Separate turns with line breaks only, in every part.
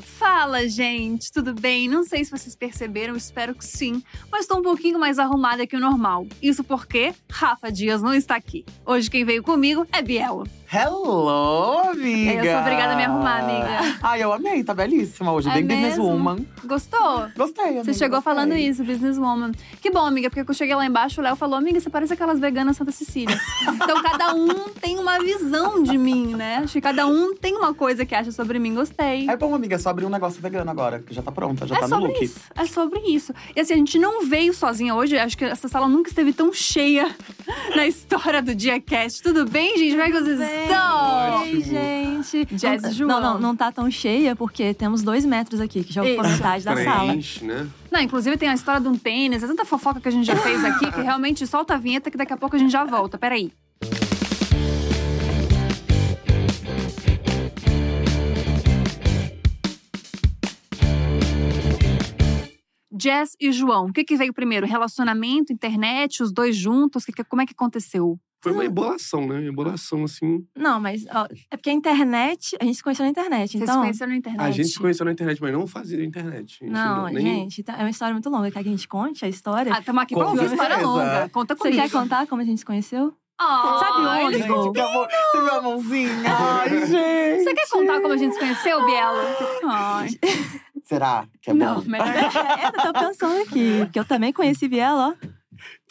Fala, gente, tudo bem? Não sei se vocês perceberam, espero que sim, mas estou um pouquinho mais arrumada que o normal. Isso porque Rafa Dias não está aqui. Hoje quem veio comigo é Biel.
Hello, amiga!
É, Eu sou obrigada a me arrumar, amiga.
Ai, eu amei, tá belíssima hoje.
É
Bem
mesmo?
businesswoman.
Gostou?
Gostei, amiga.
Você chegou
gostei.
falando isso, businesswoman. Que bom, amiga, porque eu cheguei lá embaixo, o Léo falou, amiga, você parece aquelas veganas Santa Cecília. então cada um tem uma visão de mim, né? Acho que cada um tem uma coisa que acha sobre mim. Gostei.
É bom, amiga, só abrir um negócio vegano agora, que já tá pronta, já
é
tá no
sobre
look.
isso. É sobre isso. E assim, a gente não veio sozinha hoje. Acho que essa sala nunca esteve tão cheia na história do DiaCast. Tudo bem, gente? Como é que vocês estão?
Ótimo.
Oi,
Tipo,
gente.
Jazz
não,
João.
Não, não, não tá tão cheia, porque temos dois metros aqui, que já
Isso.
ocupa metade da sala.
Preenche, né?
Não, inclusive tem a história de um tênis. É tanta fofoca que a gente já fez aqui que realmente solta a vinheta que daqui a pouco a gente já volta. Peraí. Jess e João, o que, que veio primeiro? Relacionamento, internet, os dois juntos? O que que- como é que aconteceu?
Foi uma ebolação, né? Ebolação, assim.
Não, mas ó, é porque a internet, a gente se conheceu na internet,
Vocês se
então.
conheceram na internet?
A gente se conheceu na internet, mas não fazia internet. A gente
Não,
nem-
gente, tá- é uma história muito longa. Quer que a gente conte a história?
Ah, estamos aqui pra
Com
ouvir história
certeza.
longa. Conta
Você
comigo.
quer contar como a gente se conheceu?
Ah,
Sabe onde?
eles-
Gente, que amor. Você viu a mãozinha? Ai, gente.
Você quer contar como a gente se conheceu, Bielo? Ai.
Será que é
Não,
bom?
melhor
é, eu tô pensando aqui, porque eu também conheci Biela, ó.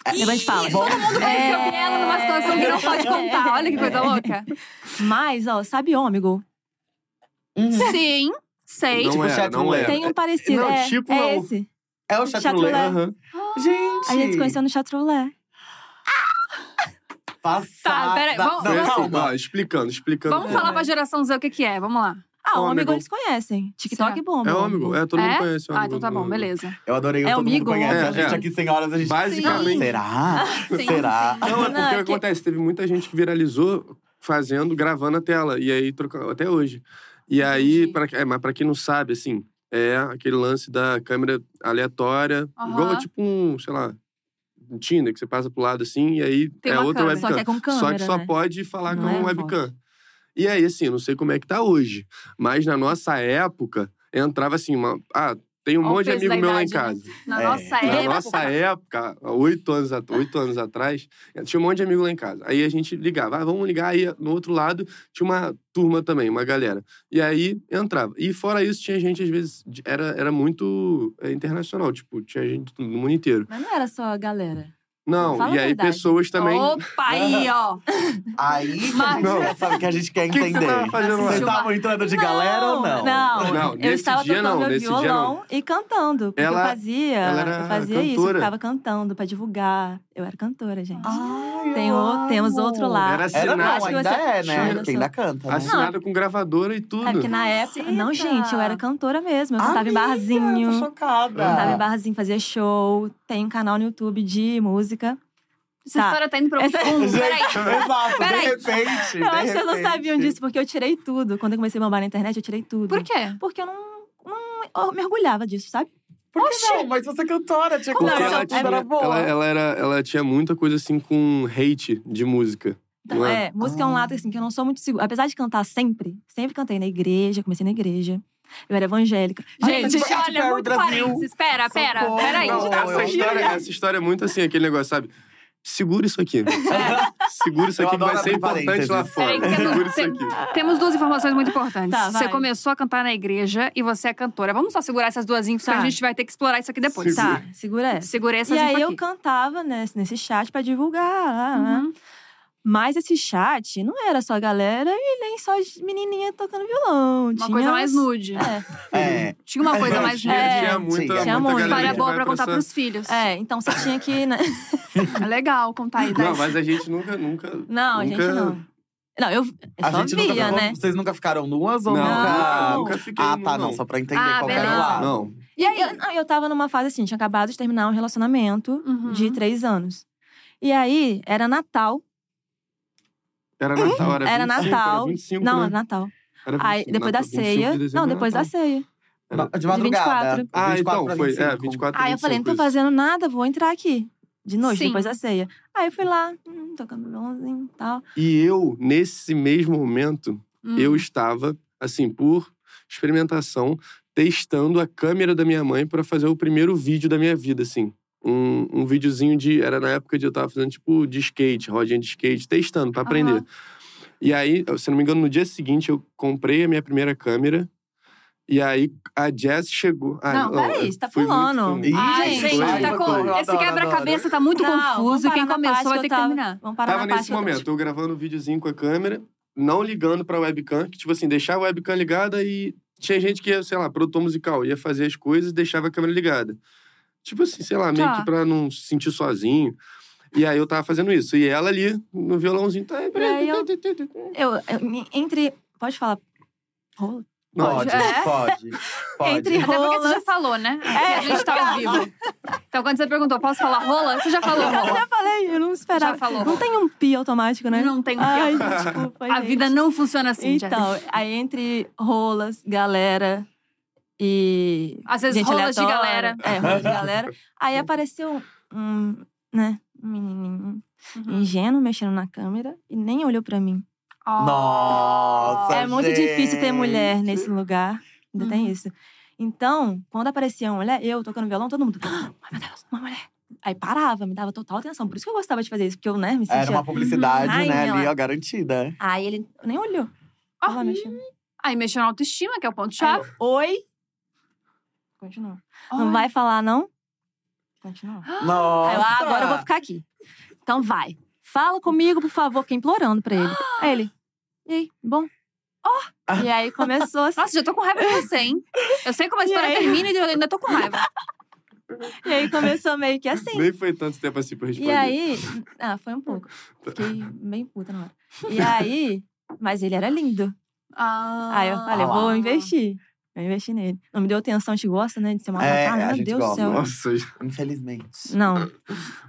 É, É. Depois a gente fala.
Bom,
conheceu Biela numa situação que não pode contar. Olha que coisa louca.
Mas, ó, sabe ômigo?
Hum,
Sim, sei.
Não
Tipo
era,
Chat
não
Roulette.
era.
Tem um parecido.
Não,
é,
tipo,
é
não.
esse.
é o chatulê.
né?
Chatrulé.
Aham.
Gente.
A gente se conheceu no chatrolé.
Passada.
Tá, peraí, vamos-
Não,
Foi
vamos-
assim,
calma.
ó, explicando, explicando.
Vamos
né?
falar pra geração Z o que que é, vamos lá.
Ah, ômigo,
Ômigo.
eles conhecem.
Será?
TikTok bomba.
É ômigo, é, todo mundo
É?
conhece o
Ah,
ômigo
então tá
do-
bom, beleza.
Eu adorei o
É
todo mundo
amigo.
conhece. a
É,
gente
é.
aqui sem horas, a gente…
Basicamente.
Será?
Sim,
Será?
sim.
Não, é porque
Não, é
o que
que-
acontece? Teve muita gente que viralizou fazendo, gravando a tela. E aí, trocando, até hoje. E aí,
Entendi.
pra, é, mas pra quem não sabe, assim, é aquele lance da câmera aleatória.
Aham.
Igual, tipo um, sei lá, um Tinder, que você passa pro lado assim, e aí
Tem
é
uma
outra
câmera.
Só que é
webcam.
com câmera,
Só que só
né?
pode falar
Não
com
é
um
foto.
webcam. E aí, assim, eu não sei como é que tá hoje. Mas na nossa época, entrava assim, uma… Ah, tem um
Olha o
monte de
peso da
amigo meu lá em
idade, né?
casa.
Na
É.
nossa
Na
época.
nossa época, há oito anos, at- oito anos atrás, tinha um monte de amigo lá em casa. Aí a gente ligava, ah, vamos ligar. Aí no outro lado tinha uma turma também, uma galera. E aí entrava. E fora isso, tinha gente, às vezes, de- era, era muito é, internacional. Tipo, tinha gente do mundo inteiro.
Mas não era só a galera.
Não,
Fala
e
a
aí
verdade.
pessoas também.
Opa, aí, ó.
Aí que a
Mas-
gente já sabe que a gente quer
O que que você
entender.
tava fazendo lá?
Vocês estavam entrando de galera ou não?
Não,
Não,
eu
nesse
estava
dia
tocando
não,
meu
nesse dia
violão e cantando. Porque
Ela-
eu fazia,
ela era
eu fazia isso, eu
cantora.
ficava cantando pra divulgar. Eu era cantora, gente.
Ai,
Tem
eu
o- temos
amo.
outro lado.
Era
Era
Sinal.
não,
Acho que
ainda
você-
é, né?
Olha
Porque
só.
ainda canta, né?
Assinada com gravadora e tudo.
É porque na
Caceta!
época. Não, gente, eu era cantora mesmo. Eu cantava
Amiga,
em barzinho.
eu tô chocada.
Cantava em barzinho, fazia show. Tem um canal no YouTube de música.
Essa
Tá.
história tá indo pra um
Essa-
fundo, peraí.
Gente, exato,
Peraí.
de repente.
Eu
de
acho que vocês não
repente.
sabiam disso, porque eu tirei tudo. Quando eu comecei a bombar na internet, eu tirei tudo.
Por quê?
Porque eu não, não eu mergulhava disso, sabe?
Por que não? Mas você é cantora, tinha que
Como
Porque
Não,
cantar,
é-
ela
sua
eu-
tinha,
tudo era boa.
ela, ela era, ela tinha muita coisa assim com hate de música.
Então,
Não é?
é, música é um lado assim, que eu não sou muito segura. Apesar de cantar sempre, sempre cantei na igreja, comecei na igreja. Eu era evangélica.
Gente,
Katy Perry
olha, muito
Brasil.
parênteses. Espera, pera,
Socorro.
peraí.
Não,
Tá
eu-
essa,
fugindo.
história, essa história é muito assim, aquele negócio, sabe? Segura isso aqui.
É.
Segura isso
Eu
aqui, que vai
adoro
ser
abrir
importante lá
parênteses.
fora.
Peraí, que eu não
Segura isso
sei.
aqui.
Temos duas informações muito importantes.
Tá, vai.
você começou a cantar na igreja e você é cantora. Vamos só segurar essas duas infos, porque
Tá.
a gente vai ter que explorar isso aqui depois.
Segura.
Tá, segura essa.
Segura essas
e aí
infos
eu
tá aqui.
cantava nesse, nesse chat pra divulgar. lá, lá.
Uhum.
Mas esse chat não era só galera e nem só menininha tocando violão.
Uma coisa mais nude.
É,
É.
Tinha uma coisa
Não,
mais
Tinha,
nude.
É,
tinha muita,
tinha
muita
muito.
galera
História
que
boa
vai
pra
pra
contar
essa-
pros filhos.
é, então você tinha que. né?
É legal contar aí.
Não, mas a gente nunca… nunca
Não,
nunca...
gente, não. Não, eu, eu
A
só
gente
via,
nunca,
né?
Vocês nunca ficaram nuas ou
Não,
nunca…
nunca, nunca fiquei
Ah,
nu,
tá, não.
não.
Só pra entender
Ah,
qual que era
beleza.
o lado.
Não.
E aí?
Eu, não, eu tava numa fase assim, tinha acabado de terminar um relacionamento
Uhum.
de três anos. E aí, era Natal.
Era Natal, era 25,
Era Natal.
Era 25,
não,
né?
era Natal.
Era 25,
Aí, depois da
Natal, 25 de
ceia.
dezembro
não,
era
depois da
Natal.
ceia.
De madrugada.
24.
Ah,
24
então
pra
foi. É,
25.
24
Aí eu falei, então não tô
25,
fazendo nada, vou entrar aqui. De noite,
Sim.
depois da ceia. Aí eu fui lá, hum, tocando violãozinho e tal.
E eu, nesse mesmo momento,
Hum.
Uhum.
eu estava, assim, por experimentação, testando a câmera da minha mãe pra fazer o primeiro vídeo da minha vida, assim. Um, um videozinho de. Era na época de eu tava fazendo, tipo, de skate, rodinha de skate, testando pra aprender.
Aham.
E aí, se não me engano, no dia seguinte eu comprei a minha primeira câmera. E aí a Jess chegou. Ah,
Não, peraí,
eu
você tá
fui muito
pulando.
fundo.
Ih,
Ai,
gente,
gente,
foi
tá
muita
com-
coisa.
Eu
esse
adoro,
quebra-cabeça tá muito
Não, vamos
confuso.
parar
Quem
na parte
começou vai
eu
ter que
tava-
terminar.
Vamos parar
Tava
Tá na parte
nesse
que eu tava-
momento, eu gravando um videozinho com a câmera, não ligando pra webcam, que, tipo assim, deixava a webcam ligada e tinha gente que ia, sei lá, produtor musical, ia fazer as coisas e deixava a câmera ligada. Tipo assim, sei lá, meio
Tá.
que pra não se sentir sozinho. E aí eu tava fazendo isso. E ela ali, no violãozinho, tá.
aí eu- Eu, eu- entre. Pode falar. Rola?
Pode,
É.
pode, pode.
Entre-
Até porque você
Rolas.
já falou, né? É, a gente tá ao vivo. Então, quando você perguntou, posso falar rola? Você já falou
Eu
rola.
já falei, eu não
Tá Já
esperava.
falou.
Não tem um pi automático, né?
Não tem um
Ai,
tempo.
desculpa.
A
gente.
vida não funciona assim, Jéssica.
Então, aí entre rolas, galera e.
Às vezes
gente
rolas de galera.
aleatória. É, rolas de galera. Aí apareceu um. né? Um menininho
Uhum.
ingênuo mexendo na câmera e nem olhou pra mim.
Nossa,
é muito difícil ter mulher
gente.
nesse lugar. Ainda tem isso. Então, quando aparecia uma mulher, eu tocando violão, todo mundo. "Ah, Ai, meu Deus, uma mulher. Aí parava, me dava total atenção. Por isso que eu gostava de fazer isso, porque eu, né, me sentia.
Era uma publicidade,
Uhum. Ai,
né,
minha
ali,
lá.
ó, garantida.
Aí ele nem olhou.
Ah,
Olha lá, mexendo.
Aí mexeu na autoestima, que é o ponto-chave.
Aí eu, Oi? Continua. Não vai falar, não? Continua. Aí eu,
Nossa!
ah, agora eu vou ficar aqui. Então vai. Fala comigo, por favor. Fiquei implorando pra ele. Aí ele, e aí, bom? Ó! E aí começou assim.
Nossa, já tô com raiva de você, hein? Eu sei como a
E
história
aí?
termina e eu ainda tô com raiva.
E aí começou meio que assim.
Nem foi tanto tempo assim pra eu responder.
E aí. Ah, foi um pouco. Fiquei bem puta na hora. E aí. Mas ele era lindo.
Ah,
Aí eu falei,
Ah lá.
vou investir. Eu investi nele. Não me deu atenção, a gente gosta, né? De ser uma
É,
ah,
a
meu
gente
Deus do
gosta.
céu.
Nossa,
Infelizmente.
Não.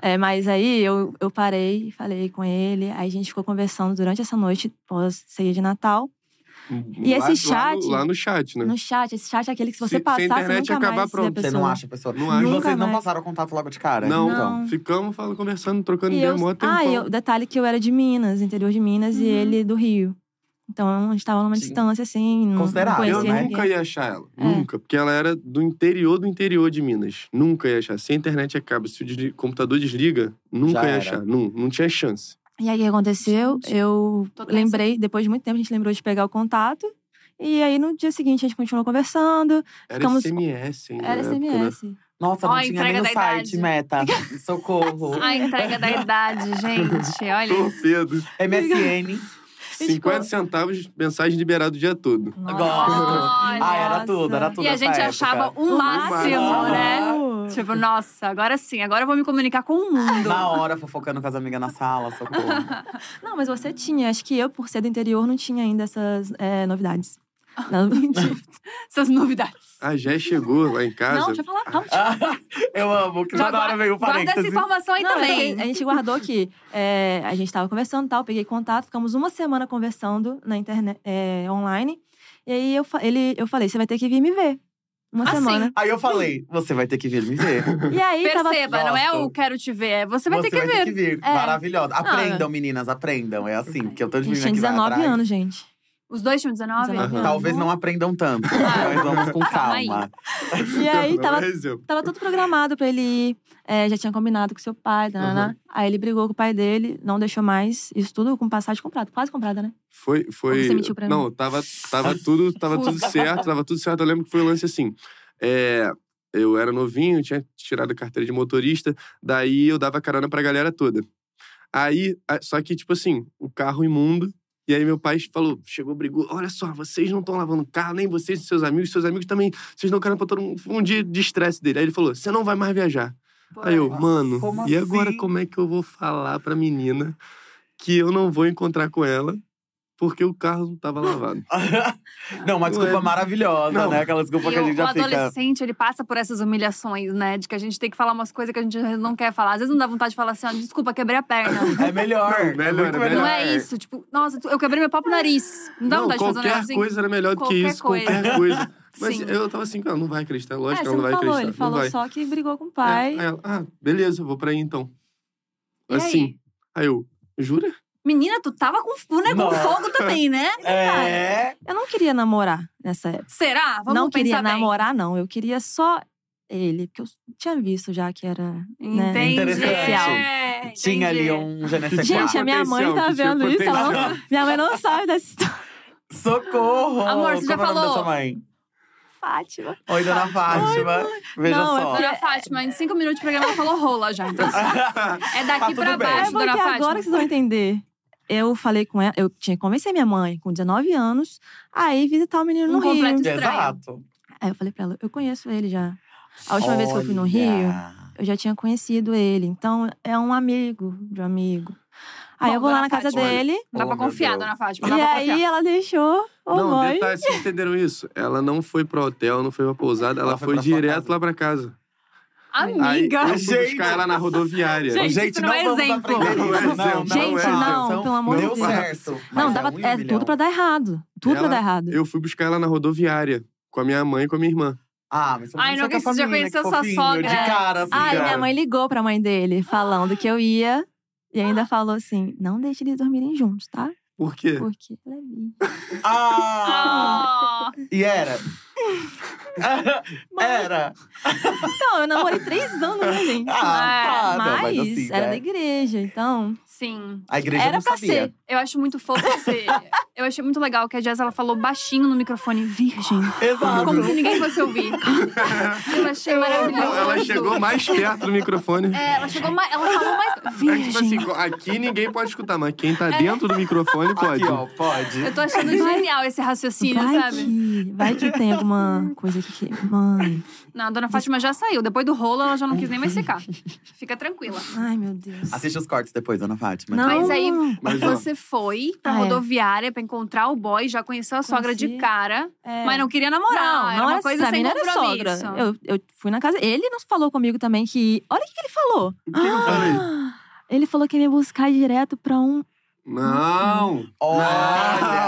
É, mas aí eu, eu parei, falei com ele, aí a gente ficou conversando durante essa noite, pós ceia de Natal. E
lá-
esse
Lá
chat-
no, lá no chat, né?
No chat, esse chat é aquele que se
Se-
você
se a
passar, você
internet
nunca mais
acabar,
vê a
pronto,
pessoa.
Você não acha a pessoa.
Não
e
acha.
vocês não
Nunca mais.
passaram contato logo de cara?
Não,
Não.
ficamos falando, conversando, trocando
E
ideia
eu,
um
mó tempo.
ah,
então.
eu, detalhe que eu era de Minas, interior de Minas, e
Uhum.
ele do Rio. Então a gente tava numa
Sim.
distância assim, não, não
Considerável,
conhecia
Eu
conhecer né?
ninguém.
nunca ia achar ela.
É.
Nunca. Porque ela era do interior do interior de Minas. Nunca ia achar. Se a internet acaba, se o desli- computador desliga, nunca
Já
ia
era.
achar. Não, não tinha chance.
E aí o que aconteceu?
Gente,
Eu
tô tensa.
lembrei, depois de muito tempo, a gente lembrou de pegar o contato. E aí no dia seguinte a gente continuou conversando.
Era
Ficamos-
SMS ainda.
Era
na época, né?
SMS.
Nossa,
Ó,
não
a
tinha
entrega
nem o
da idade.
site, meta. Socorro.
A entrega da idade, gente.
Tão
Olha.
né? cedo.
MSN.
50 centavos, mensagem liberada o dia todo.
Gosto. Ah, era
Nossa.
tudo, era tudo.
E a
essa
gente
época.
achava o máximo,
máximo.
né?
né?
Tipo, nossa, agora sim, agora eu vou me comunicar com um o mundo.
Na hora, fofocando com as amigas na sala, socorro.
Não, mas você tinha. Acho que eu, por ser do interior, não tinha ainda essas é, novidades. Não, tipo,
Essas novidades.
A Jé chegou lá em
não,
casa.
deixa eu falar. Não,
Eu amo, que
Já
toda hora veio o
Guarda essa
parêntese.
informação aí
Não, eu
também.
peguei- a gente guardou que é, a gente tava conversando e tal, peguei contato, ficamos uma semana conversando na internet é, online. E aí eu, fa- ele, eu falei: você vai ter que vir me ver. Uma
Ah, sim.
semana.
Aí eu falei, você vai ter que vir me ver.
E aí tava.
Perceba, não é o
Gosto.
quero te ver, é você vai ter que
vai
ver.
ter que vir.
É.
Maravilhosa.
Não,
Aprendam, meninas, aprendam. É assim, que eu tô
A
de
gente
menina
tinha
que vai
19
atrás.
anos, gente.
Os dois tinham 19?
19 anos.
Talvez não aprendam tanto,
Ah.
mas vamos com
Calma aí.
calma.
E aí
Não,
tava
é exemplo.
Tava tudo programado pra ele ir. é, já tinha combinado com seu pai, tá?
Uhum.
Aí ele brigou com o pai dele, não deixou mais. Isso tudo com passagem comprada, quase comprada, né?
Foi, foi.
Ou você mentiu pra mim?
Não, tava, tava tudo, tava tudo certo, tava tudo certo. Eu lembro que foi um lance assim. é, eu era novinho, tinha tirado a carteira de motorista, daí eu dava carona pra galera toda. Aí, a- só que, tipo assim, o carro imundo. E aí meu pai falou, chegou, brigou, olha só, vocês não estão lavando o carro, nem vocês e seus amigos, seus amigos também, vocês não querem pra todo mundo, Foi um dia de estresse dele. Aí ele falou, você não vai mais viajar. Aí eu, mano,
como
e agora
assim?
como é que eu vou falar pra menina que eu não vou encontrar com ela porque o carro não tava lavado?
Não, uma desculpa
Ué.
maravilhosa,
Não.
né? Aquela desculpa
E
que a
o,
gente
o
já fica.
adolescente, ele passa por essas humilhações, né? De que a gente tem que falar umas coisas que a gente não quer falar. Às vezes não dá vontade de falar assim, ó, desculpa, quebrei a perna.
É melhor.
Não, melhor,
muito
é
Não
melhor.
é isso, tipo, nossa, tu- eu quebrei meu próprio nariz. Não dá
não,
vontade de fazer um
qualquer
negócio assim.
coisa era melhor do que
Qualquer
isso, qualquer coisa. Mas
Sim.
eu tava assim, ela não vai acreditar,
é,
lógico que
você
ela
não
não vai
falou,
acreditar.
ele
não
falou
vai.
só que brigou com o pai.
É, aí ela, ah, beleza, eu vou pra aí então.
E
assim.
aí?
Aí eu, jura?
Menina, tu tava com, fu- né, com
Nossa.
fogo também, né?
É.
Eu não queria namorar nessa época.
Será? Vamos
não queria
pensar bem.
namorar, não. Eu queria só ele. Porque eu tinha visto já que era. né?
Entendi.
Interessante.
É, entendi.
Tinha ali um Genesse
Gente, a minha mãe
Potencial,
tá
que tinha
vendo isso. ela não-
potencial.
minha mãe não sabe dessa história.
Socorro!
Amor, você
Como
já
é o nome
falou?
da sua mãe?
Fátima.
Oi, dona Fátima. Veja
Não, é
só.
Dona Fátima, em cinco minutos de programa, ela falou rola já. Então, assim, é
Tá
daqui
tudo
pra
bem.
É
baixo,
porque
Dona Fátima.
agora que vocês vão entender. Eu falei com ela, eu tinha que convencer minha mãe com 19 anos, aí visitar o menino no
Um completo
Rio.
estranho.
Exato.
Aí eu falei pra ela, eu conheço ele já. A última vez que eu fui no
Olha.
Rio, eu já tinha conhecido ele. Então, é um amigo de um amigo. Aí
Bom,
eu vou lá
dona
na casa
Fátima.
dele,
Não dá
Oh,
pra
meu
confiar,
Deus.
Dona Fátima. Não
e
dá pra
aí
confiar.
ela deixou o
Não,
boy.
detalhe, vocês entenderam isso? Ela não foi pra hotel, não foi pra pousada, ela,
Ela foi
foi
pra sua
direto
casa.
lá pra casa.
Amiga.
Aí eu fui
Gente.
buscar ela na rodoviária.
Gente, isso não é
vamos
exemplo.
aprender
Não é
isso,
exemplo, não
Gente,
é
não,
São-
pelo amor de
Deu
Deus.
certo.
Não,
mas
dava,
um em um
é,
milhão.
tudo pra dar errado. Tudo pra
Ela-
dar errado.
Eu fui buscar ela na rodoviária, com a minha mãe e com a minha irmã.
Ah, mas você
Ai, não,
sei
que
que a
você já
família,
conheceu
que é
sua
fofinho,
sogra.
De cara, assim.
Aí
cara.
minha mãe ligou pra mãe dele, falando que eu ia. E ainda falou assim: não deixe eles dormirem juntos, tá?
Por quê?
Porque ela é bi.
Ah!
Ah,
E era? era.
Então, eu namorei três anos, né, gente?
Ah, tá, não,
mas,
mas assim,
era
né?
da igreja, então.
sim.
A igreja
era
não
pra
sabia.
ser.
Eu acho muito fofo você. Eu achei muito legal que a Jazz ela falou baixinho no microfone, virgem.
Exato.
Ah, Como se ninguém fosse ouvir. Eu achei maravilhoso.
Ela chegou mais perto do microfone.
É, ela chegou mais. Ela falou mais.
É tipo assim,
Virgem.
aqui ninguém pode escutar, mas quem tá dentro do microfone pode.
Aqui, ó, pode.
Eu tô achando genial esse raciocínio,
vai
sabe?
que. Vai que tem alguma coisa aqui que. Mãe.
Não, a dona Fátima já saiu. Depois do rolo, ela já não quis nem mais ficar. Fica tranquila.
Ai, meu Deus.
Assiste os cortes depois, Ana Fátima.
Não,
Mas aí-
Mas, ó,
Você foi pra
Ah, é.
rodoviária pra encontrar o boy, já conheceu a sogra de
Conheci.
cara,
é.
mas não queria namorar.
Não,
era
não
é uma
era-
coisa
pra
sem
mim não era
compromisso.
sogra. Eu, eu fui na casa. Ele não falou comigo também que. Olha o que, que ele falou. Ah,
o que que eu falei?
Ele falou que ia me buscar direto pra um.
Não!
Olha!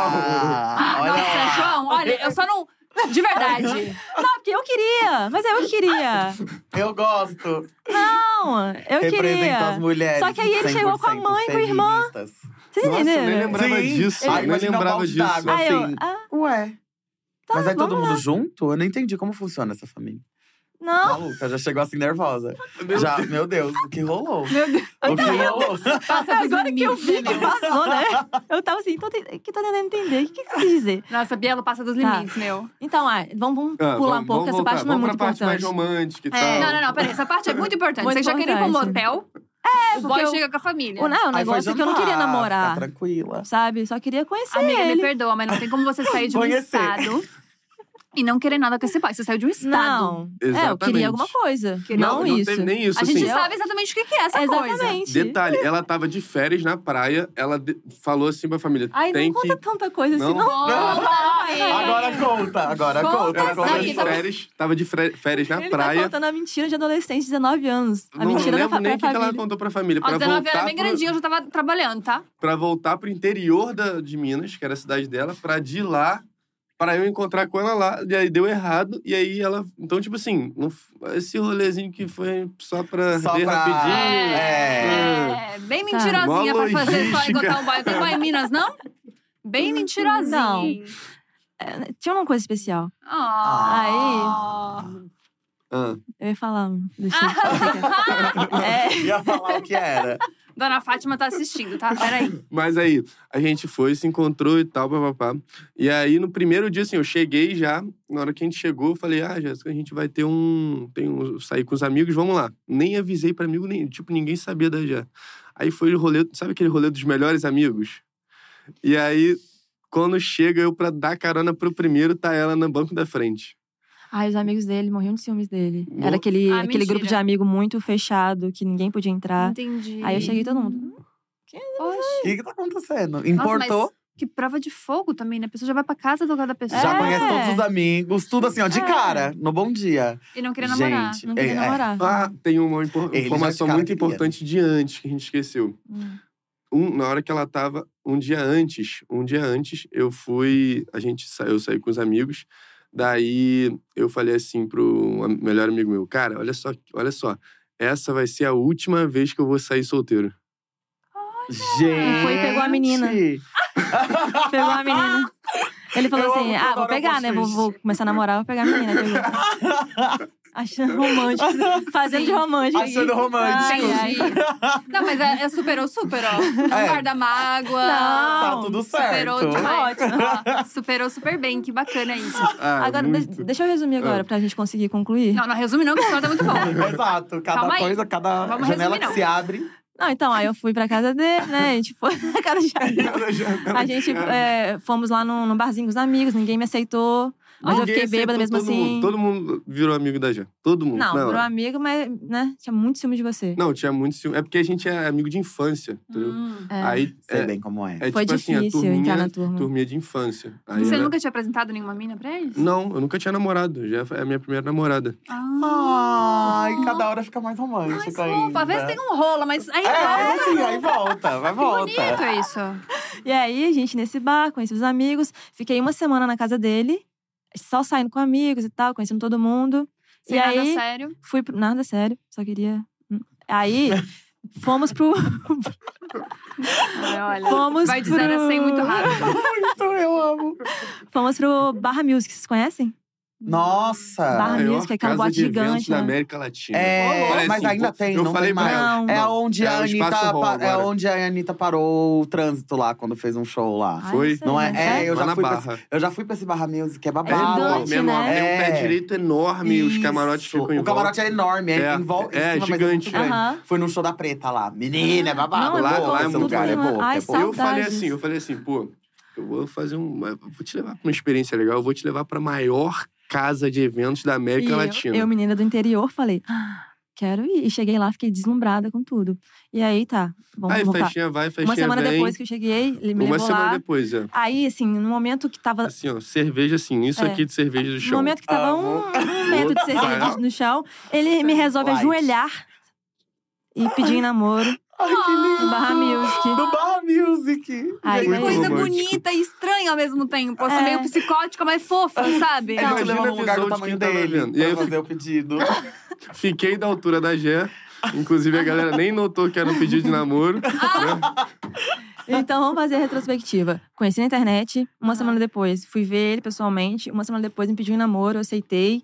Olha!
Nossa, João, olha, eu só não. De verdade.
Não, ah, porque eu queria. Mas eu queria.
Eu gosto.
Não, eu
Representa as
queria.
mulheres.
Só que aí ele chegou com a mãe, com a irmã.
Vocês
Vocês
Nossa, eu nem
entenderam?
lembrava
Sim.
disso.
Ai,
eu nem
imagina um
lembrava
balde
disso.
d'água.
Aí eu.
assim.
ah,
Ué.
tá,
é
Mas aí todo
vamos lá.
mundo junto? Eu não entendi como funciona essa família.
Não,
Maluca, já chegou assim nervosa.
Meu
já, meu Deus, o que rolou?
Meu Deus.
Tá,
O que rolou?
um
Passa dos
agora que eu vi que
limites,
passou, né? Eu tava assim, tô, te- que tô tentando entender. O que, que você quis dizer?
Nossa, Bielo passa dos
Tá.
limites, meu.
Então, ah, vamos, vamos
Ah,
pular
vamos-
um pouco,
vamos
essa
voltar,
parte não é
vamos
muito
pra parte mais
importante.
romântica e
É,
tal.
Não, não, não, peraí. Essa parte é muito importante.
Então, Muito
Você já queria ir pra um
importante. É,
motel, o boy
porque-
chega com a família.
O, não, o
Aí foi
assim,
negócio é que eu não
jantar,
"Ah,
queria namorar,
tá
Fica tranquila.
sabe? Só queria conhecer
Amiga,
ele.
me perdoa, mas não tem como você sair de um
Conhecer.
estado e não querer nada com esse pai. Você saiu de um estado.
Não. É, eu
Exatamente.
queria alguma coisa.
Queria
Não,
Não,
não
isso.
teve nem isso.
A gente
assim.
sabe exatamente o que que é essa coisa.
Exatamente.
Detalhe, ela tava de férias na praia, ela de- falou assim pra família:
Ai,
tem
não conta
que.
tanta coisa assim,
Não.
não. É.
Agora conta, agora
Conta
conta.
essa
Ela
agora
tava
Sabe,
de
tá-
férias, tava de fre- férias na
Ele tá
praia.
contando a mentira de adolescente de 19 anos. A
não
mentira da
lembro
fa-
nem o que,
pra
que ela
família.
contou pra família.
Aos
Pra
19 era
voltar,
é bem
pro,
grandinha, eu já tava trabalhando, tá?
pra voltar pro interior da, de Minas, que era a cidade dela, pra de lá, pra eu encontrar com ela lá. E aí deu errado. E aí ela. Então, tipo assim, não f- esse rolezinho que foi só pra
Só
ver
pra-
Ah,
rapidinho.
É,
É.
é,
Tá.
bem mentirosinha
Mó
pra fazer só
logística.
encontrar um bairro. Tem boy em Minas, não? Bem mentirosinha.
Não. É, Tinha uma coisa especial.
Ah.
Ah.
Eu ia falar. hum, Deixa eu É.
Aí. Ia falar o que era.
Dona Fátima tá assistindo, tá? Peraí.
Mas aí, a gente foi, se encontrou e tal, papapá. E aí, no primeiro dia, assim, eu cheguei já. Na hora que a gente chegou, eu falei, ah, Jéssica, a gente vai ter um. Tem um sair com os amigos, vamos lá. Nem avisei pra amigo, nem, tipo, ninguém sabia da Jéssica. Aí foi o rolê, sabe aquele rolê dos melhores amigos? E aí, quando chega eu pra dar carona pro primeiro, tá ela no banco da frente.
Ai, os amigos dele morriam de ciúmes dele.
Mo-
Era aquele,
Ah,
aquele grupo
mentira.
de amigo muito fechado, que ninguém podia entrar.
Entendi.
Tá. Aí eu cheguei e todo mundo.
Oxe.
O que, que tá acontecendo?
Nossa,
Importou,
mas que prova de fogo também, né? A pessoa já vai pra casa do lado da pessoa.
já
É.
conhece todos os amigos, tudo assim, ó, de
É.
cara, no bom dia.
E não queria
Gente,
namorar.
Não queria
é, é.
namorar.
Ah, tem uma impor-
Ele já
informação
de cara
muito
queria, né?
importante de antes que a gente esqueceu.
Hum.
um, na hora que ela tava, um dia antes, um dia antes, eu fui, a gente saiu, eu saí com os amigos. Daí eu falei assim pro am- melhor amigo meu, cara, olha só, olha só, essa vai ser a última vez que eu vou sair solteiro.
Gente!
Foi e pegou a menina. Pegou a menina. Ele falou
Eu amo
assim:
quando
ah, vou
hora
pegar,
posto
né? Vou,
isso."
vou começar a namorar, vou pegar a menina. Pegou. Achando romântico. Fazendo de romântico.
Achando romântico.
Ai, ai. Não, mas é, é superou super, ó. Não
É.
guarda mágoa.
Não.
Tá tudo certo.
Superou demais. Ó, superou super bem, que bacana isso.
Ah,
Agora, de-
muito. Ah.
deixa eu resumir agora, pra gente conseguir concluir.
Não, não resume não, que senão tá muito bom.
Exato. Cada
Calma aí.
coisa, cada
Vamos
janela
resumir,
que
não.
se abre.
Não, então, aí eu fui pra casa dele, né? A gente foi na casa de Jair. A gente é, fomos lá num, num barzinho com os amigos, ninguém me aceitou. Mas eu
Ninguém
fiquei bêbada mesmo
aceitou todo
assim.
mundo. todo mundo virou amigo da Jé. Todo mundo.
Não,
na
virou
hora.
amigo, mas, né? Tinha muito ciúme de você.
Não, tinha muito ciúme. É porque a gente é amigo de infância, entendeu?
Hum.
É,
Aí
Sei
é,
bem como é.
é
foi
tipo assim,
difícil
a turminha,
entrar na turma.
turminha de infância. Aí
Você
era-
nunca tinha apresentado nenhuma mina pra eles?
Não, eu nunca tinha namorado. Já é a minha primeira namorada.
Ai, cada hora fica mais
Mas
romântico ainda.
Ah, fofa, às vezes tem um rolo, mas aí
É, tá. mas
volta.
assim, aí volta, vai
Bonito
volta.
é isso.
E aí, a gente nesse bar, conheci os amigos. Fiquei uma semana na casa dele, só saindo com amigos e tal, conhecendo todo mundo.
Sem
e
nada
aí,
sério.
fui pro... Nada sério, só queria... hum, Aí, fomos pro...
Ai, Olha,
Fomos
vai de zero a cem muito rápido.
Muito, eu amo.
Fomos pro Barra Music, vocês conhecem? Barra
Nossa.
Maior
Music, aquela
casa
boate
de eventos
gigante,
da
né?
América Latina.
É,
Falei
mas
assim,
ainda
pô,
tem,
Eu
não
falei
tem
pra
mais.
ela.
Não.
É onde,
É
a
o espaço
Anitta,
Hall
pa- é
agora.
onde a Anitta parou o trânsito lá, quando fez um show lá.
Ai,
Foi?
sei,
Não é?
né?
É,
Sério?
eu
Lá
já
na
fui pra
Barra.
esse- Eu já fui pra esse Barra Music, que é
É
babado.
enorme,
gigante,
é enorme.
né?
Tem um pé
É.
direito enorme, os camarotes
Isso.
ficam em
O camarote
volta.
é enorme, é,
É,
em volta. em
é
cima, mas
gigante,
muito grande.
Aham.
Foi no show da Preta lá.
Ah,
Menina, é babado.
Não, é
Lá-
bom,
lá
é
esse
muito
lugar, é
bom.
bom.
Ai,
é bom.
saudade.
Eu falei
saudades.
assim, eu falei assim, pô, eu vou fazer um. eu Vou te levar pra uma experiência legal, eu vou te levar pra maior casa de eventos da América
E eu-
Latina.
Eu, menina do interior, falei, "Ah, quero ir. E cheguei lá, fiquei deslumbrada com tudo. E aí, tá, vamos
Aí,
voltar.
festinha vai, festinha
Uma semana
vem.
depois que eu cheguei, ele me
uma
levou
semana
lá.
depois, é.
Aí, assim, no momento que tava.
Assim, ó, cerveja assim, isso
É.
aqui de cerveja do
No
chão.
momento que tava um,
Amo.
um metro de cerveja no chão, ele me resolve
Light.
ajoelhar e pedir em namoro
Ai, que
no
lindo.
Barra
Do
Music.
Barra Music.
Aí,
Que
Muito
é coisa
romântico.
bonita então. e estranha ao mesmo tempo. Assim,
É.
meio psicótica, mas fofa,
É.
sabe?
Ele te
Imagina
levou
a
num lugar do
visão de
tamanho
quem tava
dele
vendo. E aí
pra
eu
fazer o pedido.
Fiquei da altura da Gé. Inclusive, a galera nem notou que era um pedido de namoro.
Ah,
né?
Então vamos fazer a retrospectiva. Conheci na internet,
Ah.
uma semana depois fui ver ele pessoalmente, uma semana depois me pediu em namoro, eu aceitei.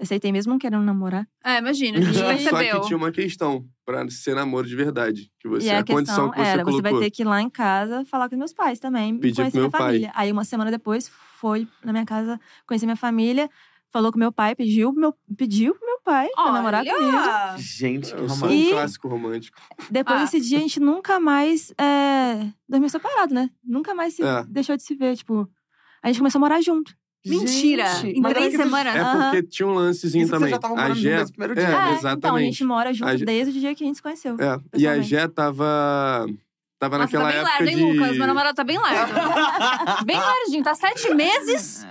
Aceitei mesmo não querendo namorar.
É, imagina, a gente
Só que
percebeu.
tinha uma questão pra ser namoro de verdade. Que você,
e
é, a,
a
condição
questão
que você
era,
colocou.
você vai ter que ir lá em casa falar com meus pais também,
Pedir pro
conhecer
meu
minha família. Aí uma semana depois foi na minha casa conhecer minha família, falou com meu pai, pediu meu pediu pro meu pai
um
pra namorar
Olha!
comigo.
Gente, que
Eu sou um
E-
clássico romântico.
Depois
Ah.
desse dia, a gente nunca mais é, dormiu separado, né? Nunca mais se
É.
deixou de se ver, tipo. A gente começou a morar junto.
Mentira!
Gente,
em
mas
três
é que-
semanas.
É
Aham.
porque tinha um lancezinho
Isso que
também.
Vocês já estavam
a
morando
Gé.
no primeiro
É,
dia. né?
Então, a gente
exatamente.
mora junto
A gente-
desde o dia que a gente se conheceu.
É, E a
Pessoalmente.
Gé tava. Tava
Nossa, tá
naquela
bem
época
largo, hein,
de.
Lucas? Meu namorado tá bem largo. bem larginho, tá sete meses.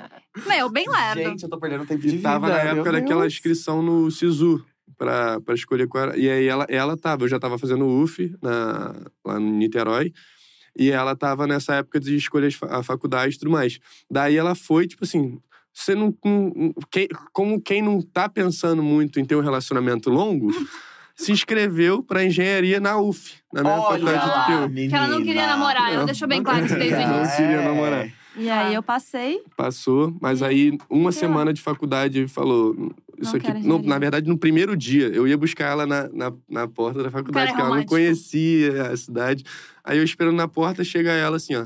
Meu, bem largo.
Gente, eu tô perdendo tempo de
E
vida.
tava na
meu
época
Deus.
daquela inscrição no Sisu. Pra, pra escolher qual era. E aí ela, ela tava, eu já tava fazendo UF na, lá em Niterói. E ela tava nessa época de escolher as fa- a faculdade e tudo mais. Daí ela foi, tipo assim. Você não. não- quem- como quem não tá pensando muito em ter um relacionamento longo, se inscreveu pra engenharia na UF, na minha
Olha
faculdade
lá,
né? de TU.
Que ela não queria
menina.
namorar, ela
Não.
deixou bem claro isso desde o
Não
início.
queria
É.
namorar.
E aí eu passei.
Passou, mas aí uma
Hum. Sei lá.
semana de faculdade falou. Isso
Não
aqui.
quero
não,
engenharia.
na verdade, no primeiro dia, eu ia buscar ela na, na, na porta da
Cara, é
faculdade, porque ela não
romântico.
conhecia a cidade. Aí eu esperando na porta, chega ela assim, ó.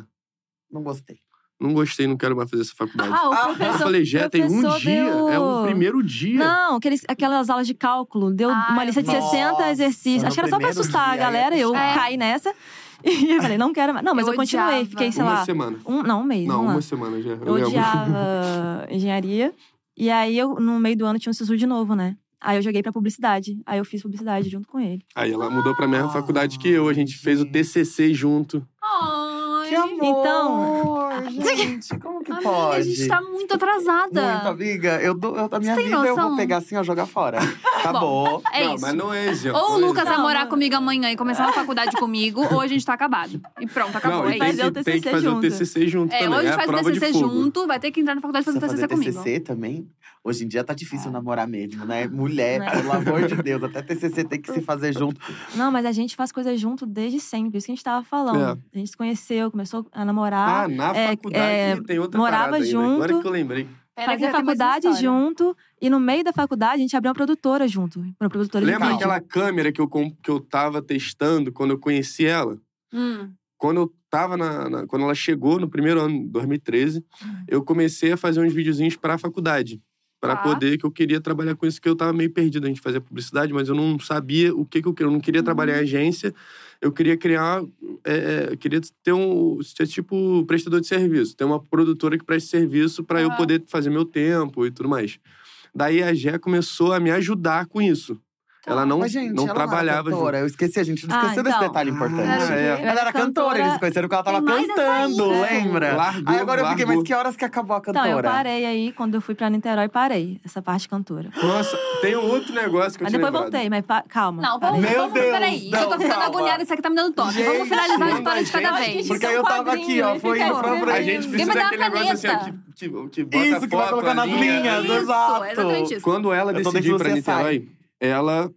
Não gostei.
Não gostei, não quero mais fazer essa faculdade.
Ah, o
Ah,
eu
professor.
falei, Jé, tem um
professor
dia.
deu-
É um primeiro dia.
Não, aqueles, aquelas aulas de cálculo. Deu
Ah,
uma lista de
nossa,
60 exercícios.
no
Acho que era só pra
primeiro
assustar a
dia, aí é
galera. Eu
puxado.
caí nessa. E eu falei, não quero mais. Não, mas
Eu
eu, continuei.
odiava.
Fiquei, sei
uma
lá.
semana.
Um, não, um mês.
Não,
vamos lá.
uma semana já. Eu
Eu
lembro.
odiava engenharia. E aí, eu, no meio do ano, tinha um SISU de novo, né? Aí eu joguei pra publicidade. Aí eu fiz publicidade junto com ele.
Aí ela mudou pra mesma
Ah,
faculdade que eu. A gente fez o
gente.
TCC junto.
Ai,
Que amor!
Então-
Gente, como que
amiga,
pode?
a gente tá muito atrasada.
Muito, amiga. Eu dou, eu, a minha
tem
vida eu
noção?
vou pegar assim, ó, jogar fora. Acabou.
É
não,
isso.
mas não é exemplo.
Ou o
não é
Lucas vai
Não,
morar
não.
comigo amanhã e começar uma faculdade comigo, ou a gente tá acabado. E pronto, acabou.
Não,
é
e
isso.
tem,
fazer o
que, tem que
TCC
fazer o
junto.
TCC junto
É, ou
também.
a
É
gente
a
faz
prova
o
de
TCC
fogo.
junto, vai ter que entrar na faculdade e fazer o
Você
TCC
fazer
comigo.
TCC também? Hoje em dia tá difícil namorar mesmo, né?
Né?
Mulher, pelo amor de Deus, até TCC tem que se fazer junto.
Não, mas a gente faz coisa junto desde sempre. Isso que a gente tava falando. A gente se conheceu, começou a namorar.
É. Ah, na
é,
faculdade
é,
tem outra
morava
parada ainda.
junto.
Agora que eu lembrei.
Pera que
Fazer
já tem mais
faculdade
história.
junto. E no meio da faculdade, a gente abriu uma produtora junto. Uma produtora
Lembra
de vídeo.
aquela câmera que eu, com- que eu tava testando quando eu conheci ela?
Hum.
Quando eu tava na, na- Quando ela chegou no primeiro ano, 2013, eu comecei a fazer uns videozinhos pra faculdade. Pra
Tá.
poder, que eu queria trabalhar com isso, que eu tava meio perdido. A gente fazia publicidade, mas eu não sabia o que, que eu queria. Eu não queria trabalhar em agência, eu queria criar. é, é, eu queria ter um. ser tipo prestador de serviço, ter uma produtora que preste serviço pra eu
Aham.
poder fazer meu tempo e tudo mais. Daí a Gé começou a me ajudar com isso. Ela não,
Mas, gente,
não
ela era
trabalhava junto.
cantora. Eu esqueci, a gente não
Ah,
esqueceu desse
então.
detalhe importante.
Ah, é.
Eu
Ela era cantora, eles conheceram que ela tava
Tem mais essa
cantando,
ainda.
lembra?
Largou,
Aí agora eu fiquei, mas
largou.
que horas que acabou a
Então,
cantora?
eu parei aí, quando eu fui pra Niterói, parei essa parte cantora.
Nossa, tem um outro negócio que eu
Mas
tinha
depois
lembrado.
voltei, mas pa- calma.
Não, vamos,
Meu
vamos
Deus,
peraí.
não,
eu tô ficando
calma.
agoniada, isso aqui tá me dando toque. vamos
Gente,
finalizar a
não,
história de cada
gente,
vez.
Porque é aí eu tava aqui, ó, foi
fica
indo pra
escrevendo.
frente.
A gente
Ninguém me
precisa
dá uma
daquele negócio assim, ó,
caneta.
que, que, que bota
Isso,
a
que
foto,
vai colocar
a
nas
linha.
linhas.
Isso,
é,
É
exato.
exatamente isso.
Quando ela
Eu tô
decidiu
dentro
ir pra
do
Niterói, ela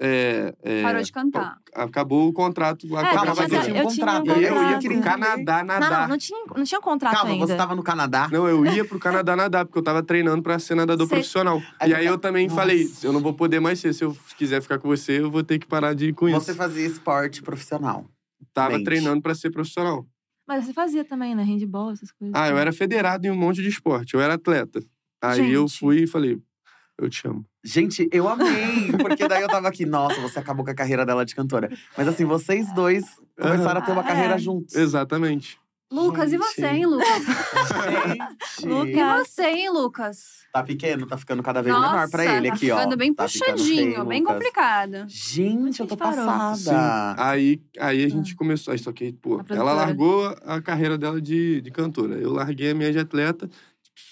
é, é,
Parou de cantar.
acabou o contrato lá
É,
com a
Calma,
eu,
você
tinha,
gravadora.
tinha um
eu tinha um
contrato.
E eu ia
contrato.
pro Canadá
Não, não,
nadar.
não tinha, não tinha um contrato
Calma,
ainda.
você
tá
tava no Canadá?
Não, eu ia pro Canadá nadar, porque eu tava treinando pra ser nadador
Cê-
profissional.
Aí
E aí
fica-
eu também
tá- Nossa.
falei, eu não vou poder mais ser. Se eu quiser ficar com você, eu vou ter que parar de ir com
Você
isso.
fazia esporte profissional.
Tava
Mente.
treinando pra ser profissional.
Mas você fazia também, né? Handball, essas coisas.
Então
Ah, eu era federado em um monte de esporte, eu era atleta. Aí eu
Gente.
fui e falei, eu te amo.
Gente, eu amei, porque daí eu tava aqui, nossa, você acabou com a carreira dela de cantora. Mas assim, vocês dois começaram a ter uma
Ah,
carreira
é.
juntos.
Exatamente.
Lucas, e
Gente.
você, hein, Lucas?
Tá Gente.
E
assim.
você, hein, Lucas?
Tá pequeno, tá ficando cada vez
Nossa,
menor pra ele aqui, ó.
tá ficando bem
Tá ficando
puxadinho,
feio,
bem
Lucas.
complicado.
Gente, eu tô
Parou.
passada.
Sim. Aí, aí a
Ah.
gente começou. Aí, só que, pô,
Tá
A produtora.
ela largou a carreira dela de, de cantora. Eu larguei a minha de atleta.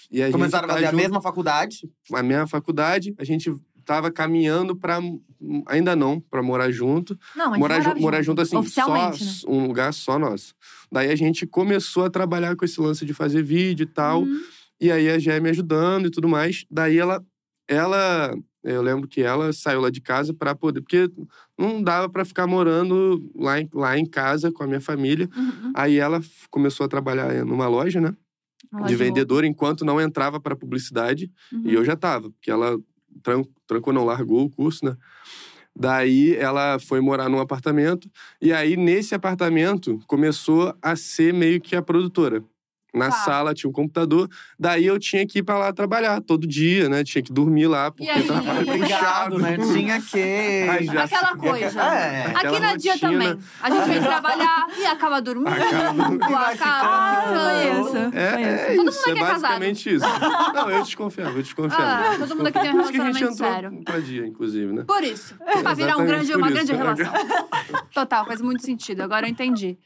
E a
Começaram a
gente tá
fazer
junto-
a mesma faculdade.
a minha faculdade. A gente tava caminhando pra. Ainda não, pra morar junto.
Não, mas
Morar, ju- morar junto, assim, só
Oficialmente, né?
um lugar só nosso. Daí a gente começou a trabalhar com esse lance de fazer vídeo e tal.
Uhum.
Hum,
E aí a Gé me ajudando e tudo mais. Daí ela. Ela. Eu lembro que ela saiu lá de casa pra poder. Porque não dava pra ficar morando lá em, lá em casa com a minha família.
uhum.
Aí ela f- começou a trabalhar numa loja, né?
Uma loja
de
boa.
vendedor, enquanto não entrava pra publicidade.
Uhum.
E eu já tava, porque ela tran- trancou, não, largou o curso, né? Daí ela foi morar num apartamento. E aí, nesse apartamento, começou a ser meio que a produtora. Na
Tá.
sala tinha um computador, daí eu tinha que ir pra lá trabalhar todo dia, né? Tinha que dormir lá, porque
aí?
eu trabalho
Obrigado,
puxado,
né? Tinha que.
Ai, já
Aquela coisa.
É.
Aqui
Aquela
na dia
rotina.
também. A gente vem trabalhar e acaba dormindo, acaba,
vai
Ah,
ficando.
ficando.
Ah, Conheço,
É,
conheço.
é
Todo mundo
isso,
aqui
é
é casado.
basicamente isso. Não, eu desconfiava, eu desconfiava.
Ah, todo mundo aqui tem um
Por isso que a gente
relacionamento
entrou
sério.
pra dia, inclusive, né?
Por isso.
É,
Pra virar um
Exatamente
grande,
por
uma
isso.
grande
né?
relação. Total, faz muito sentido. Agora eu entendi.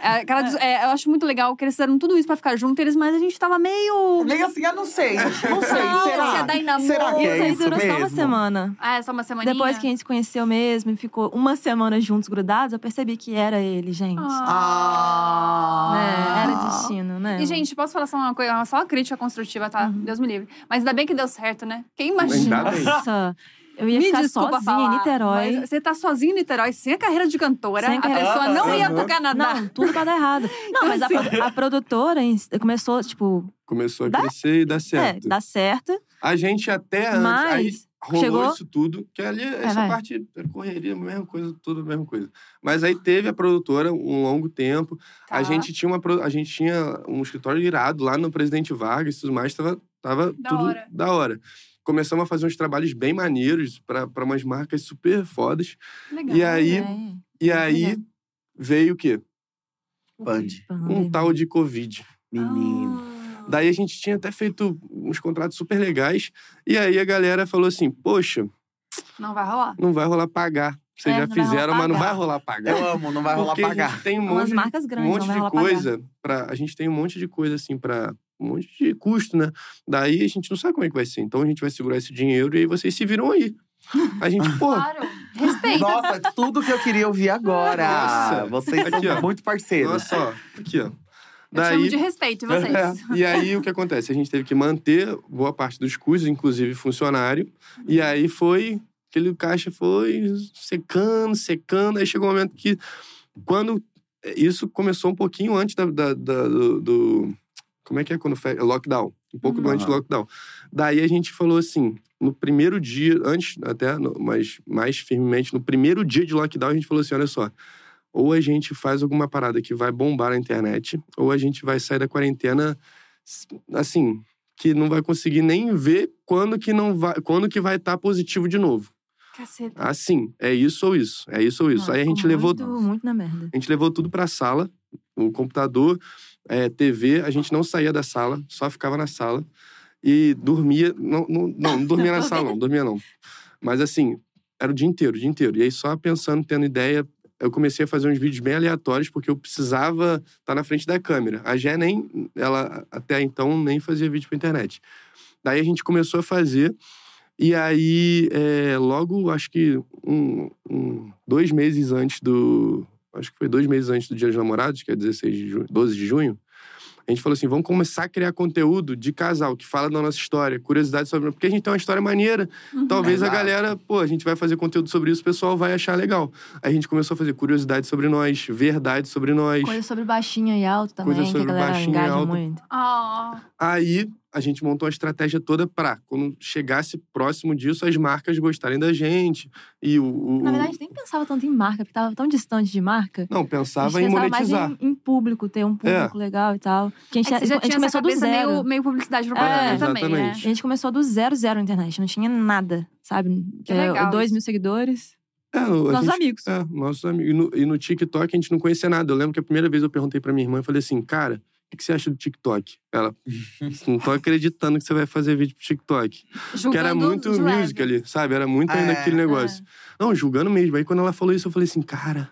É, aquela des- é, eu acho muito legal que eles fizeram tudo isso pra ficar junto, eles, mas a gente tava meio.
Nem assim, ah, não sei. Não sei,
Não,
será?
você dá em namoro.
Será que
Isso
é
aí
isso
durou
mesmo?
só uma semana.
Ah, é só uma semana.
Depois que a gente se conheceu mesmo e ficou uma semana juntos grudados, eu percebi que era ele, gente. Né?
Ah.
É, Era destino, né?
E, gente, posso falar só uma coisa, só uma crítica construtiva, tá?
Uhum.
Deus me livre. Mas ainda bem que deu certo, né? Quem imagina?
Ainda bem.
nossa, eu ia
Me
ficar
desculpa
sozinha
falar,
em Niterói.
mas você tá sozinho em Niterói, sem a carreira de cantora.
Sem
a
carreira
de
pessoa não
cantora.
ia pro Canadá.
Não, tudo pra dar errado. Não, mas a, pro- a produtora em- começou, tipo,
Começou a
Dá-
crescer e dar certo.
é, dá certo,
A gente até antes. aí
mas
rolou
chegou-
isso tudo, que ali é essa
vai.
parte era correria, mesma coisa, tudo a mesma coisa. Mas aí teve a produtora um longo tempo. A
Tá.
gente tinha uma pro- a gente tinha um escritório irado lá no Presidente Vargas e tudo mais, tava, tava
Da
tudo
hora.
da hora. Começamos a fazer uns trabalhos bem maneiros para umas marcas super fodas.
Legal.
E aí,
né?
e aí
legal.
veio o quê?
Band.
Um tal de Covid.
Menino.
Ah.
Daí a gente tinha até feito uns contratos super legais. E aí a galera falou assim: Poxa,
Não vai rolar.
não vai rolar pagar. Vocês
É,
já
não vai
fizeram, mas não
rolar
vai rolar pagar.
Ah. Eu amo, não vai rolar
Porque a
pagar.
gente tem um
É Umas
monte,
marcas
um
grandes,
monte
não vai
de
rolar
coisa para a gente tem um monte de coisa assim para um monte de custo, né? Daí a gente não sabe como é que vai ser. Então a gente vai segurar esse dinheiro e aí vocês se viram aí. A gente, pô,
Ah,
Claro. Respeita.
Nossa, tudo que eu queria ouvir agora.
Nossa.
Vocês
Aqui, ó.
são muito parceiros.
olha só, aqui, ó.
Eu chamo de respeito, e vocês?
É. E aí, o que acontece? A gente teve que manter boa parte dos custos, inclusive funcionário. E aí foi. Aquele caixa foi secando, secando. Aí chegou um momento que. Quando. Isso começou um pouquinho antes da, da- da- do, do- Como é que é quando fe... Lockdown. Um pouco
Uhum.
antes do lockdown. Daí a gente falou assim. No primeiro dia, antes até, no- mas mais firmemente, no primeiro dia de lockdown, a gente falou assim: olha só, ou a gente faz alguma parada que vai bombar na internet, ou a gente vai sair da quarentena assim, que não vai conseguir nem ver quando que não vai, quando que vai estar positivo de novo.
Caceta.
Assim, é isso ou isso, é isso ou isso. Aí a gente levou,
Muito, muito na merda.
a gente levou tudo para sala, o computador, é, TV, a gente não saía da sala, só ficava na sala e dormia, não, não, não, não dormia na sala, não, dormia não. Mas assim, era o dia inteiro, o dia inteiro. E aí só pensando, tendo ideia, eu comecei a fazer uns vídeos bem aleatórios porque eu precisava estar na frente da câmera. A Jé nem, ela até então nem fazia vídeo pra internet. Daí a gente começou a fazer e aí é, logo, acho que um, um- dois meses antes do, acho que foi dois meses antes do Dia dos Namorados, que é 16 de junho, 12 de junho, a gente falou assim, vamos começar a criar conteúdo de casal, que fala da nossa história, curiosidade sobre... Porque a gente tem uma história maneira,
Uhum.
Talvez a
Exato.
galera, pô, a gente vai fazer conteúdo sobre isso, o pessoal vai achar legal. Aí a gente começou a fazer curiosidade sobre nós, verdade sobre nós.
Coisa sobre baixinho e alto também,
Coisa
que
sobre
a galera
baixinho e
engaja
alto.
muito.
Ah,
Aí a gente montou uma estratégia toda pra, quando chegasse próximo disso, as marcas gostarem da gente. E o. o-
Na verdade, nem pensava tanto em marca, porque tava tão distante de marca.
não,
A gente
pensava em
pensava
monetizar. É.
mais em, em público, ter um público legal e tal. Porque a gente,
é que você já
a gente
tinha essa
começou do
cabeça
zero.
meio, meio publicidade e propaganda
É,
também, né?
exatamente.
A gente começou do zero, zero na internet. Não tinha nada, sabe? É,
Que legal
dois
isso.
mil seguidores.
É, no- a
Nossos
gente-
amigos. Ah,
É, nossos amigos. E no, e no TikTok a gente não conhecia nada. Eu lembro que a primeira vez eu perguntei pra minha irmã, eu falei assim, cara, o que que você acha do TikTok? Ela, "Hum, não tô acreditando que você vai fazer vídeo pro TikTok.
Julgando
Que era muito
de leve.
music ali, sabe? Era muito ainda
É,
aquele negócio.
é.
Não, julgando mesmo. Aí quando ela falou isso, eu falei assim, cara,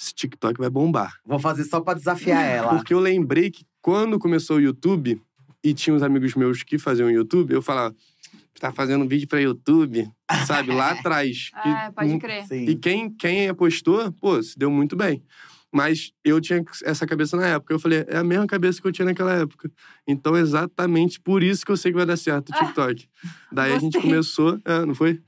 esse TikTok vai bombar.
Vou fazer só pra desafiar
Uhum.
É
ela.
Porque eu lembrei que quando começou o YouTube, e tinha uns amigos meus que faziam YouTube, eu falava, tá fazendo vídeo pra YouTube, sabe? Lá atrás. que
É, pode
não-
crer.
e
Sim.
quem, quem apostou, pô, se deu muito bem. Mas eu tinha essa cabeça na época. Eu falei, é a mesma cabeça que eu tinha naquela época. Então, exatamente por isso que eu sei que vai dar certo o TikTok. Daí a gente
gostei.
começou, é, não foi?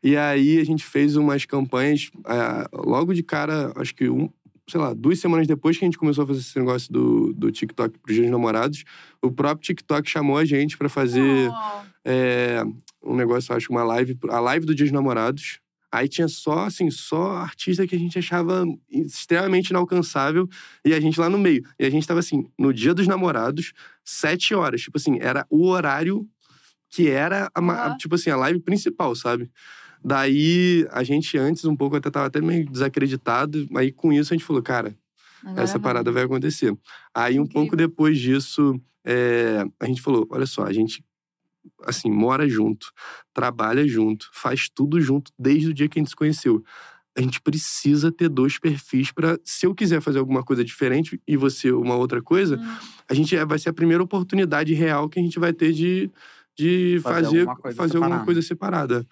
E aí a gente fez umas campanhas, ah, logo de cara, acho que um, sei lá, duas semanas depois que a gente começou a fazer esse negócio do, do TikTok pros Dias dos Namorados, o próprio TikTok chamou a gente pra fazer
Oh.
é, um negócio, eu acho, uma live, a live do Dia dos Namorados. Aí tinha só, assim, só artista que a gente achava extremamente inalcançável e a gente lá no meio. E a gente tava assim, no Dia dos Namorados, sete horas. Tipo assim, era o horário que era, a ma-
Ó.
tipo assim, a live principal, sabe? Daí, a gente antes um pouco até tava até meio desacreditado, aí com isso a gente falou, cara,
Agora
essa
vai.
parada vai acontecer. Aí, um
Incrível.
pouco depois disso, é, a gente falou: olha só, a gente assim, mora junto, trabalha junto, faz tudo junto desde o dia que a gente se conheceu. A gente precisa ter dois perfis para, se eu quiser fazer alguma coisa diferente e você uma outra coisa,
Hum.
a gente é- vai ser a primeira oportunidade real que a gente vai ter de, de
Fazer
fazer,
alguma coisa
fazer alguma
separada.
coisa separada.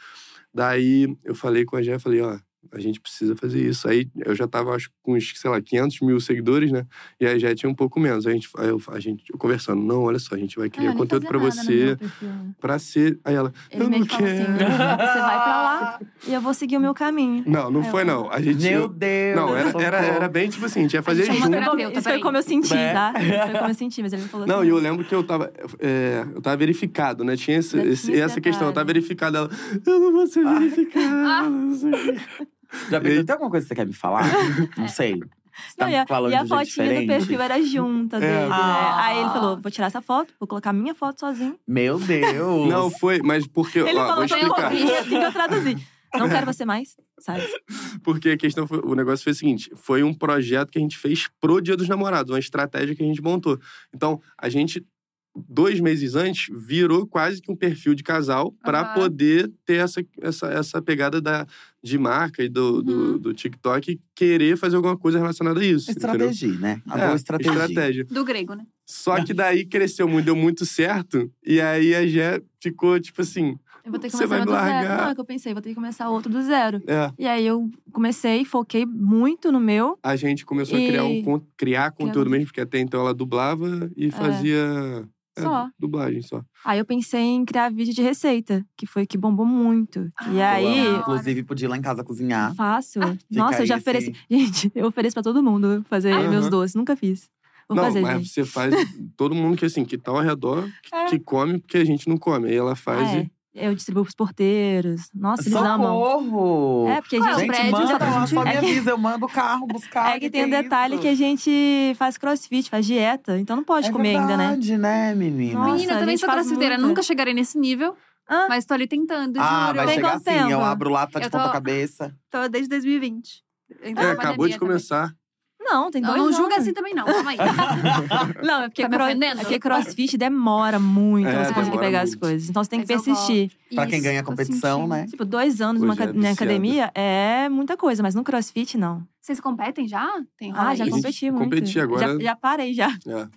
Daí eu falei com a Jé, falei, ó, a gente precisa fazer isso. Aí eu já tava, acho, com uns, sei lá, 500 mil seguidores, né? E a Jé tinha um pouco menos. Aí a gente, aí eu, a gente eu conversando, não, olha só, a gente
Ah,
vai
eu
criar
nem
conteúdo
fazia
pra
nada no meu
você,
perfil, né?
pra ser... Aí ela,
Ele
eu
meio
não
que fala assim:
quero.
você vai pra lá e eu vou seguir o meu caminho.
Não, não
É,
foi
eu-
não. A gente...
Meu Deus!
não, era, era,
socorro.
era bem tipo assim, a gente ia fazer
gente é uma
junto.
terapeuta,
Isso foi
peraí.
como eu senti,
Né?
tá? Isso foi como eu senti, mas ele não falou
Não,
assim.
e eu lembro que eu tava. é, eu tava verificado, né? Tinha esse-
Ainda
esse-
tinha esse
essa questão, eu tava
detalhe.
verificado. Ela, eu não vou ser
Ah.
verificado. não sei o quê."
Já
E
pensou,
aí-
tem alguma coisa que você quer me falar? Não sei. Você tá
Não, e a,
falando
e a
de
fotinha
gente diferente?
do perfil era
É.
junta dele, né?
Ah.
Aí ele falou: vou tirar essa foto, vou colocar minha foto sozinho.
Meu Deus! É
Não, foi, mas porque.
Ele
ó,
falou:
vou
"Tem
explicar.
ouvido."
e assim que eu traduzi. Não quero você mais, sabe?
Porque a questão foi, o negócio foi o seguinte: foi um projeto que a gente fez pro Dia dos Namorados, uma estratégia que a gente montou. Então, a gente, dois meses antes, virou quase que um perfil de casal pra
Aham.
poder ter essa, essa, essa pegada da, de marca e do, do,
Uhum.
do TikTok querer fazer alguma coisa relacionada a isso. entendeu?
Estratégia, né? A
É,
boa estratégia.
estratégia.
Do grego, né?
Só que daí cresceu muito, deu muito certo. E aí a Gé ficou, tipo assim,
Eu vou ter que
Você
começar uma
vai
do
largar.
zero. Não, é que eu pensei, vou ter que começar outro do zero.
é,
E aí eu comecei, foquei muito no meu.
a gente começou a
E-
criar, um, con- criar conteúdo
Criando.
mesmo, porque até então ela dublava e fazia é,
É. Só.
dublagem só.
Aí eu pensei em criar vídeo de receita, que foi o que bombou muito. E
Ah,
Eu
aí.
amo. Inclusive, podia ir lá em casa cozinhar.
Faço.
Fica
Nossa, eu já
aí
ofereci. Gente, eu ofereço pra todo mundo fazer
assim. Aham.
meus doces. Nunca fiz. Vou
não,
fazer,
mas
gente.
você faz todo mundo que assim, que tá ao redor, que,
É.
que come, porque a gente não come. Aí ela faz
Ah,
e.
é. Eu distribuo pros porteiros. Nossa, eles amam.
Socorro!
É, porque a
Qual é
gente,
o
Gente,
prédio,
manda
só pra
lá,
gente-
só me
é que,
avisa. Eu mando o carro buscar.
é que tem um detalhe que a gente faz crossfit, faz dieta, então não pode
é
comer
verdade,
ainda, né?
né, menina?
Nossa,
Menina, eu
a
também
gente
sou
faz
crossfiteira.
muita.
Nunca chegarei nesse nível,
Hã?
mas tô ali tentando,
ah,
juro.
vai
Tem
chegar
quanto
assim. Eu
tempo?
abro lá, tá de
Eu tô-
ponta cabeça.
Tô desde 2020. Entrei na
É, acabou
pandemia
de começar.
Não, tem
também. Não,
dois
não
anos.
julga assim também, não. Calma aí.
Não, é porque,
Tá me
cro-
ofendendo?
é porque crossfit demora muito
É,
pra você conseguir
demora
pegar as
muito.
coisas. Então você tem que
Mas eu
persistir.
Pra quem ganha
tô
competição,
sentindo.
né?
Tipo, dois anos
Pois
numa
é,
acad- na
viciada.
academia é muita coisa, mas no crossfit não.
Vocês competem já? Tem
Ah, já
Gente,
competi.
competi muito.
competi agora-
Já, já parei, já.
É.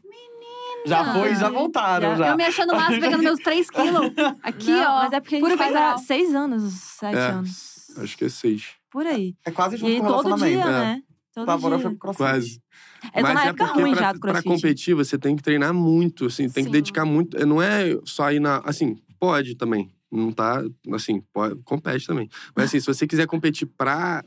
Já foi, já
Ai,
voltaram. Já.
Eu me achando massa pegando meus 3 quilos. Aqui,
Não,
ó.
Mas é porque a
puro
gente faz
peitoral.
há seis anos, sete
É,
anos.
Acho que é seis.
Por aí.
É quase
E
junto
aí,
com o
todo
relacionamento.
dia,
é.
né? Todo
Tá, agora
dia.
foi pro crossfit.
Quase.
Eu tô
Mas
na
é
época
porque
ruim já
pra,
do
pra
crossfit.
competir, você tem que treinar muito, assim, tem
Sim.
que dedicar muito. É, Não é só ir na. Assim, pode também. Não tá. Assim, pode, compete também. Mas assim, se você quiser competir pra,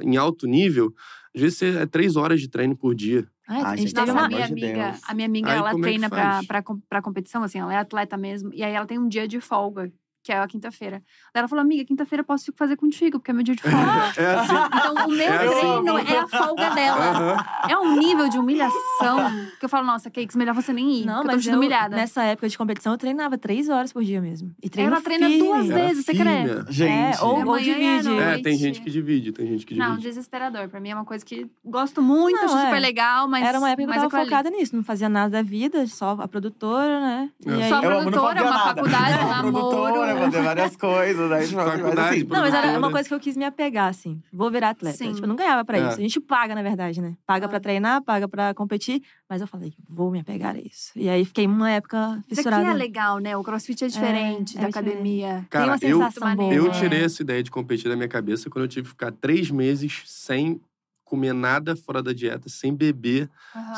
em alto nível, às vezes você- é três horas de treino por dia.
Ai,
Ah,
a
gente,
gente
Nossa,
teve
pelo
a
uma.
amor
minha
de
amiga,
Deus.
a minha amiga,
Aí,
ela
como é que
treina pra,
faz?
pra, com- pra competição, assim, ela é atleta mesmo. E aí ela tem um dia de folga, que é a quinta-feira. Daí Ela falou, amiga, quinta-feira eu posso fazer contigo, porque é meu dia de folga.
É assim.
então, o meu
É assim.
treino é a folga dela.
Aham.
É um nível de humilhação que eu falo, nossa, Cakes, melhor você nem ir.
Não,
porque eu tô me
mas
sentindo
eu,
humilhada.
nessa época de competição, eu treinava três horas por dia mesmo. E treino
Ela treina
firme.
duas
Era
vezes, você
firme,
crê?
é.
Gente,
É, ou-
De manhã e à
divide.
noite.
É, tem gente que divide, tem gente que divide.
Não, desesperador. Pra mim é uma coisa que gosto muito,
Não,
acho
é.
super legal, mas.
Era uma época que eu
mas é
tava
aquilo ali.
focada nisso, não fazia nada da vida, só a produtora, né? E
É.
aí-
Só a
Eu amo, não
produtora,
fazia
uma
nada.
faculdade, um
Sou produtora,
namoro.
fazer várias coisas. Aí, tipo, mas
Faculdade,
assim,
Não, mas era uma
produtora.
coisa que eu quis me apegar, assim. Vou virar atleta.
Sim.
Tipo, eu não ganhava pra
É.
isso. A gente paga, na verdade, né? Paga
Ah.
pra treinar, paga pra competir. Mas eu falei, vou me apegar a isso. E aí fiquei uma época
Isso aqui
fissurada.
é legal, né? O crossfit é diferente
é
da
diferente.
academia.
Tem uma
Cara, eu,
sensação
eu
boa.
eu
né?
tirei essa ideia de competir da minha cabeça quando eu tive que ficar três meses sem comer nada fora da dieta, sem beber,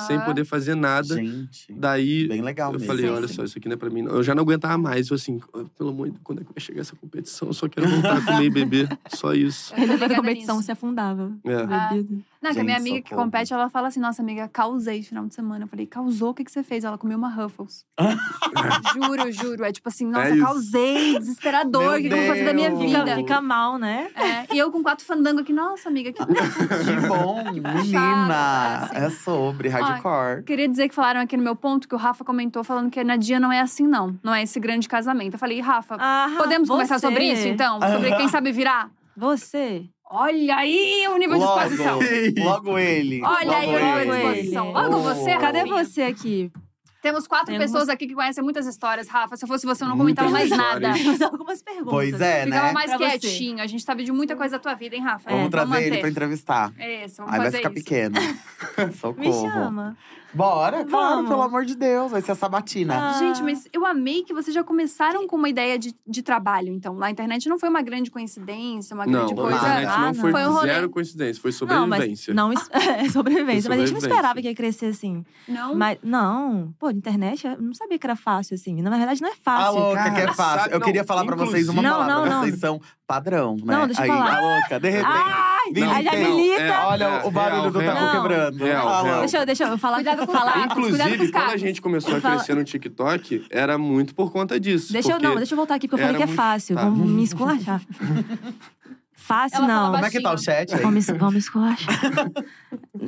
sem poder fazer nada.
Gente,
Daí
bem legal
eu
mesmo.
falei,
Sim,
olha
sim.
só, isso aqui não é pra mim. não. Eu já não aguentava mais. Eu assim, "Ah, pelo amor de Deus, quando é que vai chegar essa competição? Eu só quero voltar a comer e beber. Só isso.
Eu tô
Ele depois da
ligada
competição
nisso.
se afundava.
É.
Ah.
Bebida.
Não, que a minha
Gente,
amiga que
socorro.
compete, ela fala assim: Nossa, amiga, causei final de semana. Eu falei: Causou? O que, que você fez? Ela comeu uma Ruffles. juro, juro. É tipo assim: Nossa,
isso.
causei,
Meu
desesperador. O que, que eu vou fazer da minha
Deus.
vida?
Fica, fica mal, né?
É, e eu com quatro fandango aqui, nossa, amiga, que
é
Que bom,
assim.
menina.
Chata, assim.
É sobre, hardcore.
Queria dizer que falaram aqui no meu ponto que o Rafa comentou falando que na dia não é assim, não. Não é esse grande casamento. Eu falei, Rafa,
Ah,
podemos conversar
você-
sobre isso, então? Sobre quem sabe virar?
Você.
Olha aí o nível de exposição.
Logo, logo ele.
Olha aí
logo
o nível de
ele.
exposição. Logo
Oh.
você,
Cadê
Rafinha?
você aqui?
Temos quatro
Temos-
pessoas aqui que conhecem muitas histórias, Rafa. Se eu fosse você, eu não
Muitas
comentava mais
histórias.
nada.
Temos algumas perguntas.
Pois é,
Ficava
né?
mais
Pra você.
quietinho. A gente sabe de muita coisa da tua vida, hein, Rafa?
Vamos
É,
trazer
manter.
ele pra entrevistar.
É isso, vamos
Aí vai
fazer
ficar
isso.
pequeno.
Me
Socorro.
chama.
Bora, claro,
Vamos.
pelo amor de Deus. Vai ser a sabatina.
Ah.
Gente, mas eu amei que vocês já começaram com uma ideia de, de trabalho, então. Na internet não foi uma grande coincidência, uma grande
Não,
coisa.
na internet
Ah,
não foi,
Foi um rolê.
zero coincidência, foi
Não, mas
sobrevivência.
não, isso- é, sobrevivência. Mas a gente não
Sobrevivência.
esperava que ia crescer assim.
Não?
Mas, não, pô, internet, eu não sabia que era fácil assim. Na verdade, não é
A
fácil.
louca
cara,
que é fácil.
sabe-
Eu queria
não,
falar pra vocês uma
inclusive-
Não,
palavra.
não,
vocês são padrão, né?
Não, deixa eu
Aí,
falar.
a louca, de repente.
Ai,
Vim,
aí já
tem-
habilita.
é,
Olha o barulho
real,
do tabu
real.
quebrando.
Real,
Fala.
real.
Ah, Deixa eu, deixa eu falar.
Cuidado com os
falar.
tacos, cuidado com os
Inclusive, quando a
cacos.
gente começou a
Fala.
crescer no TikTok, era muito por conta disso.
Deixa eu,
porque-
não, deixa eu voltar aqui, porque eu falei
era
que é
muito-
fácil.
tá.
Vamos me esculachar. fácil,
Ela fala
não.
Como é que tá o chat aí?
Vamos, me es- vamos me esculachar.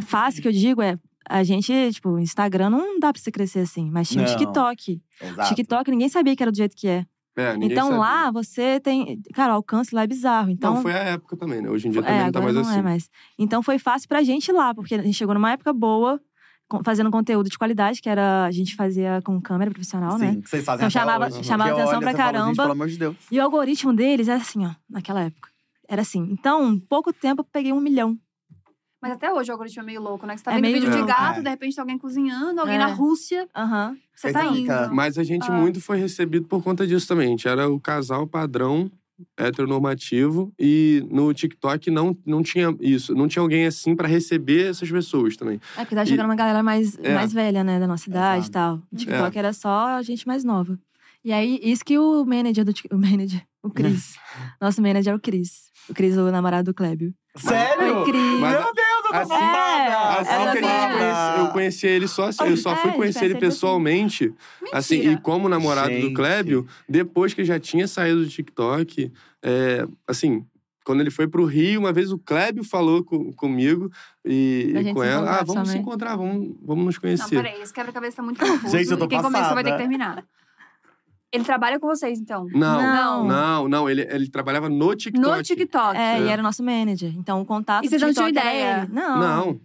fácil que eu digo é. A gente, tipo, Instagram não dá pra você crescer assim, mas tinha o
Não.
TikTok.
Exato.
TikTok ninguém sabia que era do jeito que é.
É, ninguém
então
sabia.
lá você tem. Cara, o alcance lá é bizarro. Então,
Não, foi a época também, né? Hoje em dia também
é,
não tá
agora
mais
não
assim.
é mais. Então foi fácil pra gente ir lá, porque a gente chegou numa época boa, com- fazendo conteúdo de qualidade, que era. A gente fazia com câmera profissional, né?
Sim, que vocês fazem
Então,
até
chamava-
hoje.
chamava
Porque
atenção
olha,
pra
você fala, gente,
caramba.
pelo amor de Deus.
E o algoritmo deles é assim, ó, naquela época. Era assim. Então, em pouco tempo, eu peguei um milhão.
Mas até hoje o algoritmo é meio louco, né? Que você tá
É
vendo
meio
vídeo de
louco,
gato,
é.
de repente tem alguém cozinhando, alguém
É.
na Rússia,
Aham.
você
Aí
tá
você
indo.
fica-
Mas a gente
Ah.
muito foi recebido por conta disso também. A gente era o casal padrão heteronormativo e no TikTok não, não tinha isso. Não tinha alguém assim pra receber essas pessoas também.
É porque tava chegando uma galera mais,
É.
mais velha, né? Da nossa idade e tal. O TikTok era só gente mais nova. E aí, isso que o manager do TikTok. O manager, o Cris. nosso manager é o Cris. O Cris, o namorado do Clébio. Oi,
Sério?
Cris.
Mas-
Meu Deus, eu tô
é,
Assim-
babada!
Assim
era
que a gente
sério.
conhece- eu conheci ele só, assim, eu só
Ah, É, a
fui
gente
conhecer ele
conhece ele
pessoalmente,
Mentira.
assim, e como namorado do
Gente.
Clébio, depois que eu já tinha saído do TikTok, é, assim, quando ele foi pro Rio, uma vez o Clébio falou com, comigo e,
Da
e
gente
com
se
ela,
encontrar
ah, vamos se
também."
encontrar, vamos, vamos nos
Não,
conhecer.
peraí, esse quebra-cabeça tá muito confuso.
Gente, eu tô
e quem começou vai ter que
passada.
terminar. Ele trabalha com vocês, então.
Não, não,
Não.
não, ele, ele trabalhava no TikTok.
No TikTok.
É, e era o nosso manager. Então, o contato
E vocês
do
não tinham
TikTok era
ideia?
ele. Não.
Não,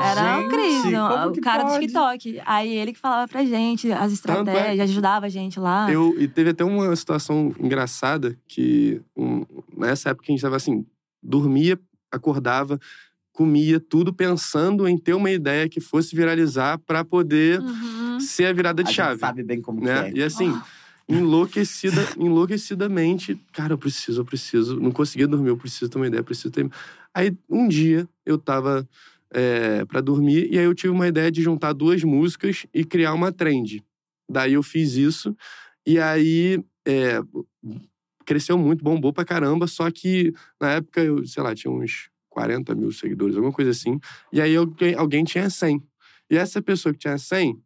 Era
Gente,
o Cris,
como
o
que
cara
pode?
do TikTok. Aí ele que falava pra gente as
Tanto é-
estratégias, ajudava a gente lá.
eu, e teve até uma situação engraçada que um, nessa época a gente tava assim, dormia, acordava, comia tudo pensando em ter uma ideia que fosse viralizar pra poder
Uhum.
ser a virada
A
de
gente
chave.
sabe bem como que
né?
é.
E assim, enlouquecida, enlouquecidamente, cara, eu preciso, eu preciso. Não conseguia dormir, eu preciso ter uma ideia, eu preciso ter. Aí um dia eu tava é, para dormir e aí eu tive uma ideia de juntar duas músicas e criar uma trend. Daí eu fiz isso e aí é, cresceu muito, bombou pra caramba, só que na época eu, sei lá, tinha uns 40 mil seguidores, alguma coisa assim. E aí alguém, alguém tinha 100. E essa pessoa que tinha 100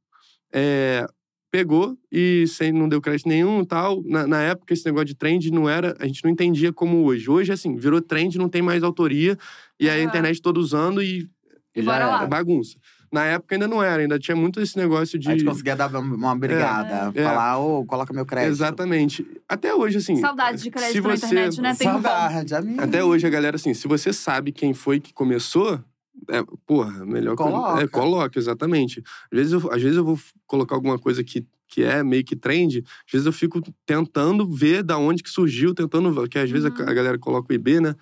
é, pegou e sem, não deu crédito nenhum e tal. Na, na época, esse negócio de trend não era. A gente não entendia como hoje. Hoje, assim, virou trend, não tem mais autoria. E aí a
Ah.
internet toda usando e.
E
já
bora lá.
era, Bagunça. Na época ainda não era, ainda tinha muito esse negócio de.
A gente conseguia dar uma- uma brigada.
É.
Falar, ô, coloca meu crédito.
Exatamente. Até hoje, assim.
Saudades de
se
crédito
você...
na internet, né? Tem um bom.
Saudade, amiga.
Até hoje, a galera, assim, se você sabe quem foi que começou, é, porra, melhor que-
Coloca.
É, coloca, exatamente. Às vezes, eu, às vezes eu vou f- colocar alguma coisa que, que é meio que trend, às vezes eu fico tentando ver da onde que surgiu, tentando. Porque às vezes a,
Uhum.
a galera coloca o IB, né?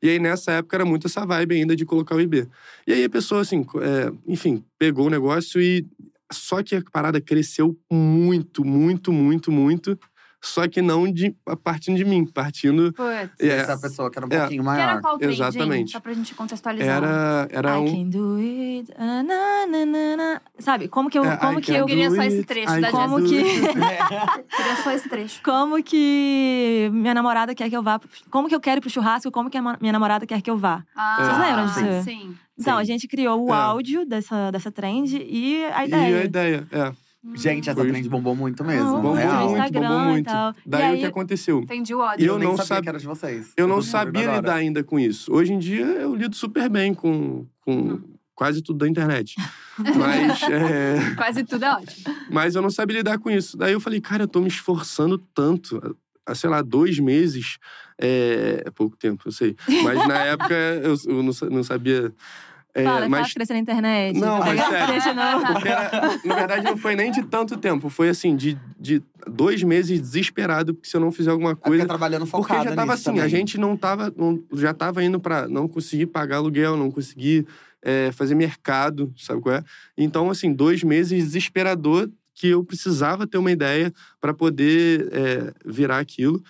E aí, nessa época, era muito essa vibe ainda de colocar o IB. E aí a pessoa, assim, co- é, enfim, pegou o negócio e. Só que a parada cresceu muito, muito, muito, muito. Só que não de, partindo de mim, partindo.
Putz.
é,
Essa pessoa que era um
É.
pouquinho
Que era
maior.
qual trend,
Exatamente.
gente? Só pra gente contextualizar.
Era, era
I
um.
can do it. ah, na, na, na, na. Sabe, como que eu.
É,
como
I
que
can
eu.
do
queria só esse
it,
trecho
I
da
can
Como
do
que.
it.
É.
Queria só esse trecho.
Como que minha namorada quer que eu vá. pro- Como que eu quero ir pro churrasco? Como que a ma- minha namorada quer que eu vá?
É.
Ah,
Vocês
lembram disso?
Sim.
Então,
Sim.
a gente criou o
É.
áudio dessa, dessa trend e a ideia.
E
Então,
a ideia, é.
Gente, essa
Foi.
trend bombou muito
Ah,
mesmo.
Bombou
real.
no
muito,
Instagram
bombou muito.
e tal.
Daí
e
o
aí,
que aconteceu?
Entendi o
E
ódio.
eu,
Eu
nem
não
sabia
sab-
que era de vocês.
Eu não
tô descobrindo
sabia
agora. É
lidar ainda com isso. Hoje em dia, eu lido super bem com, com quase tudo da internet. Mas, é,
Quase tudo é ódio.
mas eu não sabia lidar com isso. Daí eu falei, cara, eu tô me esforçando tanto. Há, sei lá, dois meses. É, é pouco tempo, eu sei. Mas na época, eu, eu não, sa- não sabia... É,
Fala, é
mas
fácil crescer na internet.
Não, mas
Pegar
sério.
esse trecho, não.
Porque era- na verdade, não foi nem de tanto tempo. Foi assim, de, de dois meses desesperado, porque se eu não fizer alguma
É porque
coisa.
trabalhando focado
Porque já tava assim,
nisso também.
a gente não tava. não- já tava indo pra não conseguir pagar aluguel, não conseguir é, fazer mercado, sabe qual é? Então, assim, dois meses desesperador que eu precisava ter uma ideia pra poder é, virar aquilo.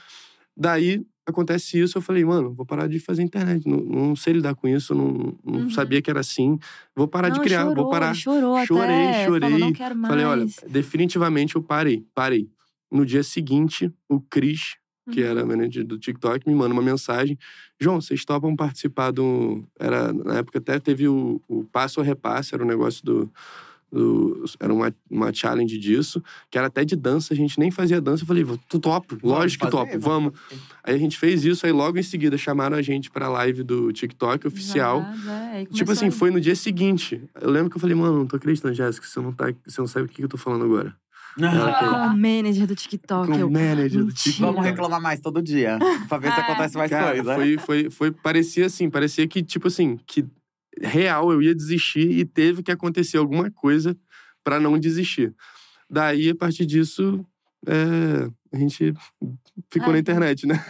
Daí acontece isso, eu falei, mano, vou parar de fazer internet. Não, não sei lidar com isso, não, não
Uhum.
sabia que era assim. Vou parar de
Não,
criar,
chorou,
vou parar.
Chorou,
Chorei,
até. Falou,
chorei.
não quero mais.
Falei, olha, definitivamente eu parei, parei. No dia seguinte, o Cris, que era manager do TikTok, me manda uma mensagem. João, vocês topam participar do... Era, na época até teve o, o Passo ou Repasse, era um negócio do... do- era uma, uma challenge disso, que era até de dança, a gente nem fazia dança. Eu falei, tu topo,
Vamos
lógico que
fazer,
topo, vamos. Aí a gente fez isso, aí logo em seguida chamaram a gente pra live do TikTok oficial.
Exato, é, e
Tipo
começou
assim,
a-
foi no dia seguinte. Eu lembro que eu falei, mano, não tô acreditando, Jéssica, você não, tá, você não sabe o que que eu tô falando agora. É.
Ah.
Com o manager do TikTok.
é
Com
eu-
o manager do
Mentira.
TikTok.
Vamos reclamar mais todo dia. Pra ver se
É.
acontece mais
Cara,
coisa. né?
Foi, foi, foi, parecia assim, parecia que, tipo assim, que real eu ia desistir e teve que acontecer alguma coisa pra não desistir. Daí, a partir disso, é, a gente ficou
Ah,
na internet, né?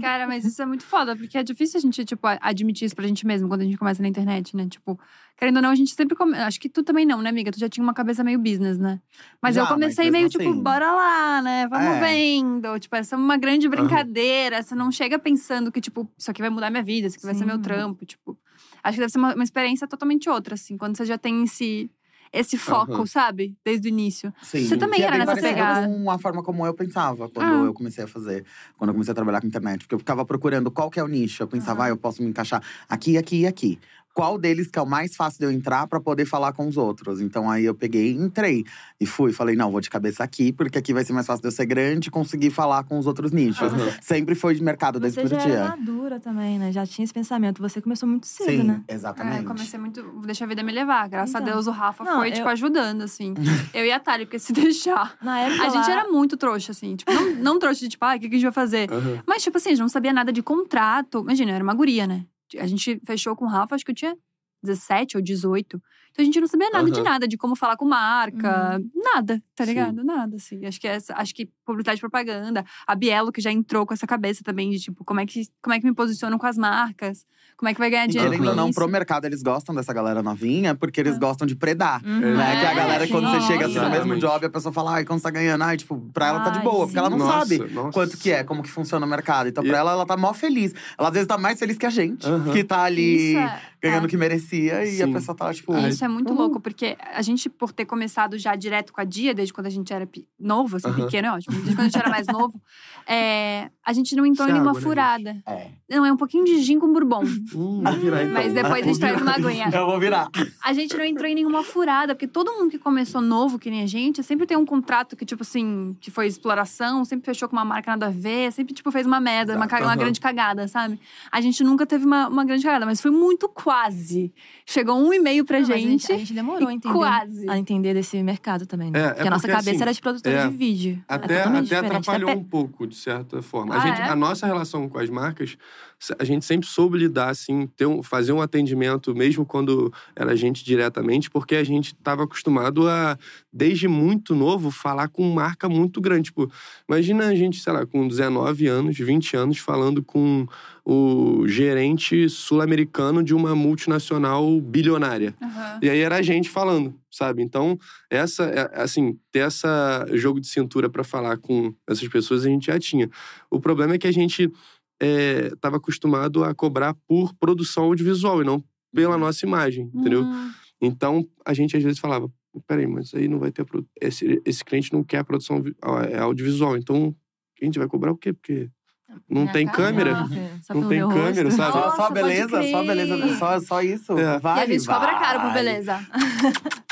Cara, mas isso é muito foda, porque é difícil a gente, tipo, a- admitir isso pra gente mesmo quando a gente começa na internet, né? Tipo, querendo ou não, a gente sempre. Come... Acho que tu também não, né, amiga? Tu já tinha uma cabeça meio business, né? Mas eu
Já, mas
comecei
mesmo
meio tipo,
assim.
bora lá, né? Vamos
É.
vendo. Tipo, essa é uma grande brincadeira. Você não chega pensando que, tipo, isso aqui vai mudar minha vida, isso aqui vai ser meu
Sim.
trampo. Tipo, acho que deve ser uma, uma experiência totalmente outra, assim, quando você já tem esse. Esse foco,
Aham.
sabe? Desde o início.
Sim,
Você também
que
era
é bem
nessa
parecido
pegada?
com a forma como eu pensava quando
Ah.
eu comecei a fazer, quando eu comecei a trabalhar com internet. Porque eu ficava procurando qual que é o nicho. Eu pensava, ah,
Aham.
eu posso me encaixar aqui, aqui e aqui. Qual deles que é o mais fácil de eu entrar pra poder falar com os outros? Então aí eu peguei, e entrei e fui. Falei, não, vou de cabeça aqui, porque aqui vai ser mais fácil de eu ser grande e conseguir falar com os outros nichos.
Aham.
Sempre foi de mercado desde o
Você já
primeiro
era
é.
dia.
madura também, né? Já tinha esse pensamento. Você começou muito cedo,
Sim,
né?
É, eu
exatamente.
comecei muito. Deixa a vida me levar. Graças a
Então.
Deus o Rafa
Não,
foi,
eu-
tipo, ajudando, assim. eu e a Thalia, porque se deixar.
Na época
A gente
lá-
era muito trouxa, assim. Tipo, não, não trouxa de tipo, ah, o que, que a gente vai fazer?
Aham.
Mas, tipo assim, a gente não sabia nada de contrato. Imagina, eu era uma guria, né? A gente fechou com o Rafa, acho que eu tinha 17 ou 18. Então a gente não sabia nada de
Aham.
nada, de como falar com marca, nada, tá ligado? Nada, assim. Acho que, essa, acho que publicidade e propaganda. A Bielo, que já entrou com essa cabeça também de tipo, como é que, como é que me posiciono com as marcas? Como é que vai ganhar
E
dinheiro?
querendo
com
ou Então, não,
isso? Ah.
pro mercado eles gostam dessa galera novinha, porque eles gostam de predar.
Uhum.
Né?
É,
que a galera, quando você
sim.
chega assim, no mesmo
Exatamente.
job, a pessoa fala, ai, quando você tá ganhando, ai, tipo, pra ela tá de
Ai,
boa,
sim.
porque ela não
Nossa,
sabe
nossa.
quanto que é, como que funciona o mercado. Então,
E-
pra ela, ela tá mó feliz. Ela às vezes tá mais feliz que a gente,
Aham.
que tá ali
Isso é-
ganhando o que merecia, e
Sim.
a pessoa tá, tipo.
E isso é muito
Uhum.
louco, porque a gente, por ter começado já direto com a Dia, desde quando a gente era pe- novo, assim,
Aham.
pequeno, é ótimo. Desde quando a gente era mais novo, é, a gente não entrou em
Isso é
nenhuma
água, né,
furada.
É.
Não, é um pouquinho de gin com bourbon.
Hum, vou virar, então.
Mas depois a gente traz uma aguinha.
Eu vou virar.
A gente não entrou em nenhuma furada, porque todo mundo que começou novo, que nem a gente, sempre tem um contrato que, tipo assim, que foi exploração, sempre fechou com uma marca nada a ver, sempre, tipo, fez uma merda, uma,
Exato,
ca- uma
aham.
grande cagada, sabe? A gente nunca teve uma, uma grande cagada, mas foi muito quase. Chegou um e-mail pra
Não, mas a
gente.
A gente demorou a
e
entender.
Quase.
A entender desse mercado também, né?
É, é
porque a nossa
porque,
cabeça
assim,
era de produtora
é,
de vídeo. É
Até,
totalmente
até
diferente.
atrapalhou
Até-
um pouco, de certa forma. A,
Ah,
gente-
é?
a nossa relação com as marcas, se- a gente sempre soube lidar, assim, ter um- fazer um atendimento, mesmo quando era a gente diretamente, porque a gente estava acostumado a, desde muito novo, falar com marca muito grande. Tipo, imagina a gente, sei lá, com 19 anos, 20 anos, falando com o gerente sul-americano de uma multinacional bilionária.
Aham.
E aí era a gente falando, sabe? Então, essa, é, assim, ter essa jogo de cintura pra falar com essas pessoas a gente já tinha. O problema é que a gente estava acostumado a cobrar por produção audiovisual e não
Uhum.
pela nossa imagem, entendeu?
Hum.
Então, a gente às vezes falava, peraí, mas aí não vai ter… a produ- Esse, esse cliente não quer a produção vi- a- é audiovisual, então a gente vai cobrar o quê? Porque não
Minha
tem
cara,
câmera.
nossa, um só
Não
pelo
tem
meu
câmera,
rosto.
sabe?
Só, só
Nossa,
beleza,
pode
só
crer.
beleza, só, só isso.
É.
E
Vai,
a gente cobra caro por
vai.
beleza.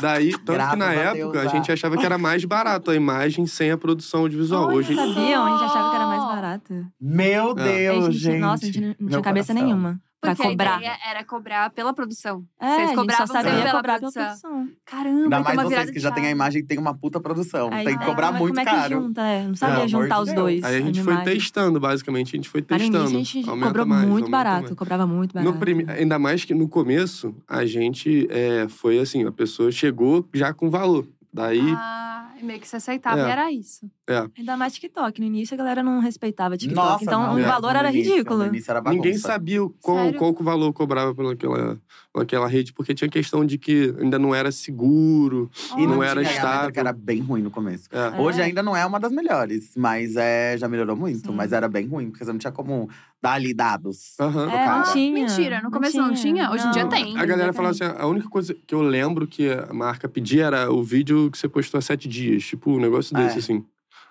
Daí, tanto que
Graças
na
a
época,
Deus,
a
ah.
gente achava que era mais barato a imagem sem a produção audiovisual.
Olha
Hoje,
só.
Sabiam? A gente achava que era mais barato.
Meu
É.
Deus,
a gente,
gente.
Nossa, a gente não- não
Meu
tinha cabeça
coração.
nenhuma pra
Porque a
cobrar.
ideia era cobrar pela produção.
É,
Vocês
a gente
cobravam
só
pela
sabia cobrar pela
produção.
produção.
Caramba,
Ainda
então
mais
uma virada
vocês que
de
já tem a
chave.
imagem que tem uma puta produção.
Aí,
tem que
né,
cobrar
como é-
muito
como é que
caro.
junta, é? Não
Pelo
sabia
amor
juntar
de
os
Deus.
dois.
Aí a gente foi
animais.
testando, basicamente. A gente foi
Cara, no
testando.
início a gente
Aumenta
cobrou
mais,
muito
aumenta
barato,
mais.
cobrava muito
No
barato.
prime- Ainda mais que no começo, a gente é, foi assim, a pessoa chegou já com valor. Daí,
Ah, e meio que você aceitava
É.
e era isso.
Ainda mais TikTok. No início a galera não respeitava TikTok.
Nossa,
então
não,
o
é,
valor era
no início,
ridículo.
No início era Ah,
ninguém
bagunça.
sabia o qual,
Sério?
qual que o valor cobrava pelaquela, pelaquela rede, porque tinha questão de que ainda não era seguro.
E
não
não
era
era
estável.
estável. era bem ruim no começo.
É.
É.
Hoje ainda não é uma das melhores, mas é, já melhorou muito.
Sim.
Mas era bem ruim, porque você não tinha como dar ali dados.
Aham.
É, não
cara.
tinha.
Mentira, no começo não tinha, hoje em dia
Não.
tem.
Então, A galera falava assim: a única coisa que eu lembro que a marca pedia era o vídeo que você postou há sete dias. Tipo, um negócio desse,
É.
assim.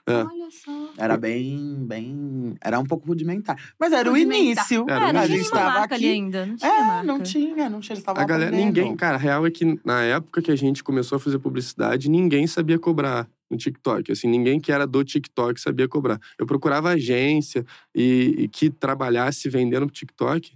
É.
Olha só.
Era bem, bem… Era um pouco rudimentar. Mas era o
Rudimentar.
início.
Era o
É, não
a
tinha
início.
gente
nenhuma
tava
marca ali
aqui.
ainda. Não tinha
É,
marca.
não tinha, não tinha. Eles estavam
A galera,
aprendendo.
ninguém, cara, a real é que na época que a gente começou a fazer publicidade, ninguém sabia cobrar no TikTok. Assim, ninguém que era do TikTok sabia cobrar. Eu procurava agência e, e que trabalhasse vendendo pro TikTok,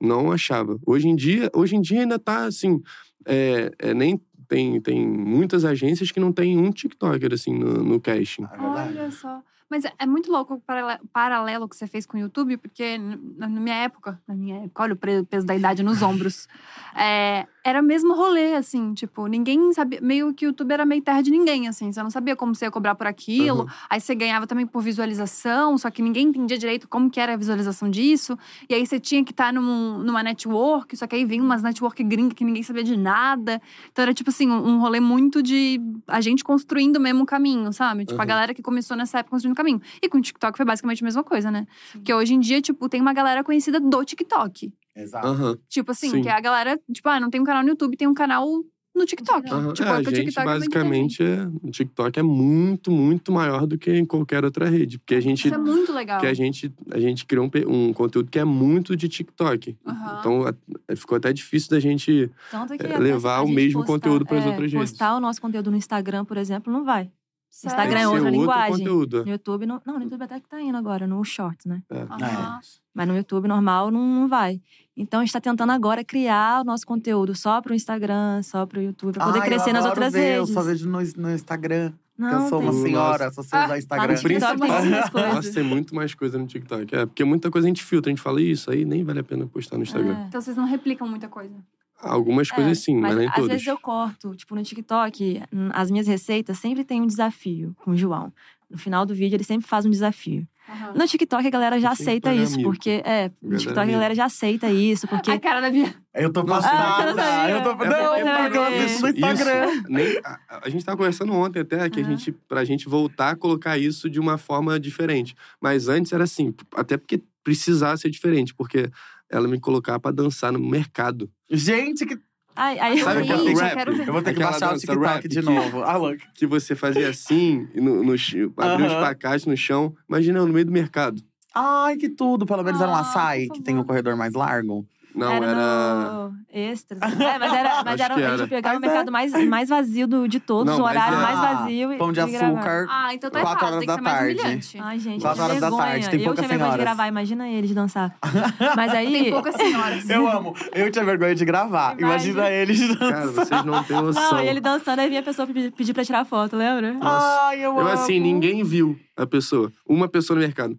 não achava. Hoje em dia, hoje em dia ainda tá assim, é, é, nem tem, tem muitas agências que não tem um TikToker assim no, no casting.
É verdade.
Olha só. Mas é- é muito louco o parale- paralelo que você fez com o YouTube, porque n- na na minha época, na minha época, olha o pre- peso da idade nos ombros. É, era mesmo rolê, assim, tipo, ninguém sabia. Meio que o YouTube era meio terra de ninguém, assim. Você não sabia como você ia cobrar por aquilo.
Uhum.
Aí você ganhava também por visualização, só que ninguém entendia direito como que era a visualização disso. E aí você tinha que estar num, numa network, só que aí vinha umas network gringa que ninguém sabia de nada. Então era tipo assim, um um rolê muito de a gente construindo mesmo o caminho, sabe? Tipo, a
Uhum.
galera que começou nessa época construindo o caminho. E com o TikTok foi basicamente a mesma coisa, né? Porque hoje em dia, tipo, tem uma galera conhecida do TikTok.
Exato.
Aham.
Tipo assim,
Sim.
que a galera, tipo, ah, não tem um canal no YouTube, tem um canal no TikTok.
aham.
Tipo,
É, a
que o
gente,
TikTok é muito
basicamente, é, o TikTok é muito, muito maior do que em qualquer outra rede. Porque a gente,
Isso é muito legal.
que a gente, a gente criou um, pe- um conteúdo que é muito de TikTok.
Aham.
Então, a- ficou até difícil da gente…
Tanto que
É,
até
levar
a
o
gente
mesmo
postar-
conteúdo pras
é,
outras redes.
Postar o nosso conteúdo no Instagram, por exemplo, não vai.
Sério?
Tem que
Instagram é
ser
outra
outro
linguagem.
conteúdo. É.
No YouTube, não, não, no YouTube até que tá indo agora, no short, né?
Aham.
Mas no YouTube normal não, não vai. Então a gente tá tentando agora criar o nosso conteúdo só pro Instagram, só pro YouTube, pra poder
Ai, eu
crescer nas
adoro
outras
ver,
redes.
Eu só vejo no, no Instagram.
Não,
que eu sou
tem-
uma
Nossa.
senhora, só sei usar Instagram.
no TikTok tem muitas coisas.
Nossa, tem muito mais coisa no TikTok. É, porque muita coisa a gente filtra, a gente fala isso, aí nem vale a pena postar no Instagram.
É.
Então vocês não replicam muita coisa.
Algumas coisas sim, mas,
mas
nem
às
todas.
vezes eu corto. Tipo, no TikTok, hum, as minhas receitas sempre tem um desafio com o João. No final do vídeo, ele sempre faz um desafio.
Aham.
No TikTok, a galera já
Tem que
aceita
pagar
isso,
mico.
porque. É, no
Galera
TikTok, a
mico.
galera já aceita isso,
A
porque.
cara da minha.
Eu tô
Nossa,
passada.
eu não sabia.
eu tô.
É
não,
porque
eu
você vai
pago, eu
ver.
assisto no Instagram.
Isso, nem- a, a gente tava conversando ontem até que
Aham.
a gente, pra gente voltar a colocar isso de uma forma diferente. Mas antes era assim, p- até porque precisava ser diferente, porque ela me colocava pra dançar no mercado.
Gente, que...
Ai, aí
Sabe
eu
aquela
ri.
Gente,
rap?
eu quero ver.
eu vou ter que
Aquela
baixar o
dança
TikTok
rap
de
que-
novo. Ah, Alan,
Que você fazia assim, e no, no ch- abria uns
Aham.
pacates no chão. Imagina eu no meio do mercado.
Ai, que tudo. Pelo menos era um
Ah,
açaí,
por
que tem o
favor.
corredor mais largo.
Não,
era,
era.
no extras. É, mas era, mas
Acho
era,
que
a
era.
gente pegava o
Mas é.
mercado mais, mais vazio do, de todos,
Não,
o
mas
horário
é.
mais
Ah,
vazio. e-
Pão de
e gravar.
açúcar.
Ah, então tá
Quatro
errado.
horas
Tem que
da
ser mais
tarde.
humilhante.
Ai, gente,
Quatro
que
horas da
vergonha.
tarde, tem
eu
poucas
tinha vergonha de
senhoras.
gravar, imagina eles dançar. Mas aí.
Tem poucas senhoras.
Eu amo. Eu tinha vergonha de gravar.
Imagina.
Imagina eles
Cara,
dançando.
vocês não têm noção.
Não, e ele dançando, aí vinha a pessoa pedir, pedir pra tirar foto, lembra?
Nossa.
Ai, eu amo.
Eu, assim, ninguém viu a pessoa. Uma pessoa no mercado.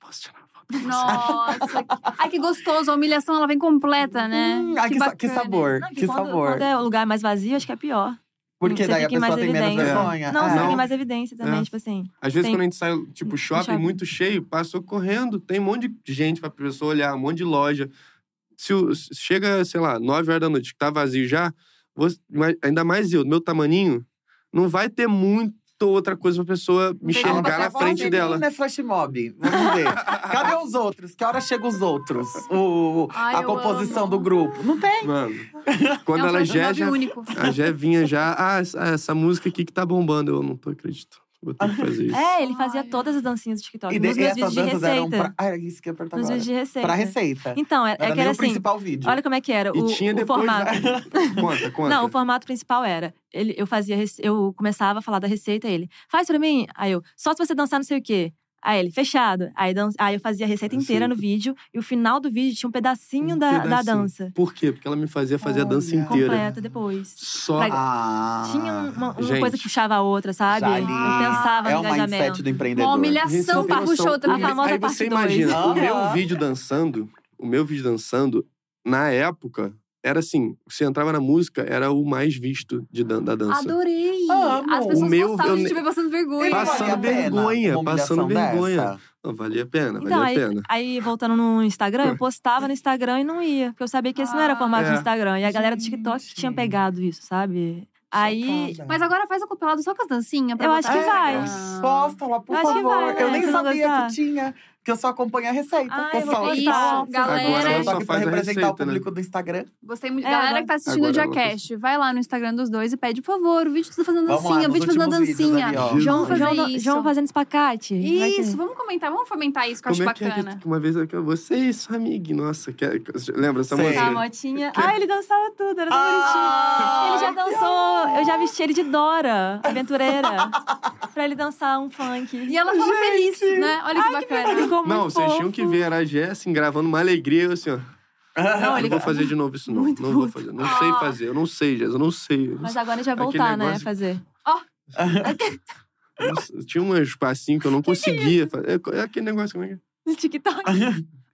Posso tirar uma foto?
Nossa. Ai, que gostoso. A humilhação, ela vem completa, né?
Hum, ai, que, sa- que
bacana.
sabor,
Não,
que
quando,
sabor.
Quando é o lugar mais vazio, acho que é pior.
Porque
você
daí a
fica em mais
pessoa tem menos
evidência.
vergonha.
Não,
É.
você
Não.
tem mais evidência também,
É.
tipo assim.
Às vezes,
Tem.
quando a gente sai, tipo, shopping,
shopping.
muito cheio, passou correndo. Tem um monte de gente pra pessoa olhar, um monte de loja. Se, o- se chega, sei lá, 9 horas da noite, que tá vazio já, você- mas ainda mais eu, do meu tamaninho, não vai ter muito outra coisa pra pessoa me
tem como
enxergar
você
na
falar
frente
assim,
dela.
Né, flash mob. Vamos ver. Cadê os outros? Que hora chega os outros? O,
Ai,
a
eu
composição
amo.
do grupo. Não tem.
Mano, quando
É um
ela
flash
já,
mob
já
único.
A Jé vinha já. Ah, essa, essa música aqui que tá bombando. Eu não tô acreditando. Vou ter que fazer isso.
É, ele fazia
Ai.
todas as dancinhas do TikTok.
E, de-
nos
e
meus
essas
vídeos de
danças eram pra.
receita.
Ah, era isso que eu ia perguntar
Nos
agora.
vídeos de receita.
Pra receita.
Então, é,
Não
é
era
que
nem
era
o
assim.
principal vídeo.
Olha como é que era.
E
o,
tinha
o
depois.
formato.
né? Conta, conta.
Não, o formato principal era. Ele, eu fazia, rece- eu começava a falar da receita, ele. Faz pra mim. Aí eu, só se você dançar não sei o quê. Aí ele, fechado. Aí, dan- aí eu fazia a receita inteira no vídeo, e o final do vídeo tinha um pedacinho,
Um
da, da
pedacinho.
dança.
Por quê? Porque ela me fazia fazer a dança
Olha.
inteira.
Completa depois.
Só.
Vai-
Ah,
Tinha um, uma, uma
Gente.
coisa que puxava a outra, sabe?
já
Eu
li.
pensava
é
no
o mindset
engajamento.
do empreendedor.
Uma
Gente, você
humilhação
não tem
pra puxar
noção.
outra.
A famosa
Aí você
parte dois.
imagina, o meu
Aham.
vídeo dançando, o meu vídeo dançando, na época, era assim: você entrava na música, era o mais visto de dan- da dança.
Ah,
Adorei!
Amo.
As pessoas
O meu-
gostavam, a
eu
gente
ne-
vai passando vergonha.
Ele não
Passando
valia a pena
vergonha,
uma
passando
humilhação
vergonha.
dessa?
Não, valia a pena, valia
Então,
a
aí,
pena.
aí, voltando no Instagram, eu postava no Instagram e não ia. Porque eu sabia que esse não era o formato
Ah, é.
do Instagram. E a galera do TikTok
Gente.
tinha pegado isso, sabe? Aí.
Chocada.
Mas agora faz o compilado só com as dancinhas. pra
Eu
botar É. Ah,
acho que
no
vai.
Instagram.
Posta lá, por
Acho que
favor.
vai, né?
Eu nem
Você não
sabia
gostar?
que tinha, que eu só acompanho a receita.
Ai,
Tô
eu vou
só
postar.
tá,
Isso, galera.
Agora eu
Agora
tô
só
aqui pra
faz
representar
a
o
receita, né?
público do Instagram.
Gostei muito.
É,
Galera
agora-
que tá assistindo o
agora
Diacast, vai lá no Instagram dos dois e pede, por favor, o vídeo tá fazendo
Vamos lá,
dancinha, o
nos
vídeo fazendo
últimos vídeos
dancinha.
ali, ó.
Vamos
João
fazer
João,
é isso.
João fazendo espacate. Vai ter.
Isso, vamos comentar, vamos fomentar isso, que eu acho
Como é que é
bacana.
que uma vez aquela. Você e sua amiga, nossa, que, lembra essa
Sei.
música?
Tá, a motinha. Ah, ele dançava tudo, era tão
Ah,
bonitinho. Ele já dançou. Eu já vesti ele de Dora, aventureira. pra ele dançar um funk.
E ela ficou feliz, né? Olha que bacana.
Ficou é muito
Não, vocês
fofo.
tinham que ver, era a Jé, assim, gravando uma alegria, eu assim, ó.
Não,
Não,
ele-
vou fazer de novo isso, não.
Muito
não
puto.
vou
Ah.
fazer. Não sei fazer, eu não sei, Jess, eu não sei. Eu não
Mas agora a gente vai
Aquele
voltar, né?
negócio-
Fazer.
sei. Tinha um espacinho que eu não conseguia fazer. É, é aquele negócio, como é que é?
No TikTok.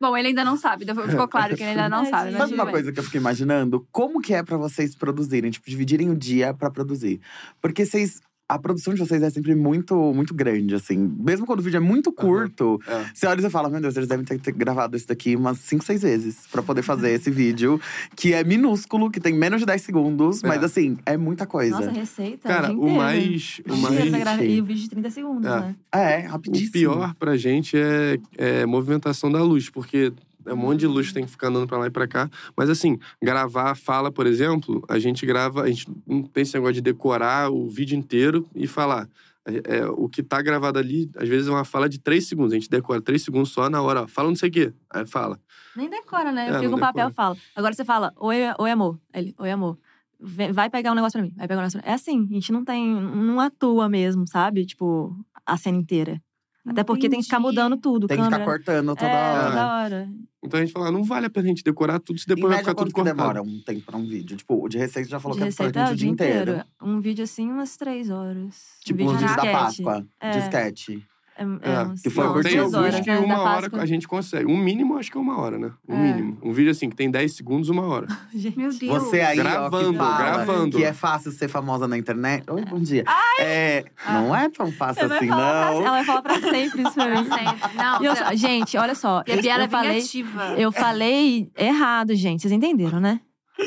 Bom, ele ainda não sabe, deu- ficou claro que ele ainda não
Ai,
sabe. né,
gente.
Mas
Sabe
tudo
uma
bem.
coisa que eu fiquei imaginando? Como que é pra vocês produzirem, tipo, dividirem o dia pra produzir? Porque vocês a produção de vocês é sempre muito muito grande assim. Mesmo quando o vídeo é muito curto,
É.
você olha e você fala: "Meu Deus, eles devem ter ter gravado isso daqui umas 5, 6 vezes pra poder fazer esse vídeo que é minúsculo, que tem menos de 10 segundos, mas
É.
assim, é muita coisa.
Nossa, receita.
Cara,
dia
o
inteiro.
mais.
O
O
dia
mais
pra gravar-
Gente.
E o um vídeo de 30 segundos,
É.
né?
é,
O
rapidíssimo.
pior pra gente é, é movimentação da luz, porque é um monte de luz que tem que ficar andando pra lá e pra cá. Mas assim, gravar a fala, por exemplo, a gente grava, a gente não tem esse negócio de decorar o vídeo inteiro e falar. É, é, o que tá gravado ali, às vezes é uma fala de três segundos. A gente decora três segundos só na hora, ó, fala não sei o quê. Aí fala.
Nem decora, né?
É,
Eu
não
fico um papel e
decora.
falo. Agora você fala, oi, oi amor. Aí Ele, oi, amor. Vem- Vai pegar um negócio pra mim. Vai pegar um negócio pra mim. É assim, a gente não tem. Não atua mesmo, sabe? Tipo, a cena inteira. Até porque tem que ficar
Entendi.
mudando tudo.
Tem que
câmera.
ficar cortando toda
é,
hora.
toda hora.
Então a gente fala, não vale a pena a gente decorar tudo, se
Em
depois vai
média,
ficar tudo
quanto que
cortado.
demora um tempo pra um vídeo? Tipo, o de receita já falou
De
que é
receita
praticamente
o dia inteiro. Um vídeo assim, umas três horas. Um
Tipo, os
de
vídeos da
sketch.
Páscoa, de
É.
sketch.
É, é,
É,
uns-
que foi
não,
curtinho.
tem
três
alguns
horas,
que
né, da
uma hora
Páscoa.
a gente consegue. Um mínimo, acho que é uma hora, né? Um
É.
mínimo. Um vídeo assim, que tem 10 segundos, uma hora.
Gente.
Meu Deus.
Você aí, ó, que
Gravando,
fala
gravando.
que é fácil ser famosa na internet. Oi, bom dia. É, não é tão fácil
Ela vai
assim,
falar pra-
não.
Ela vai falar pra sempre isso pra mim.
Sempre. Não,
E eu
você-
só- gente, olha só.
e a é
eu-
Bia era
eu falei,
vingativa.
eu falei errado, gente. Vocês entenderam, né?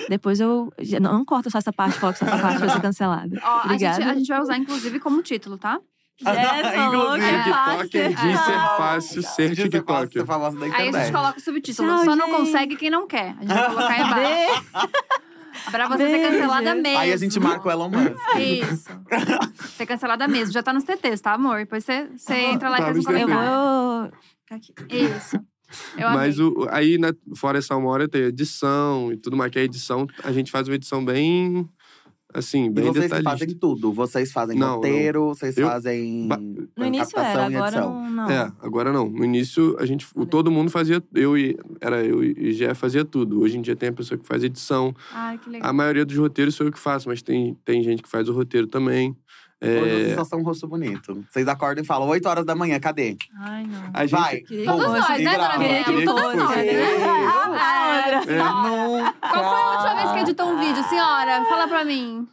Depois eu. Não, não corta só essa parte, coloca só essa parte pra eu ser cancelada.
Ó, a, gente,
Obrigada.
a gente vai usar, inclusive, como título, tá?
Jess falou que
Inclusive,
é fácil.
TikToker diz ser fácil
Diz que
ser
é fácil ser
TikToker.
famosa na
Aí a gente
internet.
coloca o subtítulo.
Tchau,
Só não
gente.
consegue quem não quer. A gente vai colocar aí embaixo.
Beijo.
Pra você ser
Beijo.
cancelada mesmo.
Aí a gente marca o Elon Musk.
Isso. Ser cancelada mesmo. Já tá nos TTs, tá, amor? Depois você, você entra lá
Tá
e faz um
nos TTs.
Eu
comentário.
vou. ficar aqui.
Isso. Eu
Mas
amei.
o, aí, né, fora essa uma hora, tem edição e tudo mais. Que a edição, a gente faz uma edição bem, assim,
E
bem
vocês que
detalhista.
fazem tudo. Vocês fazem
Não,
roteiro, vocês
Eu-
fazem
Ba-
No início era,
captação e
agora
edição.
não. não.
É, agora não. No início, a gente, o, todo mundo fazia, eu e, era eu e Gé fazia tudo. Hoje em dia tem a pessoa que faz edição.
Ai, que legal.
A maioria dos roteiros sou eu que faço, mas tem, tem gente que faz o roteiro também. É,
Hoje vocês só são um rosto bonito. Vocês acordam e falam, 8 horas da manhã, cadê?
Ai, não.
a gente,
Vai.
Queria
Pum,
Todos nós, né,
e
dona
grava.
Queria que
Bia? Todos
fosse,
nós,
né?
né?
Bora.
É.
Nunca.
Qual foi a última vez que editou um vídeo, senhora? Fala pra mim.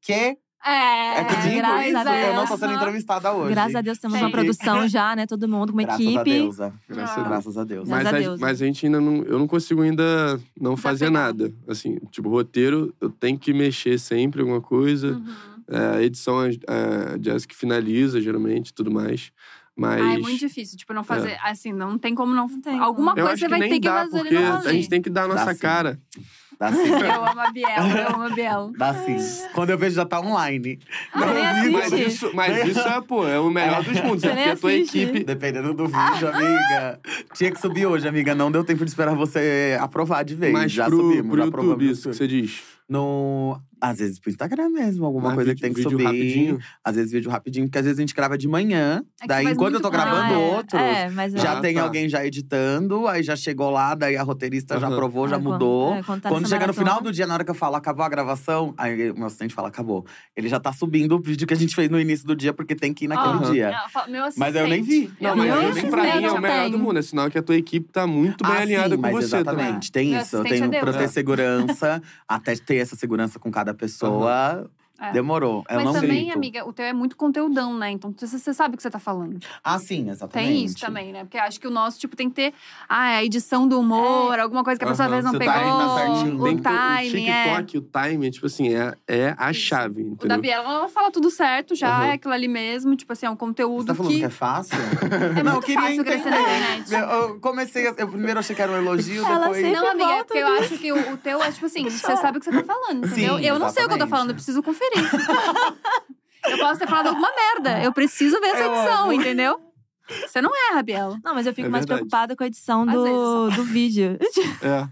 Que?
É,
É que eu digo
graças
isso,
a
eu
Deus.
não tô sendo entrevistada hoje.
Graças a Deus temos
Sim.
uma produção já, né? Todo mundo, com uma
Graças a
equipe.
Deus. é.
graças a Deus.
Graças a Deus.
Graças
Mas
a
a,
Deus,
mas a gente ainda não. Eu não consigo ainda não fazer
Desapegar.
nada. Assim, tipo, roteiro, eu tenho que mexer sempre alguma coisa.
Uhum.
É, A edição, a, a Jazz que finaliza, geralmente, tudo mais. Mas.
Ah, é muito difícil. Tipo, não fazer. Assim, não tem como não.
Não tem como.
Alguma
eu
coisa
acho
você
que
vai
nem
ter que
dá,
fazer
porque
e não fazer.
a gente tem que dar a nossa
Dá sim.
cara.
Dá sim.
Eu amo a Biel, eu amo a Biel.
Dá sim. Quando eu vejo, já tá online.
Ah, nem
Mas
assiste.
isso, mas isso é, pô, é o melhor dos mundos.
Você
É
nem
porque a tua
assiste.
equipe.
Dependendo do vídeo, amiga. Tinha que subir hoje, amiga. Não deu tempo de esperar você aprovar de vez.
Mas
já
pro,
subimos,
pro
já aprovamos.
YouTube, isso que você diz.
No... Às vezes pro Instagram mesmo, alguma
Mas
coisa
Ah, vídeo-
que tem que
vídeo
subir.
rapidinho.
Às vezes vídeo rapidinho, porque às vezes a gente grava de manhã.
É que
daí,
faz
enquanto
muito
eu tô
com calma.
gravando
Ah, é.
outros,
É, mas é.
já
Ah,
tem
tá.
alguém já editando. Aí já chegou lá, daí a roteirista já
Aham.
aprovou, já
É, quando-
mudou.
é, tá
Quando
nessa
chega no
maratona.
final do dia, na hora que eu falo, acabou a gravação, aí o meu assistente fala, acabou. Ele já tá subindo o vídeo que a gente fez no início do dia, porque tem que ir naquele
Aham.
dia.
Não, fa- meu
Mas eu nem
assistente.
vi.
Não,
vi
mas
hoje,
eu nem pra
mas
mim é o
eu
melhor
tenho.
do mundo. É sinal que a tua equipe tá muito bem
Ah,
alinhada
sim,
com
mas
você tá também.
exatamente. Tem
Meu
isso. Eu
assistente
tenho um
é
pra
Deus.
ter segurança, até ter essa segurança com cada pessoa.
É.
Demorou. Eu
Mas
não tipo.
também,
grito.
amiga, o teu é muito conteúdão, né? Então você, você sabe o que você tá falando.
Ah, sim, exatamente.
Tem isso também, né? Porque acho que o nosso, tipo, tem que ter ah, a edição do humor, alguma coisa que a pessoa às
Aham,
vezes não
você
pegou.
tá
aí na certinho.
o
Tem
timing,
que ter-
é.
O TikTok, o timing, tipo assim, é, é a
Isso.
chave,
O da
entendeu?
Biela, ela fela tudo certo já,
Uhum.
é aquilo ali mesmo. Tipo assim, é um conteúdo
Você tá falando que,
que,
é fácil?
é
Não, eu
muito
queria
fácil crescer na
né?
internet.
Eu- Eu comecei… a- Eu primeiro achei que era um elogio,
Ela
depois…
sempre-
Não, amiga, é
volta
porque eu acho que o, o teu é tipo assim, você sabe o que você tá falando,
Sim,
entendeu? eu não sei o que eu tô
exatamente.
falando, eu preciso conferir. eu posso ter falado alguma merda, eu preciso ver essa
Eu
edição,
amo.
entendeu? Você não erra, Biela.
Não, mas eu fico
É
mais
verdade.
preocupada com a edição
Às vezes
do, do vídeo.
É.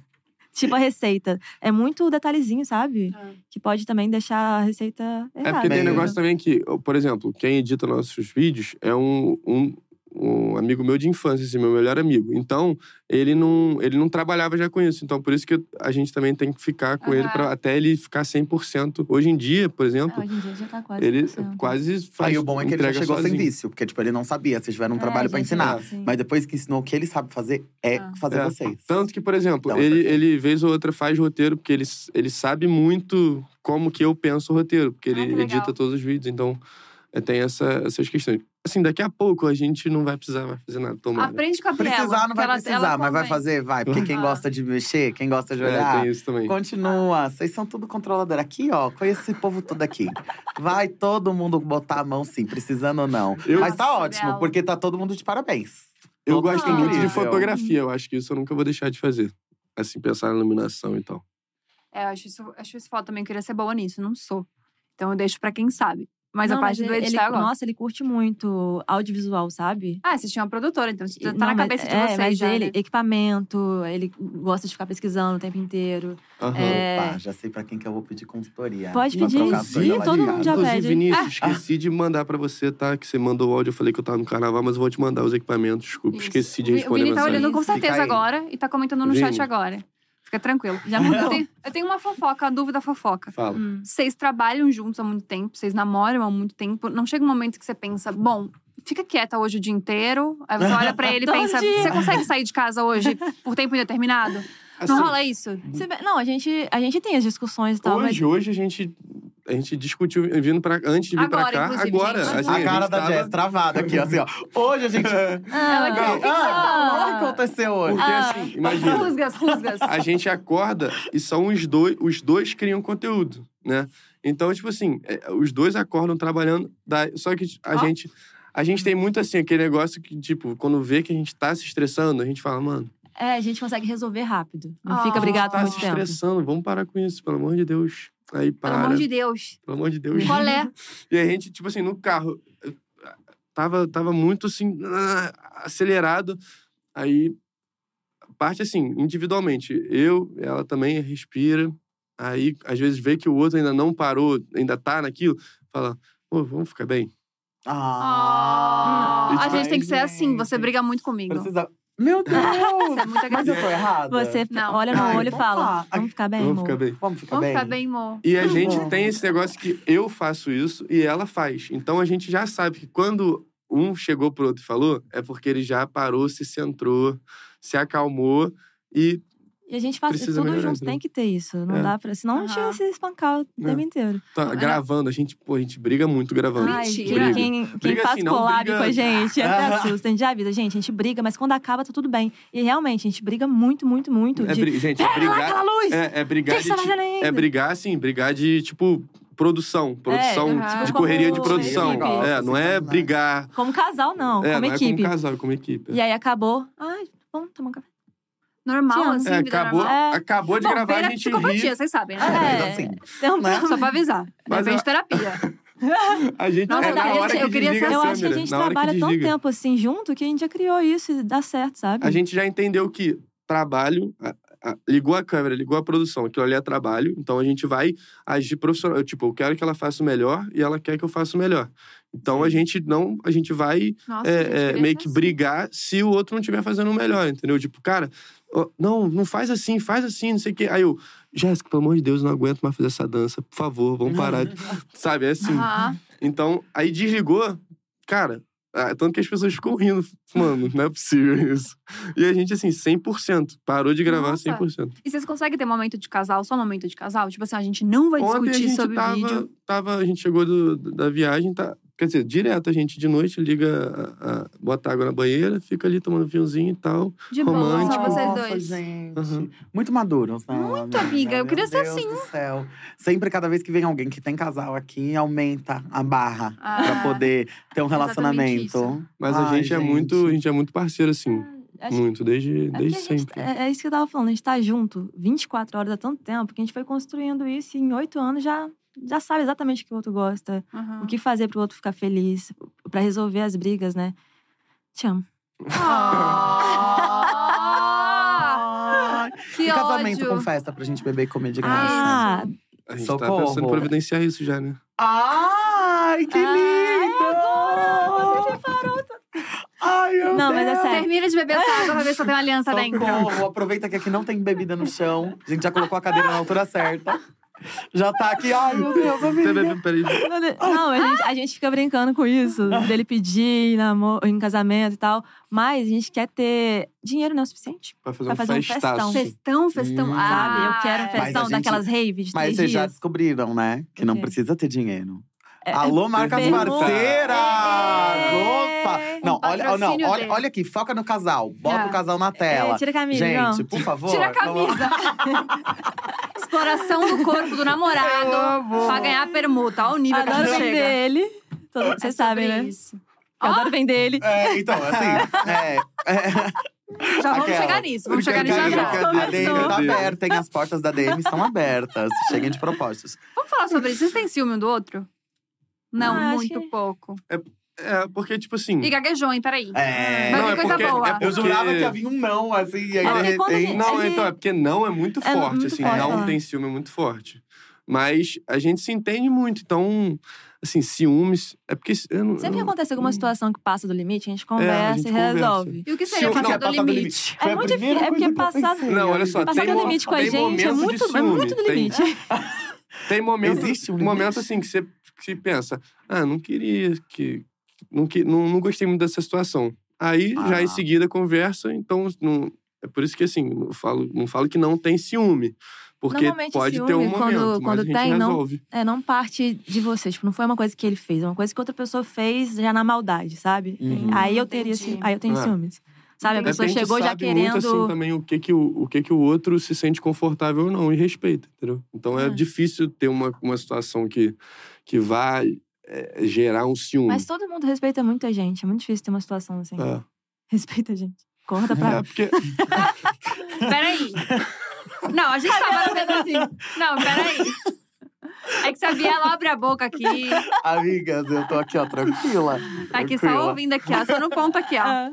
tipo a receita. É muito detalhezinho, sabe?
Ah.
Que pode também deixar a receita errada.
É porque tem
Meio.
negócio também que, por exemplo, quem edita nossos vídeos é um, um, um amigo meu de infância, assim, meu melhor amigo. Então, ele não, ele não trabalhava já com isso. Então, por isso que a gente também tem que ficar com ele
Aham.
pra, até ele ficar 100%. Hoje em dia, por
Ah,
exemplo,
hoje em dia já tá quase.
ele
100%.
quase faz.
Aí o bom é que ele já
entrega
chegou sem
sozinho.
vício, porque, tipo, ele não sabia. Vocês tiveram um
É,
trabalho pra
gente,
ensinar.
assim.
Mas depois que ensinou o que ele sabe fazer, é
Ah.
fazer
É.
vocês.
Tanto que, por exemplo,
Não, é
ele,
perfeito.
ele, vez ou outra, faz roteiro, porque ele, ele sabe muito como que eu penso o roteiro, porque
Ah,
ele
que legal.
edita todos os vídeos, então é, tem essa- essas questões. Assim, daqui a pouco a gente não vai precisar mais fazer nada, tomara.
Aprende com a Biela.
Precisar não vai
porque ela-
precisar,
ela
mas vai
convém.
fazer, vai. Porque quem
Ah.
gosta de mexer, quem gosta de
É,
olhar,
tem isso também.
Continua, vocês são tudo controlador aqui, ó. Conheço esse povo todo aqui. Vai todo mundo botar a mão, sim, precisando ou não.
Eu-
Mas tá
Nossa,
ótimo,
Bel.
porque tá todo mundo de parabéns.
Eu
Todo
gosto
mundo
muito de
incrível.
fotografia, eu acho que isso eu nunca vou deixar de fazer. Assim, pensar na iluminação e tal.
É, eu acho isso, acho isso foda também. Eu queria ser boa nisso, não sou. Então eu deixo pra quem sabe. Mas
Não,
a parte do é
ele-
editar eu
ele,
gosto.
Nossa, ele curte muito audiovisual, sabe?
Ah, você tinha uma produtora, então isso tá
Não,
na
mas-
cabeça de
é,
vocês
mas
já,
ele,
né?
equipamento, ele gosta de ficar pesquisando o tempo inteiro.
Aham.
É.
Opa, já sei pra quem que eu vou pedir consultoria.
Pode
Pra
pedir,
trocar as coisas
sim,
lá
todo
de
mundo
casa.
já
Inclusive,
pede.
Vinícius,
Ah.
esqueci de mandar pra você, tá? Que você mandou o áudio, eu falei que eu tava no carnaval, mas eu vou te mandar os equipamentos, desculpa.
Isso.
Esqueci
O Vi-
de
O
responder
Vini
a
tá
mensagem.
olhando com
Fica
certeza
aí.
agora e tá comentando no
Vini.
chat agora. Fica tranquilo.
Já mandou.
Eu tenho, eu tenho uma fofoca, a dúvida fofoca.
Fala.
Hum.
Vocês trabalham juntos há muito tempo, vocês namoram há muito tempo. Não chega um momento que você pensa, bom, fica quieta hoje o dia inteiro. Aí você olha pra ele e
Todo
pensa,
dia.
você consegue sair de casa hoje por tempo indeterminado?
Assim,
Não rola isso?
Se bem- Não, a gente, a gente tem as discussões e tal, Tá, mas
Hoje, hoje a gente, a gente discutiu vindo pra, antes de vir pra
Agora,
cá.
inclusive,
Agora,
gente.
assim,
A cara
gente
da
tava-
Jess travada aqui, assim, ó. Hoje a gente.
Ela
Não,
quer-
ah,
o que que você
ah,
falou?
o que aconteceu hoje?
Porque
Ah.
assim, imagina.
Rusgas, rusgas.
A gente acorda e são os dois, os dois criam conteúdo, né? Então, tipo assim, é, os dois acordam trabalhando, da- só que a
Ó.
gente a gente tem muito assim aquele negócio que tipo, quando vê que a gente tá se estressando, a gente fala, mano,
é, a gente consegue resolver rápido. Não
Ah.
fica brigado por
tá se
muito tempo.
estressando, vamos parar com isso, pelo amor de Deus. Aí para.
Pelo amor de Deus.
Deus.
Qual é?
E a gente, tipo assim, no carro, eu ah, tava, tava muito assim, acelerado. Aí, parte assim, individualmente, eu, ela também respira. Aí, às vezes, vê que o outro ainda não parou, ainda tá naquilo, fala, pô, vamos ficar bem.
Ah,
Hum.
a gente tem que ser
Ai,
assim, você
gente.
briga muito comigo.
Precisa. Meu Deus!
Você é muito
Mas eu
agressivo.
tô errada.
Você
Não.
olha no
Ai,
olho e
então
fala,
tá.
vamos ficar bem,
vamos
amor?
ficar bem.
Vamos ficar
Vamos
bem?
ficar tá bem, amor.
E a
Tá
gente
bom.
tem esse negócio que eu faço isso e ela faz. Então, a gente já sabe que quando um chegou pro outro e falou, é porque ele já parou, se centrou, se acalmou e
E a gente faz
Precisa
tudo
melhorar,
junto,
né?
tem que ter isso. Não
É.
dá pra. Senão a gente
Aham.
ia se espancar o tempo inteiro.
Tá,
Não, era-
gravando, a gente, pô, a gente briga muito gravando.
Ai,
Briga.
Mentira.
Quem, quem
Briga
faz
assim, não,
collab
briga-
com a gente é até
Ah.
assusta. A gente já avisa, gente, a gente briga, mas quando acaba tá tudo bem. E realmente, a gente briga muito, muito, muito.
É,
de,
bri- gente, é
Pega lá
brigar.
aquela luz! O
É, é
que
brigar
que
de.
você tá fazendo ainda? É,
É brigar, assim, brigar de, tipo, produção. Produção,
aham.
de
Como
correria de
equipe.
produção.
Legal,
É, não é
assim,
brigar.
Como casal, não.
é,
como
não
equipe.
é como casal, é como equipe.
E assim aí acabou. Ai, vamos tomar um café. Te
Normal,
amo.
assim,
É,
vida
acabou,
normal.
normal. É.
acabou de
Bom,
gravar,
pera
a gente
psicopatia,
ri.
vocês sabem, né?
É, mas
É.
assim.
Então,
Né?
Só pra avisar.
Mas
Depende
eu-
de terapia.
A gente
Nossa,
é na
eu
hora
queria- eu
que
queria
desliga
ser-
a
eu acho que a
câmera,
gente
na hora
trabalha
que
tanto
desliga.
tempo assim junto que a gente já criou isso e dá certo, sabe?
A gente já entendeu que trabalho. a- a- ligou a câmera, ligou a produção, aquilo ali é trabalho, então a gente vai agir profissional. Eu, Tipo, eu quero que ela faça o melhor e ela quer que eu faça o melhor. Então a gente não. A gente vai
Nossa, gente,
é, é,
queria
meio
ser
que
assim.
brigar se o outro não estiver fazendo o melhor, entendeu? Tipo, cara, ó, não, não faz assim, faz assim, não sei o quê. Aí eu, Jéssica, pelo amor de Deus, eu não aguento mais fazer essa dança. Por favor, vamos parar. Sabe, é assim.
Aham.
Então, aí desligou, cara, ah, tanto que as pessoas ficam rindo. Mano, não é possível isso. E a gente, assim, 100%. Parou de gravar
Nossa.
100%.
E vocês conseguem ter momento de casal, só momento de casal? Tipo assim, a gente não vai
Ontem a
discutir
gente
sobre vídeo.
tava, tava- A gente chegou do- da viagem, tá... Quer dizer, direto a gente de noite liga, a, a- bota água na banheira, fica ali tomando vinhozinho e tal.
De boa, só
romântico.
vocês
Nossa,
dois.
gente.
Uhum.
Muito maduros, né?
Muito, amiga. Eu
Meu
queria ser
Deus
assim.
do céu. Sempre, cada vez que vem alguém que tem casal aqui, aumenta a barra.
Ah,
Pra poder ter um
exatamente
relacionamento.
Mas a
Ai,
gente, é muito, a gente é muito parceiro, assim.
Acho que-
Muito, desde,
É,
desde
porque a gente-
sempre.
é- é isso que eu tava falando, a gente tá junto 24 horas há tanto tempo que a gente foi construindo isso e em oito anos já, já sabe exatamente o que o outro gosta,
Aham.
o que fazer pro outro ficar feliz, pra resolver as brigas, né? Te amo.
Ah,
Ai,
que
e casamento
ódio.
com festa pra gente beber e comer de graça.
Ah,
A gente tá
Socorro.
pensando em providenciar isso já, né?
Ai, que
Ai,
lindo!
agora você
Ai, Ai, eu
Não, mas é sério.
Termina de beber essa água pra ver se eu tenho aliança
um
da Encom.
Socorro, é aproveita que aqui não tem bebida no chão. A gente já colocou a cadeira na altura certa. Já tá aqui, ai meu Deus, amiga.
Peraí, peraí.
Não, a gente, a gente fica brincando com isso, dele pedir em, namo- em casamento e tal. Mas a gente quer ter dinheiro não o suficiente.
Pra fazer
Pra
um
fazer um festão.
festaço.
Festão, festão.
Hum.
ah,
Sabe? Eu quero um
Mas a
festão
gente-
daquelas raves de
Mas
três
vocês já
dias.
descobriram, né? Que
O
não
É.
quê?
precisa ter dinheiro.
É-
Alô, marcas
Pergunta.
parceiras! Opa!
Um
Não, olha, ó, não,
patrocínio
olha,
dele.
olha aqui, foca no casal. Bota
Ah.
o casal na
É,
tela.
tira a camisa,
Gente,
não.
por favor.
Tira a camisa. Exploração do corpo do
Eu
namorado
amo.
pra ganhar permuta. Olha o nível que a
Adoro
gente
vender
chega.
ele. Todo-
É
Vocês sabem,
sobre
né?
isso.
Eu adoro vender ele.
É, então, assim, é,
Já vamos
Aquela.
chegar nisso. Vamos chegar nisso já
Brincadeira,
já.
já.
brincadeira. A DM tá
Começou.
aberta, hein? As portas da DM estão abertas. Cheguem de propostas.
Vamos falar sobre isso. Vocês têm ciúme um do outro? Não,
Ah, acho
muito
que-
pouco.
É, porque, tipo assim…
E gaguejou, hein? Peraí.
É.
Mas
Não,
que
é
coisa
porque,
boa.
é porque...
Eu
havia um não, assim, e
É porque quando a gente-
Não,
Ele-
então, é porque não é muito
É
forte,
muito
assim.
forte
não
falar.
tem ciúme, é muito forte. Mas a gente se entende muito, então, assim, ciúmes. É porque. Eu não,
Sempre que
eu não-
acontece alguma situação que passa do limite, a gente conversa
É, a gente
e
conversa.
resolve.
E o que seria
Ciúme-
passar
não,
do limite?
É muito difícil. É porque passar,
Não, olha só,
passar
tem
do
mo-
limite com a
um tem
gente é
momentos de
muito, é
ciúme,
muito do
tem-
limite.
Tem momento,
Existe um
um
limite?
momento assim que você que pensa: ah, não queria que. Não, que não, não gostei muito dessa situação. Aí, já
Ah.
em seguida, conversa, então. Não, é por isso que, assim, eu falo, não falo que não tem ciúme. Porque
Normalmente,
pode
ciúme,
ter um momento,
quando-
mas
quando
a gente
tem, não-
resolve.
É, não parte de você. Tipo, não foi uma coisa que ele fez, é uma coisa que outra pessoa fez já na maldade, sabe?
Uhum.
Aí eu teria
Entendi.
ciúme- aí eu tenho
É.
ciúmes. Sabe? A
Entendi.
pessoa
Depende,
chegou já
sabe Muito, assim,
querendo.
também o que que o, o que que o outro se sente confortável ou não e respeita, entendeu? Então é,
É.
difícil ter uma, uma situação que, que vá é, gerar um ciúme.
Mas todo mundo respeita muita gente. É muito difícil ter uma situação assim.
É.
Respeita a gente. Corta pra.
É, porque
Peraí. Não, a gente tava fazendo assim. Não, peraí. É que se a Biela abre a boca aqui,
Amigas, eu tô aqui, ó, tranquila.
tá aqui só
Tranquila.
ouvindo aqui, ó. Só no ponto aqui, ó.
Ah,
É.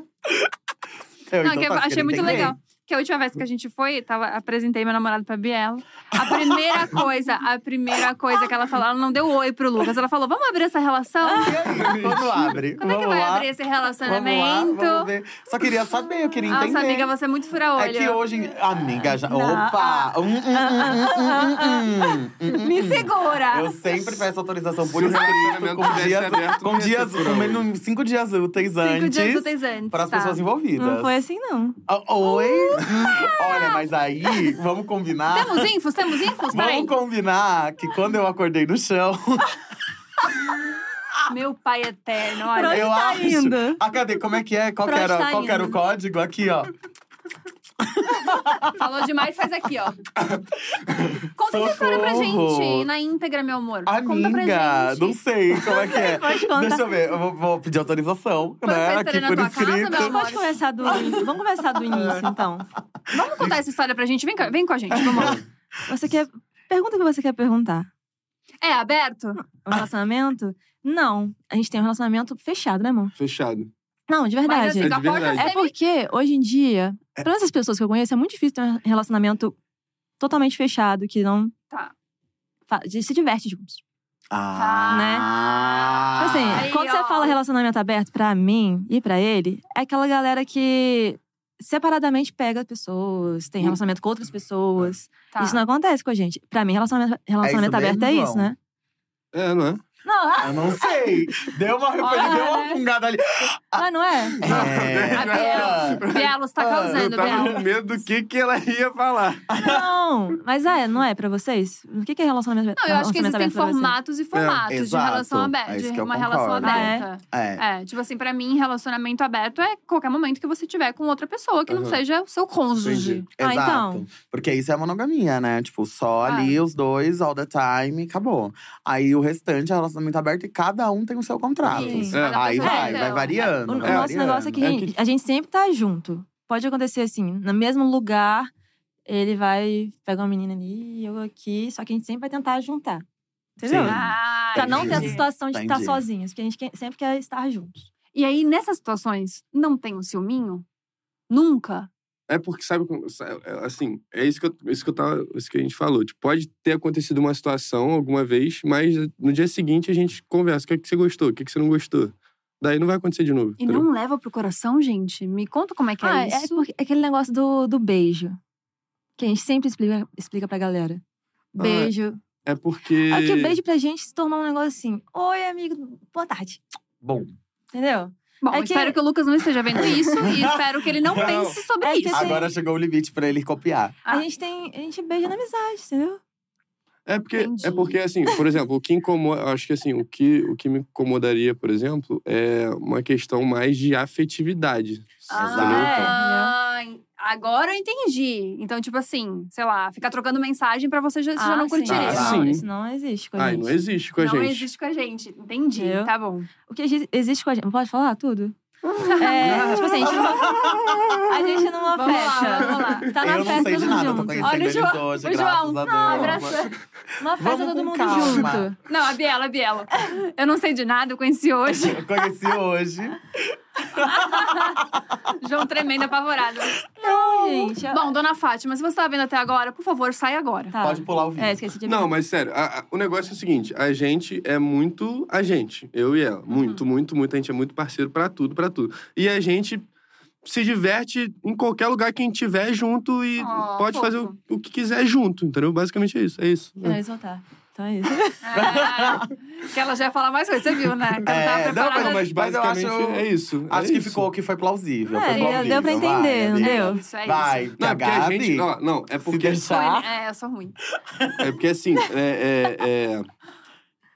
Eu,
Não,
então,
que eu
faço
achei
querer
muito
entender.
legal. Que a última vez que a gente foi, tava, apresentei meu namorado pra Biela. A primeira coisa, a primeira coisa que ela falou, ela não deu oi pro Lucas. Ela falou, vamos abrir essa relação?
E aí, quando abre?
Como é que
Vamos
vai
lá,
abrir esse
Vamos lá,
relacionamento?
vamos ver. Só queria saber, eu queria entender.
Nossa, amiga, você é muito
É que
fura-olho.
hoje… Amiga, já…
Não.
Opa! Hum, hum, hum, hum, hum, hum, hum, hum.
Me segura!
Eu sempre peço autorização por
Se o
escrito,
relacionamento
com
tivesse
dias,
aberto,
com
não ia ser
dias,
por
com
hoje.
menos cinco dias úteis
Cinco
antes,
dias úteis antes.
para as
tá.
pessoas envolvidas.
Não foi assim, não.
Ah, Oi? Hum, Olha, mas aí, vamos combinar.
Temos infos? Temos infos? Peraí.
Vamos combinar que quando eu acordei no chão,
Meu pai eterno,
Pra
olha.
onde
eu
tá
acho.
indo?
Ah, cadê? Como é que é? Qual, que
Pra
era,
onde tá
qual que era o
indo?
código? Aqui, ó.
Falou demais, faz aqui, ó. Conta essa história pra
Socorro.
gente, na íntegra, meu amor. Conta pra
Amiga,
gente.
não sei como é que é.
Pode contar.
Deixa eu ver, eu vou, vou pedir autorização,
Quando
né?
você
Aqui
estaria
por
na tua casa,
escrito.
meu amor?
Pode começar do início. Vamos começar
É.
do início, então.
Vamos contar essa história pra gente? Vem, cá- vem com a gente, vamos lá.
Você quer. Pergunta o que você quer perguntar.
É aberto?
É Um relacionamento? Não. A gente tem um relacionamento fechado, né, amor?
fechado.
Não, de
Mas
verdade.
assim, da
É de
porta
verdade.
É
você
porque hoje em dia, para essas pessoas que eu conheço, é muito difícil ter um relacionamento totalmente fechado, que não
Tá.
fa- de- se diverte juntos.
Ah,
Assim,
Aí,
quando
ó.
você fala relacionamento aberto, pra mim e pra ele, é aquela galera que separadamente pega pessoas, tem
Hum.
relacionamento com outras pessoas.
Tá.
Isso não acontece com a gente. Pra mim, relacionamento, relacionamento aberto
mesmo,
é isso,
João?
né?
É, não é?
Não, ah,
Eu não sei. Deu uma
Tipo assim, Olha,
deu uma
né?
fungada ali.
Ah.
mas não é?
A
É.
Bielo, Bielo, você tá
Ah,
Eu
causando,
tava
Bielo.
com medo do que, que ela ia falar.
Não, mas é, não é pra vocês? O que que é relacionamento aberto?
Não, eu acho que
relacionamento
existem
aberto pra vocês?
formatos e formatos de
É, exato.
relação aberta.
É isso
de
que eu
uma relação
concordo.
Ah,
aberta.
É.
É, tipo assim, pra mim, relacionamento aberto é qualquer momento que você tiver com outra pessoa que não
Aham.
seja o seu cônjuge.
Entendi.
Ah,
Exato.
então.
Porque isso é monogamia, né? Tipo, só ali os dois, all the time, acabou. Aí o restante é relacionamento aberto e cada um tem o seu contrato.
Sim,
É.
cada
Aí
pessoa
vai,
tem
vai
seu.
variando.
O, o
vai
nosso
variando.
negócio é que,
É
a gente sempre tá junto. Pode acontecer assim, no mesmo lugar, ele vai pegar uma menina ali, eu aqui, só que a gente sempre vai tentar juntar. Entendeu?
Sim.
Ah,
Pra não ter
entendi.
essa situação de estar
Entendi.
sozinhos, porque a gente quer- sempre quer estar juntos.
E aí, nessas situações, não tem um ciúminho? Nunca?
É porque, sabe, como- sa- é, assim, é isso que, eu, isso, que eu tava, isso que a gente falou. Tipo, pode ter acontecido uma situação alguma vez, mas no dia seguinte a gente conversa. O que, é que você gostou? O que, é que você não gostou? Daí não vai acontecer de novo.
E
entendeu?
não leva pro coração, gente? Me conta como é que
Ah,
é
é
isso.
porque- aquele negócio do, do beijo. Que a gente sempre explica, explica pra galera. Beijo.
Ah, É porque.
É que beijo pra gente se tornou um negócio assim. Oi, amigo, boa tarde.
Bom,
Entendeu?
Bom,
é que-
espero que o Lucas não esteja vendo isso e espero que ele não,
Não.
pense sobre
É que
isso.
assim-
agora chegou o limite pra ele copiar.
Ah.
A gente tem. A gente beija na amizade, entendeu?
É porque,
Entendi.
é porque, assim, por exemplo, o que incomoda. Acho que assim, o que, o que me incomodaria, por exemplo, é uma questão mais de afetividade. entendeu?
Ah, agora eu entendi. Então, tipo assim, sei lá, ficar trocando mensagem pra você já, você já
Ah,
não
sim.
curtiria.
Ah,
Não,
sim.
Isso não existe com a
Ai,
gente.
não existe com a
não
gente.
existe com a gente. Entendi.
Entendeu?
Tá bom.
O que exi- existe com a gente. Pode falar tudo? é, tipo assim, a gente não, a gente não
Vamos lá,
afeta.
vamos lá.
Tá na
eu não
festa
sei de
todo
nada, eu
junto.
tô conhecendo
Olha o
eles
João-
hoje,
o
graças
João,
a Deus.
não,
Ah,
Não,
graças-
Uma festa
Vamos
todo
com
mundo
calma.
junto.
Não, a Biela, a Biela. Eu não sei de nada, eu conheci hoje.
Eu conheci hoje.
João tremendo, apavorado.
Gente,
Bom, dona Fátima, se você tá vendo até agora, por favor, sai agora.
tá.
Pode pular o vídeo.
É, esqueci de
Não, mas sério, a- a- o negócio é o seguinte: a gente é muito a gente, eu e ela. Muito, muito, muito. A gente é muito parceiro pra tudo, pra tudo. E a gente se diverte em qualquer lugar que a gente tiver junto e
Ó,
pode
fofo.
fazer o, o que quiser junto, entendeu? Basicamente é isso. É isso.
Finalizou, voltar. Então é isso.
Ah, que ela já ia falar mais coisa, você viu, né? Que ela
É,
tava
não,
preparada.
Não, mas
Mas eu
basicamente
acho-
é isso. é
Acho que
isso.
ficou o que foi plausível.
É,
foi
deu
plausível.
pra
vai,
entender, não
amiga.
deu?
É isso, é
Vai,
Não, é porque a
Gabi,
gente. Não, não, é
se
porque.
isso. Foi-
deixar.
É, eu sou ruim.
É porque assim, é, é- é-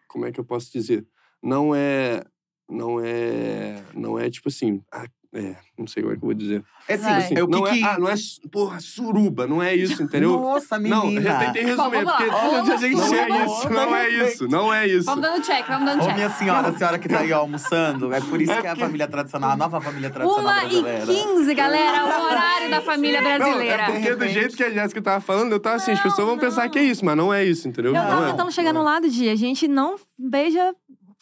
Como é que eu posso dizer? Não é. Não é. Não é tipo assim. ah, é, não sei como é que eu vou dizer.
É assim,
Vai.
Assim,
eu
não
piquei.
é, ah, não é. su- Porra, suruba, não é isso, entendeu?
Nossa, menina.
não, eu tentei resumir,
Bom, vamos lá.
porque.
Olha onde a
gente
não é
chegou.
isso, não é isso, não é isso.
Vamos dando check, vamos dando
Ô,
check.
minha senhora, a senhora que tá aí ó, almoçando, é por isso
É
que é a
porque-
família tradicional, a nova família tradicional
Uma e
tá brasileira.
15, galera, o horário da família
Não,
brasileira.
é porque do jeito que a Jéssica tava falando, eu tava assim, as
Não,
pessoas vão pensar
não.
que é isso, mas não é isso, entendeu?
Eu
não
tava
é.
tentando chegar no lado de a gente não beija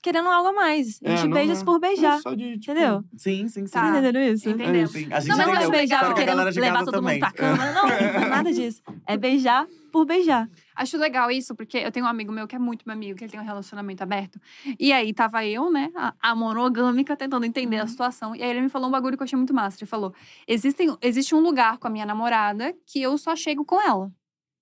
querendo algo a mais. A
É,
gente
não
beija
é.
se por beijar.
É só de, tipo,
Entendeu?
Sim, sim, sim.
Tá.
Entendendo isso?
Entendi.
É
Entendemos.
isso.
Sim, a gente
Não, mas
não é
entendeu.
beijar
Espero que a
galera
querendo
de
levar
casa
todo
também.
mundo pra cama. Não, não é nada disso. É beijar por beijar.
Acho legal isso, porque eu tenho um amigo meu que é muito meu amigo, que ele tem um relacionamento aberto. E aí tava eu, né, a, a monogâmica, tentando entender a situação. E aí ele me falou um bagulho que eu achei muito massa. Ele falou: Existem, existe um lugar com a minha namorada que eu só chego com ela.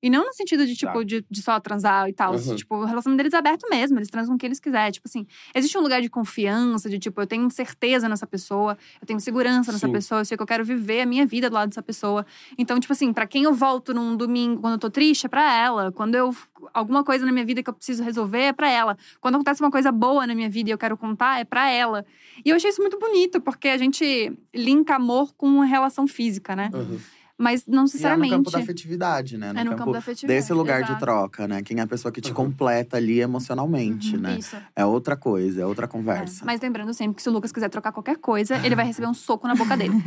E não no sentido de, tipo,
Tá.
de, de só transar e tal.
Uhum.
Tipo, o relacionamento deles é aberto mesmo, eles transam com quem eles quiserem. Tipo assim, existe um lugar de confiança, de tipo, eu tenho certeza nessa pessoa, eu tenho segurança nessa
Sim.
pessoa, eu sei que eu quero viver a minha vida do lado dessa pessoa. Então, tipo assim, pra quem eu volto num domingo quando eu tô triste, é pra ela. Quando eu. Alguma coisa na minha vida que eu preciso resolver, é pra ela. Quando acontece uma coisa boa na minha vida e eu quero contar, é pra ela. E eu achei isso muito bonito, porque a gente linka amor com uma relação física, né?
Aham.
Mas não
E é no
sinceramente.
campo da afetividade, né? No
é no
campo,
campo da afetividade.
desse lugar de
exato.
troca, né? Quem é a pessoa que te
Uhum.
completa ali emocionalmente, né?
Isso. é.
É outra coisa, é outra conversa.
Mas lembrando sempre que se o Lucas quiser trocar qualquer coisa, ele vai receber um soco na boca dele.
Não,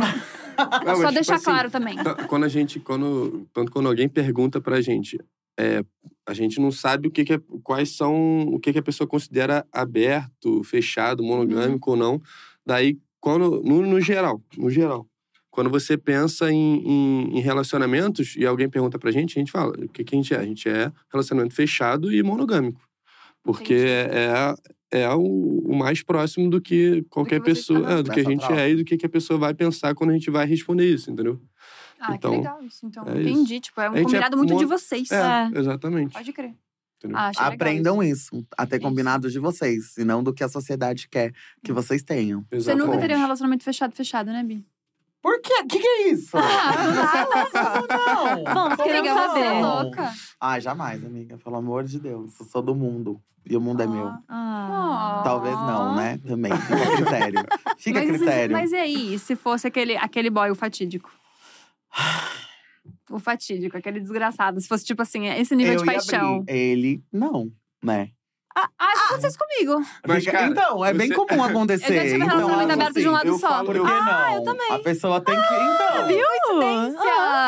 mas,
Só
tipo
deixar
assim,
claro também.
Tá, quando a gente quando tanto quando alguém pergunta pra gente é, a gente não sabe o que, que é, quais são o que, que a pessoa considera aberto fechado
Uhum.
monogâmico ou não daí quando no, no geral no geral quando você pensa em, em- em relacionamentos e alguém pergunta pra gente a gente fala o que que a gente é a gente é relacionamento fechado e monogâmico porque
Entendi.
é é o, o mais próximo do que qualquer
você
pessoa,
espera.
é, do que a
Dessa
gente
troca.
é e do que que a pessoa vai pensar quando a gente vai responder isso, entendeu?
Ah,
então,
que legal isso. Então,
é isso.
entendi. Tipo, é
A
um
gente é
combinado muito de
mono-
vocês.
É, exatamente.
Pode crer.
Entendeu?
Ah, achei legal
Aprendam isso, a ter
Isso. Uhum.
combinado de vocês, e não do que a sociedade quer que vocês tenham.
Você nunca
Exatamente.
teria um relacionamento fechado, fechado, né, Bi?
Por quê? O que, que é isso?
Ah,
não.
Vamos,
Como
queremos
Amiga,
não?
você
saber.
é louca.
Ai, Ah, jamais, amiga. Pelo amor de Deus. Eu sou do mundo. E o mundo é meu.
Ah.
Ah.
Talvez não, né? Também. Fica a critério. Fica a
mas, é
critério.
Mas e aí, se fosse aquele, aquele boy, o fatídico? O fatídico, aquele desgraçado. Se fosse, tipo assim, esse nível
eu
de
ia
paixão.
abrir. Ele, não. Né?
Ah, isso aconteceu isso comigo.
Mas,
Fica-
cara,
então, é bem
você-
comum acontecer.
Eu já tive um
então,
relacionamento
acho
aberto de um lado
eu
só. Ah,
falo, por que não? eu também. A pessoa tem que… Então…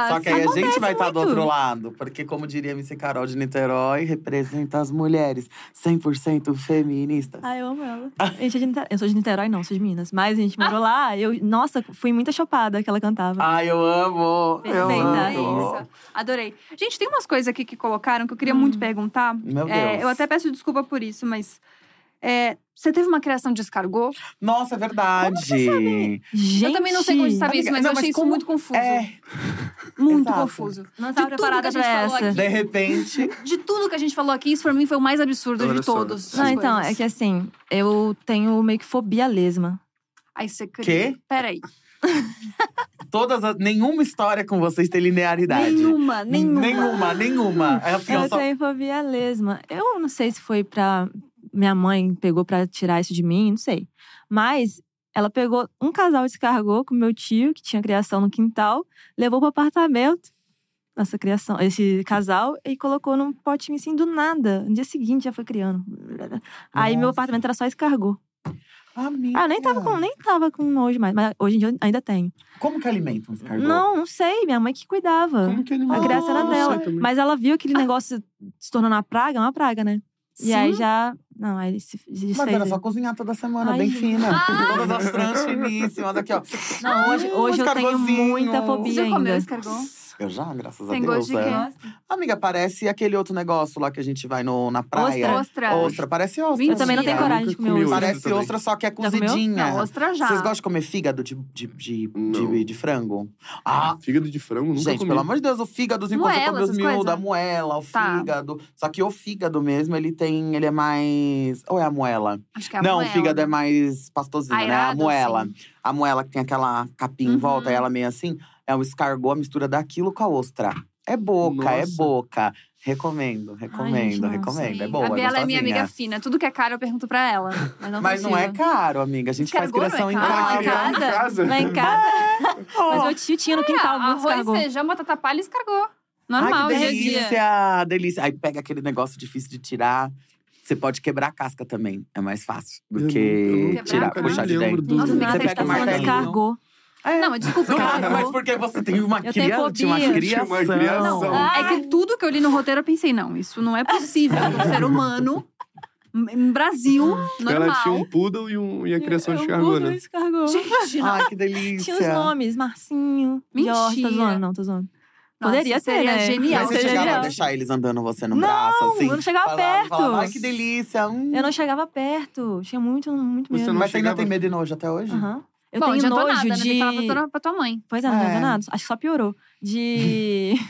Só que aí é a gente vai estar do
muito.
outro lado. Porque, como diria a MC Carol de Niterói, representa as mulheres 100% feministas.
Ah, eu amo ela. Gente, é de Niterói. Eu sou de Niterói, não, sou de Minas. Mas a gente morou lá, eu, nossa, fui muita chopada que ela cantava.
Ai, eu amo! Eu
Perfeita,
amo!
é isso. né? Adorei. Gente, tem umas coisas aqui que colocaram que eu queria muito perguntar.
Hum. Meu Deus.
É, eu até peço desculpa por isso, mas É, você teve uma criação de escargot?
Nossa, é verdade.
Gente.
Eu também não sei como sabe isso,
Amiga,
mas
não,
eu
mas
achei isso
como-
muito confuso.
É,
muito
exato.
confuso.
Não
De
tava
tudo que a
preparada
gente
pra
falou
essa.
aqui.
de repente.
De tudo que a gente falou aqui, isso pra mim foi o mais absurdo
Olha
de
só.
todos.
Não,
as
então,
coisas.
é que assim, eu tenho meio que fobia à lesma.
Ai, você acredita?
Quê?
Peraí.
Todas as- nenhuma história com vocês tem linearidade.
Nenhuma, nenhuma.
Nenhuma, nenhuma. É assim, eu
Eu
só-
tenho fobia à lesma. Eu não sei se foi pra. Minha mãe pegou pra tirar isso de mim, não sei. Mas ela pegou um casal descargou com meu tio, que tinha criação no quintal, levou pro apartamento. Essa criação, esse casal, e colocou num potinho assim do nada. No dia seguinte já foi criando. Aí meu
Nossa.
apartamento era só escargou.
Amiga.
Ah, eu nem tava com, nem tava com nojo mais, mas hoje em dia eu ainda tenho.
Como que alimenta um escargot?
Não, não sei, minha mãe que cuidava.
Como que ele
A
manda?
graça era
Eu não
dela.
sei também.
Mas ela viu aquele
Ah.
negócio se tornando uma praga, uma praga, né? E aí já. Não, aí ele se desfez.
Mas era só cozinhar toda semana,
Ai,
bem
gente. Ah!
fina. Todas as franjas finíssimas aqui, ó.
Não, hoje,
Hum,
hoje eu tenho
escargozinho.
muita
Você
fobia
já comeu
ainda.
escargot?
Eu já, graças
Tem
a Deus.
gosto de
é.
quê?
Amiga, parece aquele outro negócio lá que a gente vai no, na praia.
Ostra.
parece É. ostra.
Eu
também não tenho
amiga.
coragem de
Nunca
comer
comi
ostra.
Parece
também.
ostra, só que é
comeu?
cozidinha.
Não, ostra já.
Vocês gostam de comer fígado de, de, de,
Não.
de- de frango? Ah,
Fígado de frango, nunca
gente,
comi.
pelo amor de Deus, o fígado, assim, quando você
Moela,
come os
essas
miúdos,
coisas?
a moela, o
Tá.
fígado. Só que o fígado mesmo, ele tem, ele é mais… Ou é a moela?
Acho que é a
Não,
moela.
o fígado é mais pastosinho, né? A
Airado,
moela.
assim.
A moela que tem aquela capinha em
Uhum.
volta, e ela meio assim. É um escargot, a mistura daquilo com a ostra. É boca, é
Nossa.
boca. Recomendo, recomendo,
nossa.
recomendo. É
Sim.
boa,
A Bela é minha
gostosinha.
amiga fina. Tudo que é caro, eu pergunto pra ela.
Mas não,
Mas não é
consigo.
caro, amiga. A gente faz
Escargot não é
criação em
caro?
Ah,
Lá em
casa.
criaram
casa?
Lá em casa. Mas
Oh,
meu tio tinha no
É,
quintal, muito
arroz,
escargou.
feijão, batata palha e escargot.
ai,
Normal,
que
dia a dia.
delícia, delícia. Aí pega aquele negócio difícil de tirar. Você pode quebrar a casca também. É mais fácil do
Eu
que
nunca-
eu
tirar,
nunca
puxar
nem
de
lembro
dentro.
do- Nossa,
Você
nada,
Nada,
você
pega
você tá
o
falando
falando
martelinho.
descargou.
É.
Não, mas desculpa,
Do
cara.
nada, mas porque você tem uma
Eu tenho
criança, uma
fobia.
criação.
Uma criação.
Ah,
É que tudo que eu li no roteiro, eu pensei, não, isso não é possível. Um ser humano, em Brasil,
Ela tinha
normal.
um poodle e, um, e a criação de
Eu
escargot,
mudo
né?
escargou.
Gente, não.
Ai, que
Tinha os
delícia.
nomes, Marcinho,
Mentira.
Jorge, tá zoando? Não, tá zoando.
Nossa,
Poderia ser,
seria
né?
genial.
Mas
Mas
você
seria
chegava a
genial.
deixar eles andando você no
Não,
braço, assim?
eu não chegava
Falava,
perto.
falava, Ai, que delícia. hum.
Eu não chegava perto. Tinha muito, muito
Você
medo.
não
Mas você ainda
chegava-
tem medo de nojo até hoje?
Aham. Eu
Bom,
tenho
adiantou
nojo
nada, né? Tem que
de…
falar pra tua, pra tua mãe.
Pois é, não
É.
adianta nada. Acho que só piorou. De.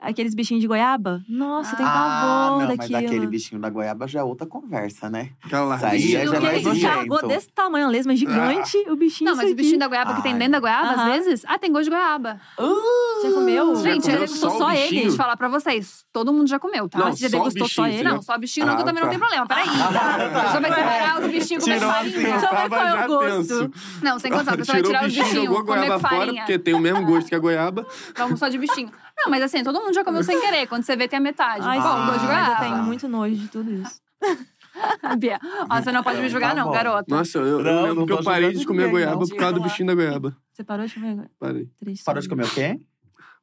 Aqueles bichinhos de goiaba. Nossa, tem
ah,
pavor
não,
daquilo.
mas aquele bichinho da goiaba já é outra conversa, né?
Aquela
Isso aí
larvinha,
é já
Bichinho que
mais
ele
larvinha.
nojento.
enxergou desse tamanho, a lesma gigante,
Ah.
o bichinho.
Não, mas o
isso
bichinho
aqui.
da goiaba que tem
Ai.
dentro da goiaba, às
Aham.
vezes… Ah, tem gosto de goiaba.
Já comeu?
Já
Gente,
comeu
ele
só
gostou
o
É, só ele.
bichinho?
Deixa eu falar pra vocês. Todo mundo já comeu, tá?
Não,
Mas já
só o
degustou só
bichinho,
ele?
você
Não, só o bichinho não, que eu
Ah,
também não
tá. Ah,
tenho problema. Peraí. A pessoa vai separar os bichinhos comer
Tirou assim,
farinha.
Só
Eu
vai
tava
qual é o
já
gosto.
tenso.
Não, sem contar. A pessoa vai
Tirou
tirar
o
os
bichinho,
bichinhos,
jogou a
comer
goiaba fora,
farinha.
porque tem o mesmo gosto que a goiaba.
Vamos só de bichinho. Não, mas assim, todo mundo já comeu sem querer. Quando você vê, tem a metade.
Ai,
Bom,
sim,
gosto de
mas eu
goiaba.
tenho muito nojo de tudo isso.
Bia, ó, você não pode me julgar
Tá
não,
bom.
garota.
Nossa, eu, eu
Não,
lembro
não
que eu
tô
parei
julgando
de comer
ninguém,
goiaba
não.
por causa do bichinho da goiaba.
Você parou de comer agora?
Parei.
Triste.
Parou de comer o quê?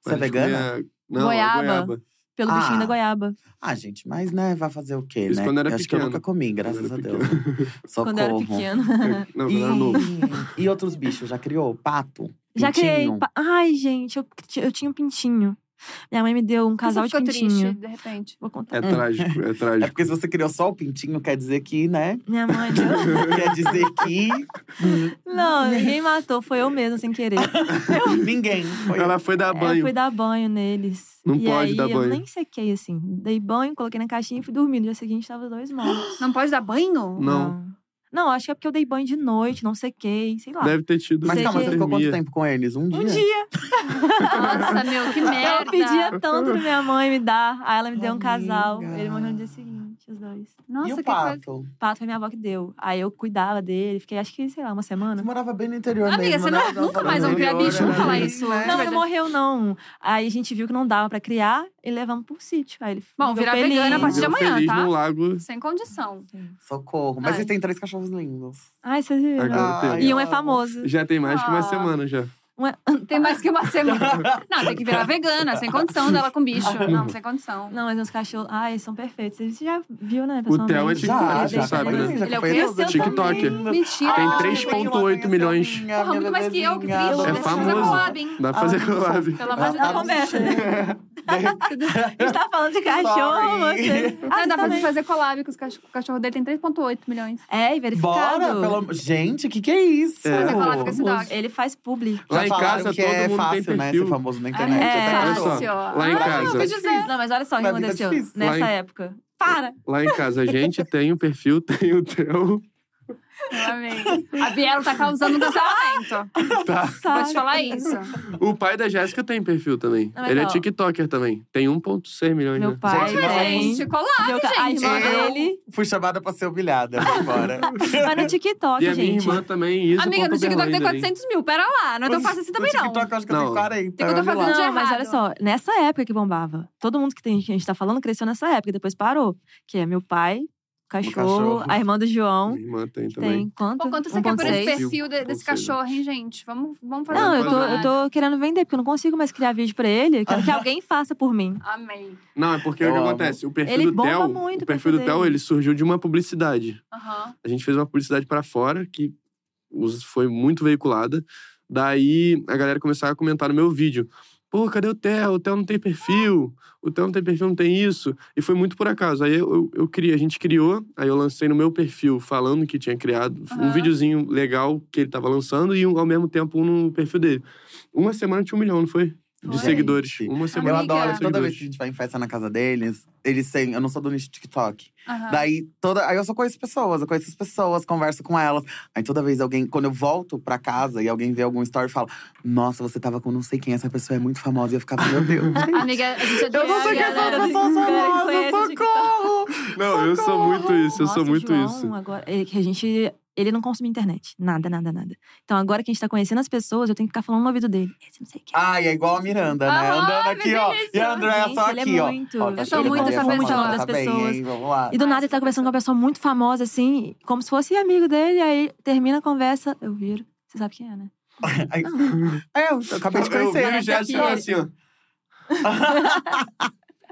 Você é
Parei de
vegana?
comer a- Não, a
Goiaba.
goiaba.
Pelo bichinho
Ah.
da goiaba.
Ah, gente, mas né, vai fazer o quê,
Isso
né?
quando eu era
eu acho que eu
pequeno.
nunca comi, graças a
Quando eu
Deus.
era
Socorro.
Quando eu era pequeno.
Não, quando eu era novo.
E, e outros bichos, já criou? Pato?
Já criei.
Pintinho?
pa- Ai, gente, eu, eu tinha um pintinho. Minha mãe me deu um casal
Você
de
ficou
pintinho.
triste, de repente.
Vou contar.
É trágico, é
É
trágico.
porque se você criou só o pintinho, quer dizer que, né?
Minha mãe deu.
Quer dizer que
Não, ninguém matou, foi eu mesma sem querer.
ninguém. Foi
Ela foi dar
É, Eu
banho.
fui dar banho neles.
Não
e
pode
aí,
dar
Eu
banho.
nem sequei assim. Dei banho, coloquei na caixinha e fui dormir. No dia seguinte, tava os dois mortos.
Não pode dar banho?
Não,
Não, acho que é porque eu dei banho de noite, não sequei, sei lá.
deve ter tido.
Mas
Sei
calma,
que-
você ficou quanto
hipotermia.
tempo com eles? Um dia?
Um dia.
Nossa, meu, que merda.
Eu pedia tanto pra minha mãe me dar. Aí ela me deu um casal.
Amiga.
Ele morreu no dia seguinte, os dois.
Nossa,
e o
que coisa.
pato?
O pato foi minha avó que deu. Aí eu cuidava dele, fiquei acho que, sei lá, uma
Você
semana.
morava bem no interior
Amiga,
mesmo,
você
né?
não- nunca mais
vão criar bicho,
Interior,
vamos falar
né?
isso, né? É
Não, ele
verdade.
não morreu, não. Aí a gente viu que não dava pra criar e levamos pro sítio. Aí ele
Bom,
viveu
virar
feliz.
vegana a partir de
Viveu
amanhã,
feliz
tá?
num lago.
Sem condição.
Socorro. Mas
Ai.
vocês têm três cachorros lindos.
Ai, vocês viram.
Agora-
Ai,
E um é
amo.
famoso.
Já tem mais que
Ah.
uma semana já.
Tem mais que uma semana. Não, tem que virar vegana. Sem condição dela com bicho. Não, sem condição.
Não, mas meus cachorros. Ai, eles são perfeitos. Você já viu, né?
O Theo é
pessoalmente?
Já,
TikTok,
já,
você sabe,
já
né?
Ele é o
conheço.
quê? O seu
TikTok.
Lindo.
Mentira.
Tem
Ai,
três-
vem lá
3,8
conhecer
milhões.
a minha,
Porra,
minha
muito mais que né? eu, que
bebezinha.
triste.
É
Vamos fazer
famoso.
collab, hein? é
Dá pra fazer collab.
Pelo amor de
Não
Deus.
conversa, né? A gente tá falando de cachorro,
Sorry.
você.
Ah,
Ah,
dá pra
também.
gente fazer collab com os cachorros. O cachorro dele tem 3,8 milhões.
É, e verificado.
Bora! Pelo... Gente, o que, que é isso?
É.
Fazer collab com esse
Vamos.
dog.
Ele faz publi.
Já
Lá em
falaram
casa,
que
todo
é
mundo tem
fácil, né?
perfil.
Ser famoso na internet.
É,
até
olha
que
só,
eu-
lá em
Ah,
casa.
quer dizer,
Não, mas olha só o que
Pra mim tá
aconteceu
difícil.
nessa
Lá em-
época. Para!
Lá em casa a gente tem o perfil, tem o teu.
eu amei. A Bielo tá causando um cancelamento.
Tá.
Vou
Sabe?
te falar isso.
O pai da Jéssica tem perfil também.
Não, mas
Ele é
ó.
TikToker também. Tem 1,6 milhões,
Meu
né?
pai
Gente,
Mas é
Tem.
isso,
tem.
de collab,
Meu ca- a
gente.
irmã
Eu-
dele
Fui chamada pra ser humilhada. Vamos embora.
vai no TikTok,
E a minha
é gente.
irmã tá também, isso.
Amiga, no TikTok tem 400 mil. Pera lá, não é tão
No-
fácil assim também
no
não.
TikTok, eu acho que eu
Não.
tenho
Tem
40.
que eu tô
olha lá.
fazendo de
Não, mas
errado.
olha só, nessa época que bombava. Todo mundo que, tem, que a gente tá falando cresceu nessa época, e depois parou. Que é meu pai, o cachorro,
cachorro.
a irmã do João.
Minha irmã tem também.
um. Tem quanto?
Pô, quanto você quer por esse
1.6?
perfil de- desse
1.6.
cachorro, hein, gente? Vamos, vamos fazer
Não,
um
eu tô, eu tô querendo vender, porque eu não consigo mais criar vídeo pra ele. Eu Quero que alguém faça por mim.
Amei.
Não, é porque
Eu
o que
amo.
acontece? O perfil
Ele
do
bomba
Theo.
muito
o perfil
o
do
perfil
Theo,
dele.
ele surgiu de uma publicidade.
Aham.
A gente fez uma publicidade pra fora que os- foi muito veiculada. Daí a galera começava a comentar no meu vídeo. Pô, cadê o Theo? O Theo não tem perfil. O Theo não tem perfil, não tem isso. E foi muito por acaso. Aí eu, eu, criei, a gente criou, aí eu lancei no meu perfil falando que tinha criado um
Aham.
videozinho legal que ele tava lançando e um- ao mesmo tempo um no perfil dele. Uma semana tinha um milhão, não foi? De
Foi.
seguidores. Uma
Eu
semana
Amiga.
adoro,
tinha um milhão de
toda vez que a
seguidores.
gente vai em festa na casa deles, eles têm. Eu não sou do nicho TikTok.
Ah.
Aham.
Daí, toda. Aí eu só conheço pessoas, eu conheço as pessoas, converso com elas. Aí toda vez alguém. Quando eu volto pra casa e alguém vê algum story fala: Nossa, você tava com não sei quem, essa pessoa é muito famosa. E eu ficava, meu Deus.
Amiga, a gente é de
Eu não sei quem
galera,
são as
galera do
pessoas
Instagram que
famosas,
conhece o
socorro!
Não, eu sou muito isso, eu
Nossa,
sou
o
muito
João,
isso.
Agora, ele, que a gente, ele não consome internet. Nada, nada, nada. Então agora que a gente tá conhecendo as pessoas, eu tenho que ficar falando no ouvido dele. Esse não sei o que.
Ai, é igual a Miranda, né?
Aham,
Andando
é
aqui, ó.
delícia.
E a Andréia
Gente,
só
ele é
aqui, ó.
muito-
Ó,
eu
tá
sou
chegando
muito
ali,
essa
vamos
pessoa
lá,
das
tá bem,
pessoas.
hein? Vamos lá.
E do
Ai,
nada ele tá
super
conversando com
legal.
uma pessoa muito famosa, assim, como se fosse amigo dele, aí termina a conversa, eu viro. Você sabe quem é, né?
Aí- É, eu acabei de
Eu vi
conhecer. é
o gesto
aqui.
assim, ó.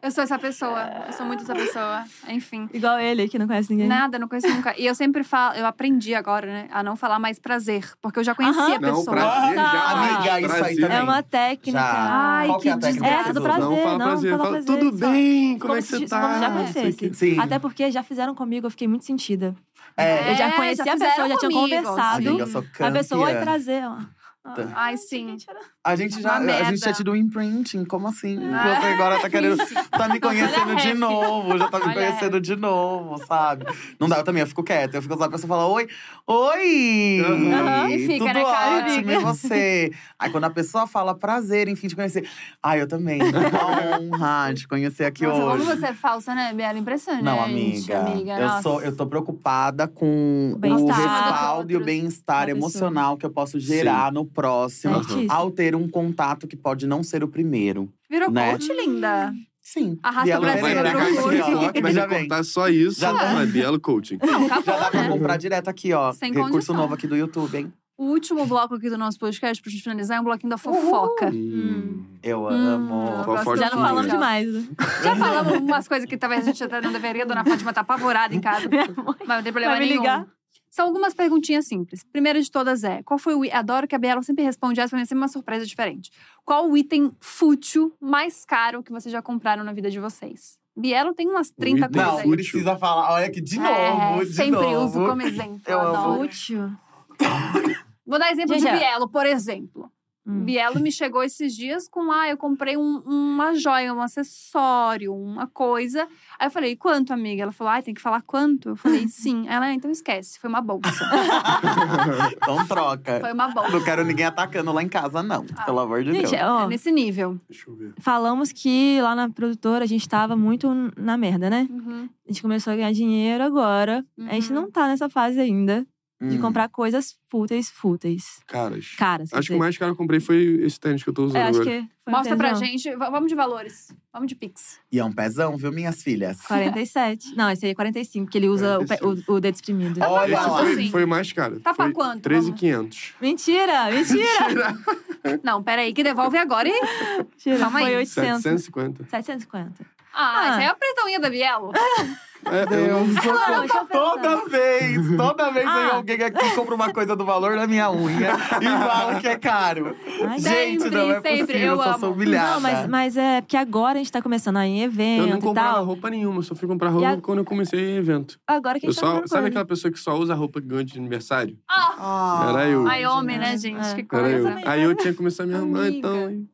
Eu sou essa pessoa. Eu sou muito essa pessoa. Enfim.
Igual ele, que não conhece ninguém.
Nada, não conheço nunca. E eu sempre falo, eu aprendi agora, né? A não falar mais prazer. Porque eu já conhecia
Aham.
a
Não,
pessoa.
prazer, já.
Amiga, isso aí
Prazer.
também.
É uma técnica.
Já.
Ai,
Qual que é a
que
técnica
desgraça.
que
do
vocês usam?
prazer.
Não fala
não,
prazer,
fala
fala,
prazer,
tudo
só-
bem, como,
Como
é que
se
você
tivesse-
tá?
como já
Não sei o quê.
conhecesse.
Sim.
Até porque já fizeram comigo, eu fiquei muito sentida.
É.
Eu já
É,
conheci
já
a pessoa,
fizeram assim.
já tinha
comigo,
conversado.
Amiga, eu sou
A pessoa, oi,
campeã.
prazer. ó. Ah,
Tá.
Ai,
achei
sim.
que a gente era-
A gente já
Uma
a
merda.
gente já te deu um imprinting, como assim?
Ah,
Você agora tá querendo tá me
Olha
conhecendo
a
de
ref.
novo, já tá me
Olha a
conhecendo de novo, sabe? Não dá, eu também eu fico quieta, eu fico lá a pessoa fala: "Oi, oi".
Aham, e fica,
Tudo
né, cara?
ótimo, e você? Aí quando a pessoa fala prazer, enfim, te conhecer. Ai, eu também. Uma honra te conhecer aqui
Nossa, como
hoje.
você é falsa, né, Biela? Impressionante.
Não, amiga. eu
nossa.
sou, eu tô preocupada com
O
o
bem-estar.
respaldo e o
Outros.
bem-estar
Uma pessoa.
emocional que eu posso gerar no próximo
Certíssimo.
ao ter um contato que pode não ser o primeiro.
Virou
né?
coach, linda.
Sim.
Arrasta pra
E ela né,
cima,
Vai
Prazer,
pegar
meu
esse
amor.
TikTok, vai
Já vem. É.
recortar só isso.
Já
Já é Bielo Coaching.
Não,
Já
acabou,
dá pra
né?
comprar direto aqui, ó.
Sem
Recurso
condição.
novo aqui do YouTube, hein?
O último bloco aqui do nosso podcast, pra gente finalizar, é um bloquinho da fofoca.
Hum.
Eu
Hum, eu
amo.
gosto
Fofoquinha.
Já não falamos
muito.
demais. né?
Então
Uhum.
Já falamos algumas coisas que talvez a gente até não deveria. Dona Fátima tá apavorada em casa.
Minha mãe.
Mas não tem problema
Vai me
nenhum.
ligar?
São algumas perguntinhas simples. Primeira de todas é: qual foi o. i- Adoro que a Biela sempre responde essa, mas sempre uma surpresa diferente. Qual o item fútil mais caro que vocês já compraram na vida de vocês? Bielo tem umas 30
item
coisas
Não,
aí.
fútil.
precisa falar. Olha aqui, de novo,
É,
de
sempre
novo.
uso como exemplo.
Eu amo.
adoro.
Útil.
Vou dar exemplo
Gente,
de
é-
Bielo, por exemplo.
Hum.
Bielo me chegou esses dias com, ah, eu comprei um- uma joia, um acessório, uma coisa. Aí eu falei, quanto, amiga? Ela falou, ah, tem que falar quanto? Eu falei, sim. Ela, "Ah, então esquece, foi uma bolsa.
Então troca.
Foi uma bolsa.
Não quero ninguém atacando lá em casa, não.
Ah.
Pelo amor de Deus.
Gente,
É
ó,
nesse nível.
Deixa eu ver.
falamos que lá na produtora a gente tava muito na merda, né?
Uhum,
A gente começou a ganhar dinheiro agora. A gente
uhum.
não tá nessa fase ainda
é
de
Uhum.
Hum.
comprar coisas fúteis, fúteis.
Caras.
Caras. quer
Acho que
dizer.
o mais caro que eu comprei foi esse tênis que eu tô usando
É, acho
agora.
que foi um
Mostra pra
tesão.
gente. V- vamos de valores. Vamos de Pix.
E é um pezão, viu, minhas filhas?
47. Não, esse aí é 45, que ele usa o pé- O, o dedo exprimido.
Olha
Esse
lá.
foi,
Assim.
foi o mais caro.
Tá pra
foi
quanto?
13,500.
Mentira, mentira!
Não, peraí, que devolve agora, hein?
mentira.
Calma aí.
Foi 800.
750.
750.
Ah,
Ah.
essa é a prestãoinha da Bielo.
É, eu-
Deus,
Não, deixa eu pensar.
tá toda vez, toda vez vem
Ah.
alguém aqui e compra uma coisa do valor da minha unha e fala que é caro.
Ai,
Gente,
sempre,
não é
sempre,
possível,
eu
só
amo.
sou
Não,
humilhada.
Não, mas, mas é porque agora a gente tá começando a ir em
Tá. eu não
evento e
comprava
tal.
roupa nenhuma, eu só fui comprar roupa
E a-
quando eu comecei em evento.
Agora que a
Eu
gente tá
só,
comprando
sabe
coisa.
aquela pessoa que só usa roupa que ganhou de aniversário?
Ah,
Ah.
Era eu.
ai, homem, né, gente?
É.
Que
Era eu.
coisa.
Aí eu tinha que começar a me arrumar,
Amiga.
então. hein?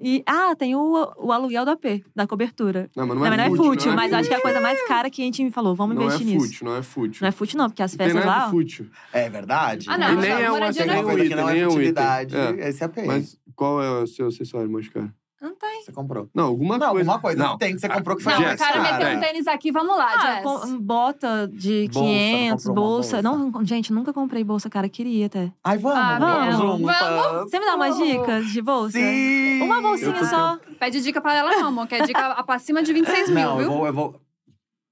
E, ah, tem o, o aluguel do AP, da cobertura.
Não, mas
Não, mas não é fútil,
não
mas eu acho que é a coisa mais cara que a gente me falou. Vamos
Não é
investir nisso.
fútil, não é fútil.
Não é fútil, não, porque as
Não tem
festas
nada
lá.
de
ó,
fútil.
É verdade?
Ah,
e
não,
nem
não,
é um
moradia
assim,
Tem
não
nem
uma
um
coisa que
item,
não
nem
é
é um item.
utilidade.
É.
Esse é a pena.
Mas qual é o seu acessório mais caro?
Não tem.
Você comprou.
Não, alguma
Não,
coisa.
alguma coisa
Não.
tem que você
Ah,
comprou que foi
Não,
mais
o cara
Jess,
meteu
cara.
um tênis aqui, vamos lá,
Ah,
Jess.
com- bota de
Bolsa,
500,
comprou uma
bolsa.
bolsa.
Não, gente, nunca comprei bolsa, cara. Queria até.
Ai, vamos,
Ah,
vamos,
vamos.
juntas.
Você me dá umas dicas de bolsa?
Sim!
Uma
Eu
bolsinha
tô
só.
Pede dica pra ela, não, amor, que é dica acima de 26 mil,
Não, eu
viu?
vou, eu vou.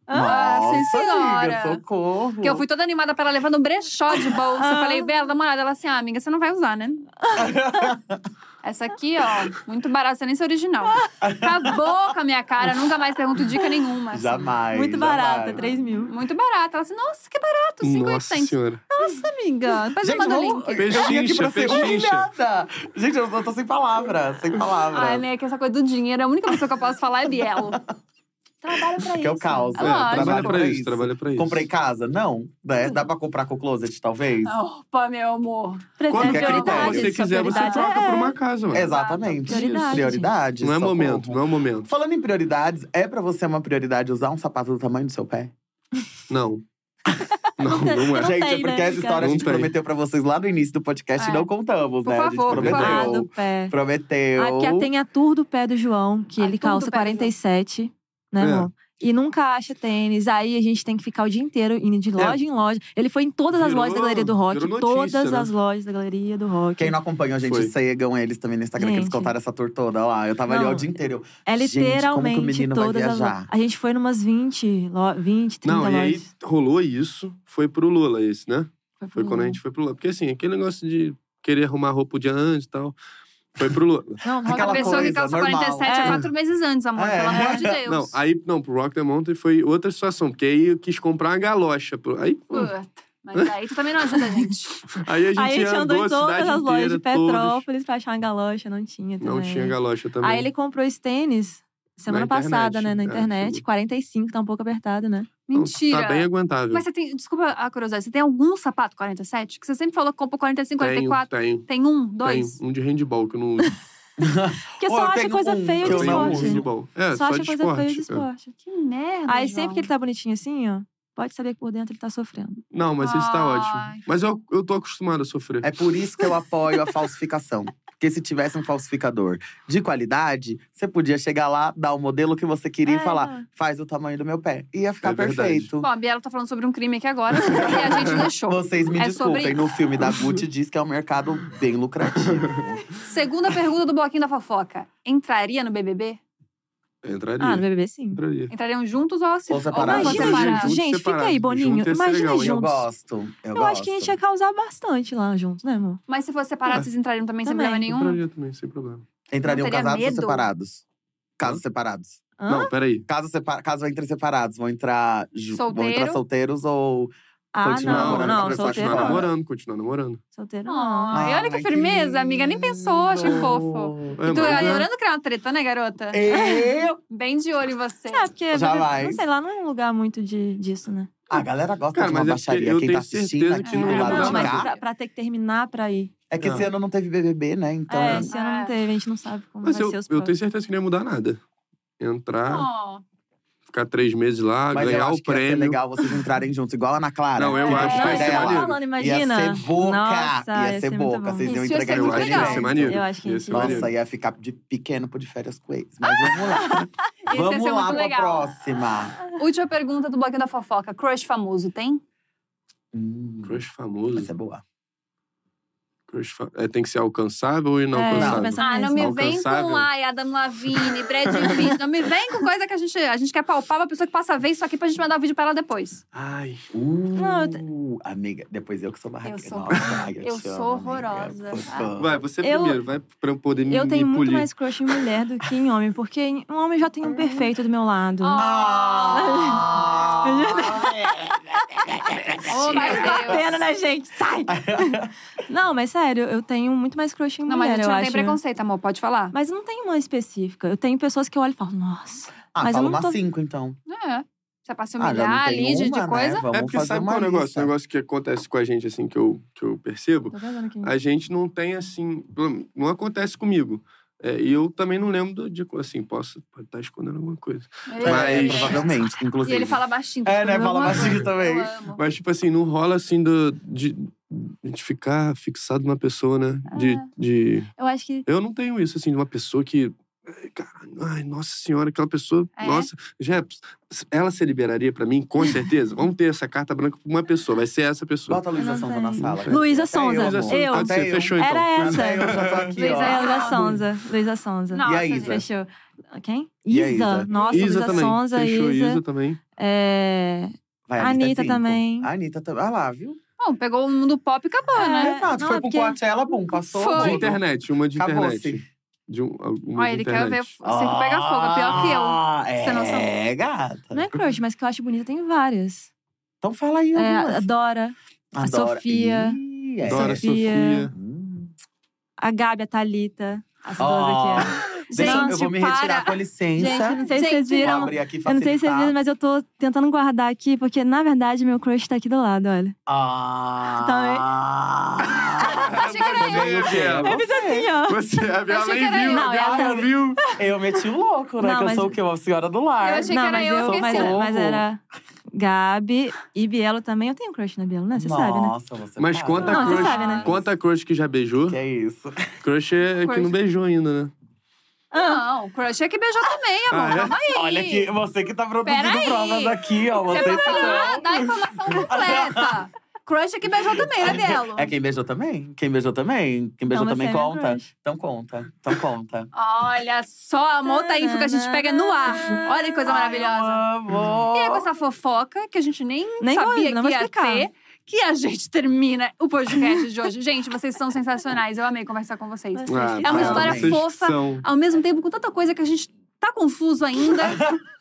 Ah,
Nossa,
sim, senhora.
amiga, socorro.
Porque eu fui toda animada pra ela levando um brechó de bolsa.
Ah.
Eu falei, Bela, dá uma olhada. Ela assim, ah, amiga, você não vai usar, né? Essa aqui, ó, muito barata, essa nem ser original. Acabou com a minha cara, nunca mais pergunto dica nenhuma. assim.
Jamais.
Muito barata,
jamais.
3 mil.
Muito barata. Ela assim, nossa, que barato, 50
Nossa
centos.
senhora.
Nossa, amiga, depois eu
Gente,
mando o
vamos...
link.
eu vim aqui pra ser
Pechincha, pechincha.
humilhada. Gente, eu tô- tô sem palavras, sem palavras.
Ai, né, que essa coisa do dinheiro, a única pessoa que eu posso falar é Bielo.
Trabalho pra
Que é o
isso.
caos,
É
né?
lógico.
trabalha pra isso, trabalha pra isso.
Comprei casa? Não. Né? Dá pra comprar com o closet, talvez?
Opa, meu amor.
Quando
É
que tá?
prioridade,
você
sua
quiser, você
prioridade
troca
é-
por uma casa, mano.
Exatamente.
Prioridade.
Prioridade,
Não é
socorro.
momento, não é momento.
Falando em prioridades, é pra você uma prioridade usar um sapato do tamanho do seu pé?
Não. Não, não é.
Não
gente,
tem,
é porque
né,
essa
amiga?
história a
Não
gente
tem.
prometeu pra vocês lá no início do podcast
É.
e não contamos,
Por
né?
favor,
a
por
gente
Ah,
favor.
prometeu.
do pé.
Prometeu.
Aqui a- tem a tour do pé do João, que
A
ele
tour do pé
calça
do
47, né,
É.
amor? E nunca acha tênis. Aí a gente tem que ficar o dia inteiro indo de loja em loja. Ele foi em todas as
É. Virou-
lojas da Galeria do Rock.
virou notícia,
todas
né?
as lojas da Galeria do Rock.
Quem não acompanhou a gente,
Foi.
cegam eles também no Instagram, que eles
Gente.
contaram essa tour toda lá. Eu tava ali
Não,
o dia inteiro.
É
Gente, como que o
literalmente
menino vai
todas as
viajar?
lojas. A gente foi numas 20, lo... 20 30
Não, e aí
lojas.
rolou isso, foi pro Lula esse, né?
Foi, pro
Foi quando a
Lula.
gente foi pro Lula. Porque assim, aquele negócio de querer arrumar roupa o dia antes e tal, foi pro Lula.
Não, roda
A
Aquela
pessoa que
coisa,
calça
normal.
47
É.
há quatro meses antes, amor,
É.
pelo amor de Deus.
Não, aí não, pro Rock the Mountain foi outra situação, porque aí eu quis comprar uma galocha. pro- Aí, pô,
Puta, Mas aí tu também não ajuda a gente.
aí a gente,
Aí a gente andou em
a cidade
todas as
inteira,
lojas de
todos.
Petrópolis pra achar uma galocha, não tinha também.
Não tinha galocha também.
Aí ele comprou esse tênis semana
internet,
passada, né, na
é,
internet.
chegou.
45, tá um pouco apertado, né?
Não,
Mentira.
Tá bem aguentável.
Mas você tem, desculpa a curiosidade, você tem algum sapato 47? Que você sempre falou que compra 45,
tenho,
44.
tenho,
Tem um, dois?
tenho. Um de handball que eu não uso.
Porque
Ou
só
eu
acha
tenho
coisa
um
feia
que
de
eu não
esporte.
uso handball. É,
só
só,
acha
de
coisa
esporte.
feia de
é.
esporte.
Que merda,
Aí sempre
João.
que ele tá bonitinho assim, ó, pode saber que por dentro ele tá sofrendo.
Não, mas esse tá
Ai.
ótimo. Mas eu, eu tô acostumado a sofrer.
É por isso que eu apoio a falsificação. Porque se tivesse um falsificador de qualidade, você podia chegar lá, dar o modelo que você queria
É,
e falar:
não.
faz o tamanho do meu pé. Ia ficar
É verdade.
perfeito.
Bom, a Biela tá falando sobre um crime aqui agora, e a gente deixou.
Vocês me
É sobre
desculpem, no filme da Gucci diz que é um mercado bem lucrativo.
Segunda pergunta do bloquinho da fofoca. Entraria no BBB?
Entraria.
Ah, no BBB sim.
Entraria.
Entrariam juntos ou se
Ou separado.
Ou
Imagina
separado?
juntos. Gente, fica aí,
separado.
Boninho.
Junto ia ser
Imagina
legal, hein?
Então, eu
juntos.
gosto. Eu,
Eu acho que a gente ia causar bastante lá juntos, né, amor?
Mas se fosse separado, vocês entrariam também, sem
Também.
problema nenhum?
Entraria também, sem problema.
Entrariam
Não teria
casados ou
medo?
separados? Casos separados.
Hã?
Não, peraí.
Caso, separa... Caso entre separados, vão entrar, ju- vão
Solteiro?
entrar solteiros ou.
ah,
continuar
não,
namorando,
não,
é pra-
solteiro
Continuar
não.
namorando, continuar namorando.
Solteiro não. Ah,
Ai, olha que firmeza, amiga. Nem pensou, achei fofo.
É,
Tu
mas, né?
adorando criar uma treta, né, garota?
Eu...
Bem de olho em você.
É, porque,
Já
não-
vai.
não sei, lá não é um lugar muito de, disso, né?
A galera gosta
Cara,
de uma
mas é porque
baixaria.
eu
Quem
tenho
tá assistindo
certeza
aqui
que
do
não ia
lado
dar
não,
de
mas
cá.
pra, pra ter que terminar pra ir.
É que esse
Não.
ano não teve BBB, né? Então.
É, esse ano
É.
não teve, a gente não sabe como
Mas
vai
eu,
ser os
eu tenho
próximos.
certeza que não ia mudar nada. Entrar,
Oh.
ficar três meses lá,
Mas eu
ganhar
acho
o
que ia ser
prêmio.
legal vocês entrarem juntos, igual a Ana Clara. é
Não, eu
que
acho que
não,
foi
vai
isso
ser
que
dela.
É, eu tô
maneiro.
falando, imagina.
Ia ser boca!
Nossa,
ia ser
muito
boca.
bom.
Vocês iam
Isso ia ser
entregar
muito
eu acho que ia
legal.
ser maneiro.
Eu acho que
ia
ia
ser
ser
maneiro.
Nossa, ia ficar de pequeno pro de férias com eles. Mas vamos lá.
Esse ia
vamos
ser
lá
muito
pra
legal.
próxima.
Última pergunta do bloquinho da fofoca. Crush famoso tem?
Hum,
Crush famoso.
essa é boa.
os fa- é, tem que ser alcançável e não
É,
alcançável.
pensa
Ah, não
mesmo.
me vem
Alcançável.
com ai, Adam Lavigne, Brad Pitt. Não me vem com coisa que a gente, a gente quer palpar pra pessoa que passa a ver isso aqui pra gente mandar o vídeo pra ela depois.
Ai,
Não, eu
Uh, amiga, depois eu que sou barraqueira.
sou-
Nossa, ai, eu
eu
te
sou
amo, amiga.
horrorosa.
Por favor.
vai, você
Eu-
primeiro, vai pra eu poder me,
Eu tenho
me
muito
polir.
mais crush em mulher do que em homem, porque em- um homem já tem um perfeito do meu lado. Ah.
Oh, meu
Tá
Deus.
pena, né, gente? Sai! não, mas sério, eu tenho muito mais crush em
Não, mas a
mulher,
gente
eu
não
acho.
tem preconceito, amor. Pode falar.
Mas não tem uma específica. Eu tenho pessoas que eu olho e falo, nossa.
Ah,
Mas eu
fala
não
uma
tô-
cinco, então.
É. Você passa a
Ah, já
humilhar
não tem
ali de-
uma,
de
né?
coisa.
Vamos
É porque
fazer
sabe
uma
qual é o negócio?
lista.
O negócio que acontece com a gente, assim, que eu, que eu percebo,
Tô vendo aqui.
a gente não tem, assim, pelo- não acontece comigo. É, e eu também não lembro de, assim, posso estar escondendo alguma coisa.
É,
Mas-
provavelmente,
E
inclusive.
ele fala baixinho.
É,
tipo,
né?
eu
Fala
amo,
baixinho também.
Eu amo.
Mas, tipo assim, não rola, assim, do, de, de ficar fixado numa pessoa, né? De,
É.
Ah.
de...
Eu acho que.
Eu não tenho isso, assim, de uma pessoa que. ai, Cara, ai, nossa senhora, aquela pessoa.
É?
Nossa, Jeps, ela se liberaria pra mim, com certeza. Vamos ter essa carta branca pra uma pessoa, vai ser essa pessoa.
Bota a Luísa
Eu não
Sonza na
tenho.
sala.
Luísa
Até
Sonza,
eu, amor.
eu.
Pode
Até
ser,
eu.
fechou então.
Era essa.
Até né? eu já tô aqui,
Luísa
ó.
É, Luísa
Sonza.
Sonza. Luísa Sonza.
Nossa,
e a Isa?
gente.
Fechou. Quem?
E a
Isa.
Isa?
Nossa,
Isa
Luísa
também.
Sonza,
fechou
Isa.
também.
É...
Vai, a lista é
Anitta
cinco.
também.
A Anitta também. Ah lá, viu?
Bom, pegou o mundo pop e acabou,
É.
né?
Exato,
não,
foi
é
pro
porque-
Coachella, bum, passou.
Foi.
De
Oi.
internet, uma de internet.
Acabou-se.
De um, uma
Olha,
de
ele quer
internet.
ver circo pega fogo, é pior que eu.
Ah,
Você não sabe.
é, gata.
Não é crush, mas que eu acho bonita, tem várias.
Então fala aí
É,
algumas.
a Dora, a
Dora.
Sofia.
Ih, é.
Dora,
Sofia.
Sofia.
Hum.
a Gabi, a Thalita. As duas
Ó,
aqui.
Deixa eu-
Gente,
eu vou me
para.
retirar, com licença.
Gente, eu não sei se
Gente,
vocês
Vou
viram.
abrir aqui
Eu não sei se vocês
facilitar.
viram, mas eu tô tentando guardar aqui, porque na verdade meu crush tá aqui do lado, olha. Tá
Ah!
Achei que era eu.
Também o é? quê?
Eu
Fiz assim, ó.
Você, a minha
achei que era
mãe
ele.
viu, a
Não, é a
minha mãe
Thali.
viu.
Eu meti o louco, né?
Não,
que eu
mas-
sou o quê? Uma senhora do lar.
Eu achei que
Não,
era
mas
eu,
eu,
esqueci.
mas,
Socorro.
mas era Gabi e Bielo também. Eu tenho crush na Bielo, né? Você
Nossa,
sabe, né?
você
Mas
sabe.
conta
Não,
a
você
crush.
sabe, né?
Conta a crush que já beijou.
Que é isso.
Crush é que
Crush.
não beijou ainda, né?
Não, o crush é que beijou também, amor.
Ah, é?
Calma aí.
Olha que você que tá produzindo
Peraí.
provas aqui, ó.
Você
Você tá
vai falar, dá a informação completa. Crush é que beijou também, né, Bielo?
É quem beijou também? Quem beijou também? Quem beijou
Então,
também
você é meu
conta?
crush.
Então conta. Então conta.
Olha só, amor, tá info que a gente pega no ar. Olha que coisa maravilhosa.
Ai, eu amo.
E é com essa fofoca que a gente nem,
Nem
sabia
vou-
que
não vou
ia
explicar.
ter, que a gente termina o podcast de hoje. Gente, vocês são sensacionais. Eu amei conversar com vocês.
Vocês
É uma
para,
história
Ah, tá. vocês
fofa.
são.
Ao mesmo tempo, com tanta coisa que a gente tá confuso ainda.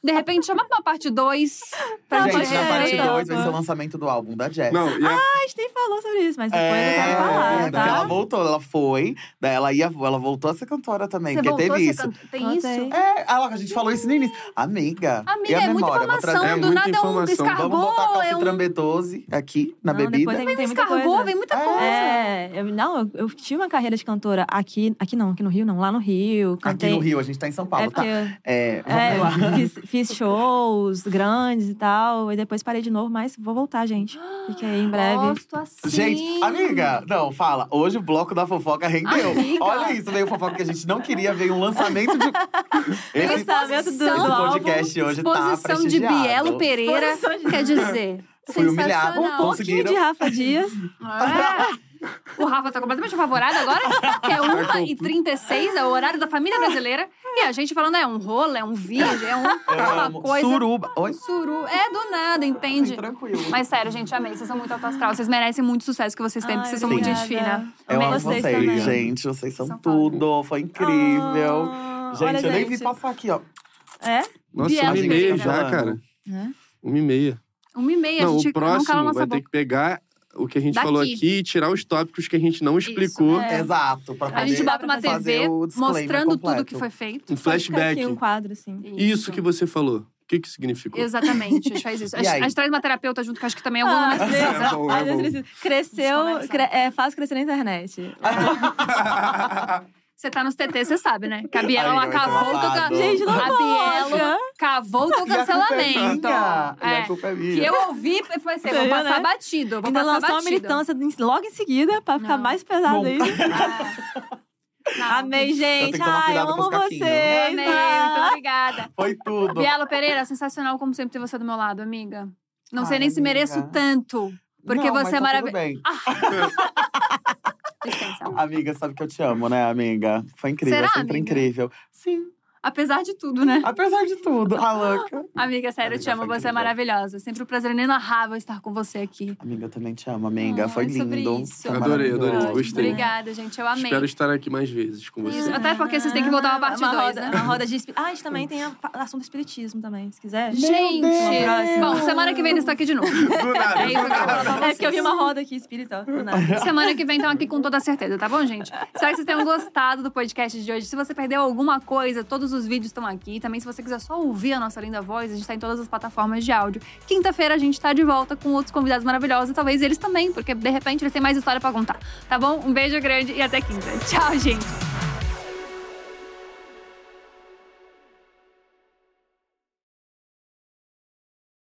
De repente, chama pra uma parte 2. Pra
Não,
Gente, na
pode
é, parte
ser.
2 vai ser o lançamento do álbum da Jess.
Não, e a
Ah, a gente nem falou sobre isso, mas depois eu
É,
quero falar,
porque ela
tá?
voltou, ela foi, daí ela ia, ela voltou a ser cantora também,
Você
porque
voltou,
teve
você
isso.
canta- tem
Contei.
isso?
É, ah, lá, a gente falou isso no início. Amiga,
Amiga,
e a
é muita
memória? Vou
informação.
trazer-
É
do nada
muita
um
informação.
descargou.
Vamos botar
é um...
calcitrambetose aqui na
Não,
bebida.
depois tem, tem muita
Descargou,
coisa.
vem muita
É.
coisa.
É, eu, não, eu, eu tive uma carreira de cantora aqui, aqui não, aqui no Rio não, lá no Rio,
Aqui
cantei.
no Rio, a gente tá em São Paulo,
é
tá?
porque
É, vamos
é,
lá.
fiz, fiz shows grandes e tal, e depois parei de novo, mas vou voltar, gente. Fique aí em breve.
Gosto assim.
Gente, amiga, não, fala. Hoje o bloco da fofoca rendeu.
Amiga.
Olha isso, veio fofoca que a veio um lançamento, veio um lançamento de. Esse,
Esse lançamento do-
esse
do
podcast hoje tá
Exposição de
prestigiado.
Bielo Pereira.
Exposição de-
Quer dizer,
Fui humilhado.
sensacional.
Bom,
Um Pouquinho de Rafa Dias.
É. O Rafa tá completamente apavorado agora, que é 1h36, é o horário da família brasileira. E a gente falando, é um rolo, é um vídeo, é um,
Eu
uma
amo.
coisa.
Suruba. Oi?
Suru. É do nada,
Assim,
entende?
tranquilo.
Mas sério, gente, amei. Vocês são muito alto astral. Vocês merecem muito sucesso que vocês têm, porque vocês são
Sim.
muito gente fina.
Eu
Amei
amo
vocês
vocês,
também.
gente. Vocês são,
São foda.
tudo. Foi incrível.
Ah,
gente,
olha,
eu nem vi passar aqui, ó.
É?
Nossa,
Viagem
uma e
que
meia
você
já,
tá
cara.
falando.
É?
Uma e meia.
Uma e meia,
Não,
a
o
gente não cala a
próximo
nossa
vai
boca.
ter que pegar o que a gente
Daqui.
falou aqui e tirar os tópicos que a gente não explicou.
É.
Exato. Pra
A
poder
gente
dá
bate uma
pra
fazer
TV
o disclaimer
mostrando tudo
completo.
que foi feito.
Um
Pode ficar
flashback.
Aqui um quadro, assim.
Isso que você falou. O que que significou?
Exatamente, a gente faz isso. A
E
gente,
aí?
a gente traz uma terapeuta junto, que eu acho que também é algum
Ah,
momento.
às vezes-
É bom, é
às vezes
bom.
precisa. Cresceu,
Desconexão.
cre- é fácil crescer na internet.
Você tá nos TT, você sabe, né? Que a Biela ela
Amiga, vai ser
cavou o teu
babado.
ca-
Gente, não
A Biela
coloca.
cavou o teu
E a culpa é
cancelamento.
minha. E a
É.
culpa é
Que
minha.
eu ouvi e falei assim: vou
Entendeu,
passar
né?
batido. Vou
Ainda
passar
lançou uma
batido.
militância em- logo em seguida, pra ficar
Não.
mais pesado
Bom.
ainda.
Não,
Amei,
tenho que
gente.
tomar
Ai, eu
cuidado com
amo
os
vocês.
caquinhos.
Eu Ah. amei, muito
Ah.
obrigada.
Foi tudo.
Biela Pereira, sensacional como sempre ter você do meu lado, amiga. Não sei
Ai,
nem se
amiga.
mereço tanto. Porque
Não, mas
você é
tá tudo
maravilhosa.
bem.
Licença.
Amiga, sabe que eu te amo, né, amiga? Foi incrível, é
Será, amiga?
sempre incrível. Sim,
Apesar de tudo, né?
apesar de tudo. A louca.
Amiga, sério, eu te
Amiga,
amo.
foi
Você é
incrível.
maravilhosa. É Sempre um prazer inenarrável estar com você aqui.
Amiga, eu também te amo, amiga.
Ai,
Foi
sobre
lindo.
isso.
foi
Adorei, adorei,
maravilhoso.
gostei.
Obrigada, gente. Eu amei.
Espero estar aqui mais vezes com você.
Isso, Até porque vocês têm que voltar uma parte
Uhum. uma
dois,
roda,
né?
uma roda de... espi- Ah, a gente também tem a, a assunto do espiritismo também, se quiser.
Gente!
Deus!
Bom, semana que vem eu estou aqui de novo.
Do nada,
É isso que eu quero falar pra
É que eu vi uma roda aqui, espírita, do nada.
Semana que vem, então, aqui com toda certeza, tá bom, gente? Espero que vocês tenham gostado do podcast de hoje. Se você perdeu alguma coisa, todos os vídeos estão aqui. Também, se você quiser só ouvir a nossa linda voz, a gente tá em todas as plataformas de áudio. Quinta-feira a gente tá de volta com outros convidados maravilhosos. E talvez eles também, porque de repente eles têm mais história pra contar. Tá bom? Um beijo grande e até quinta. Tchau, gente!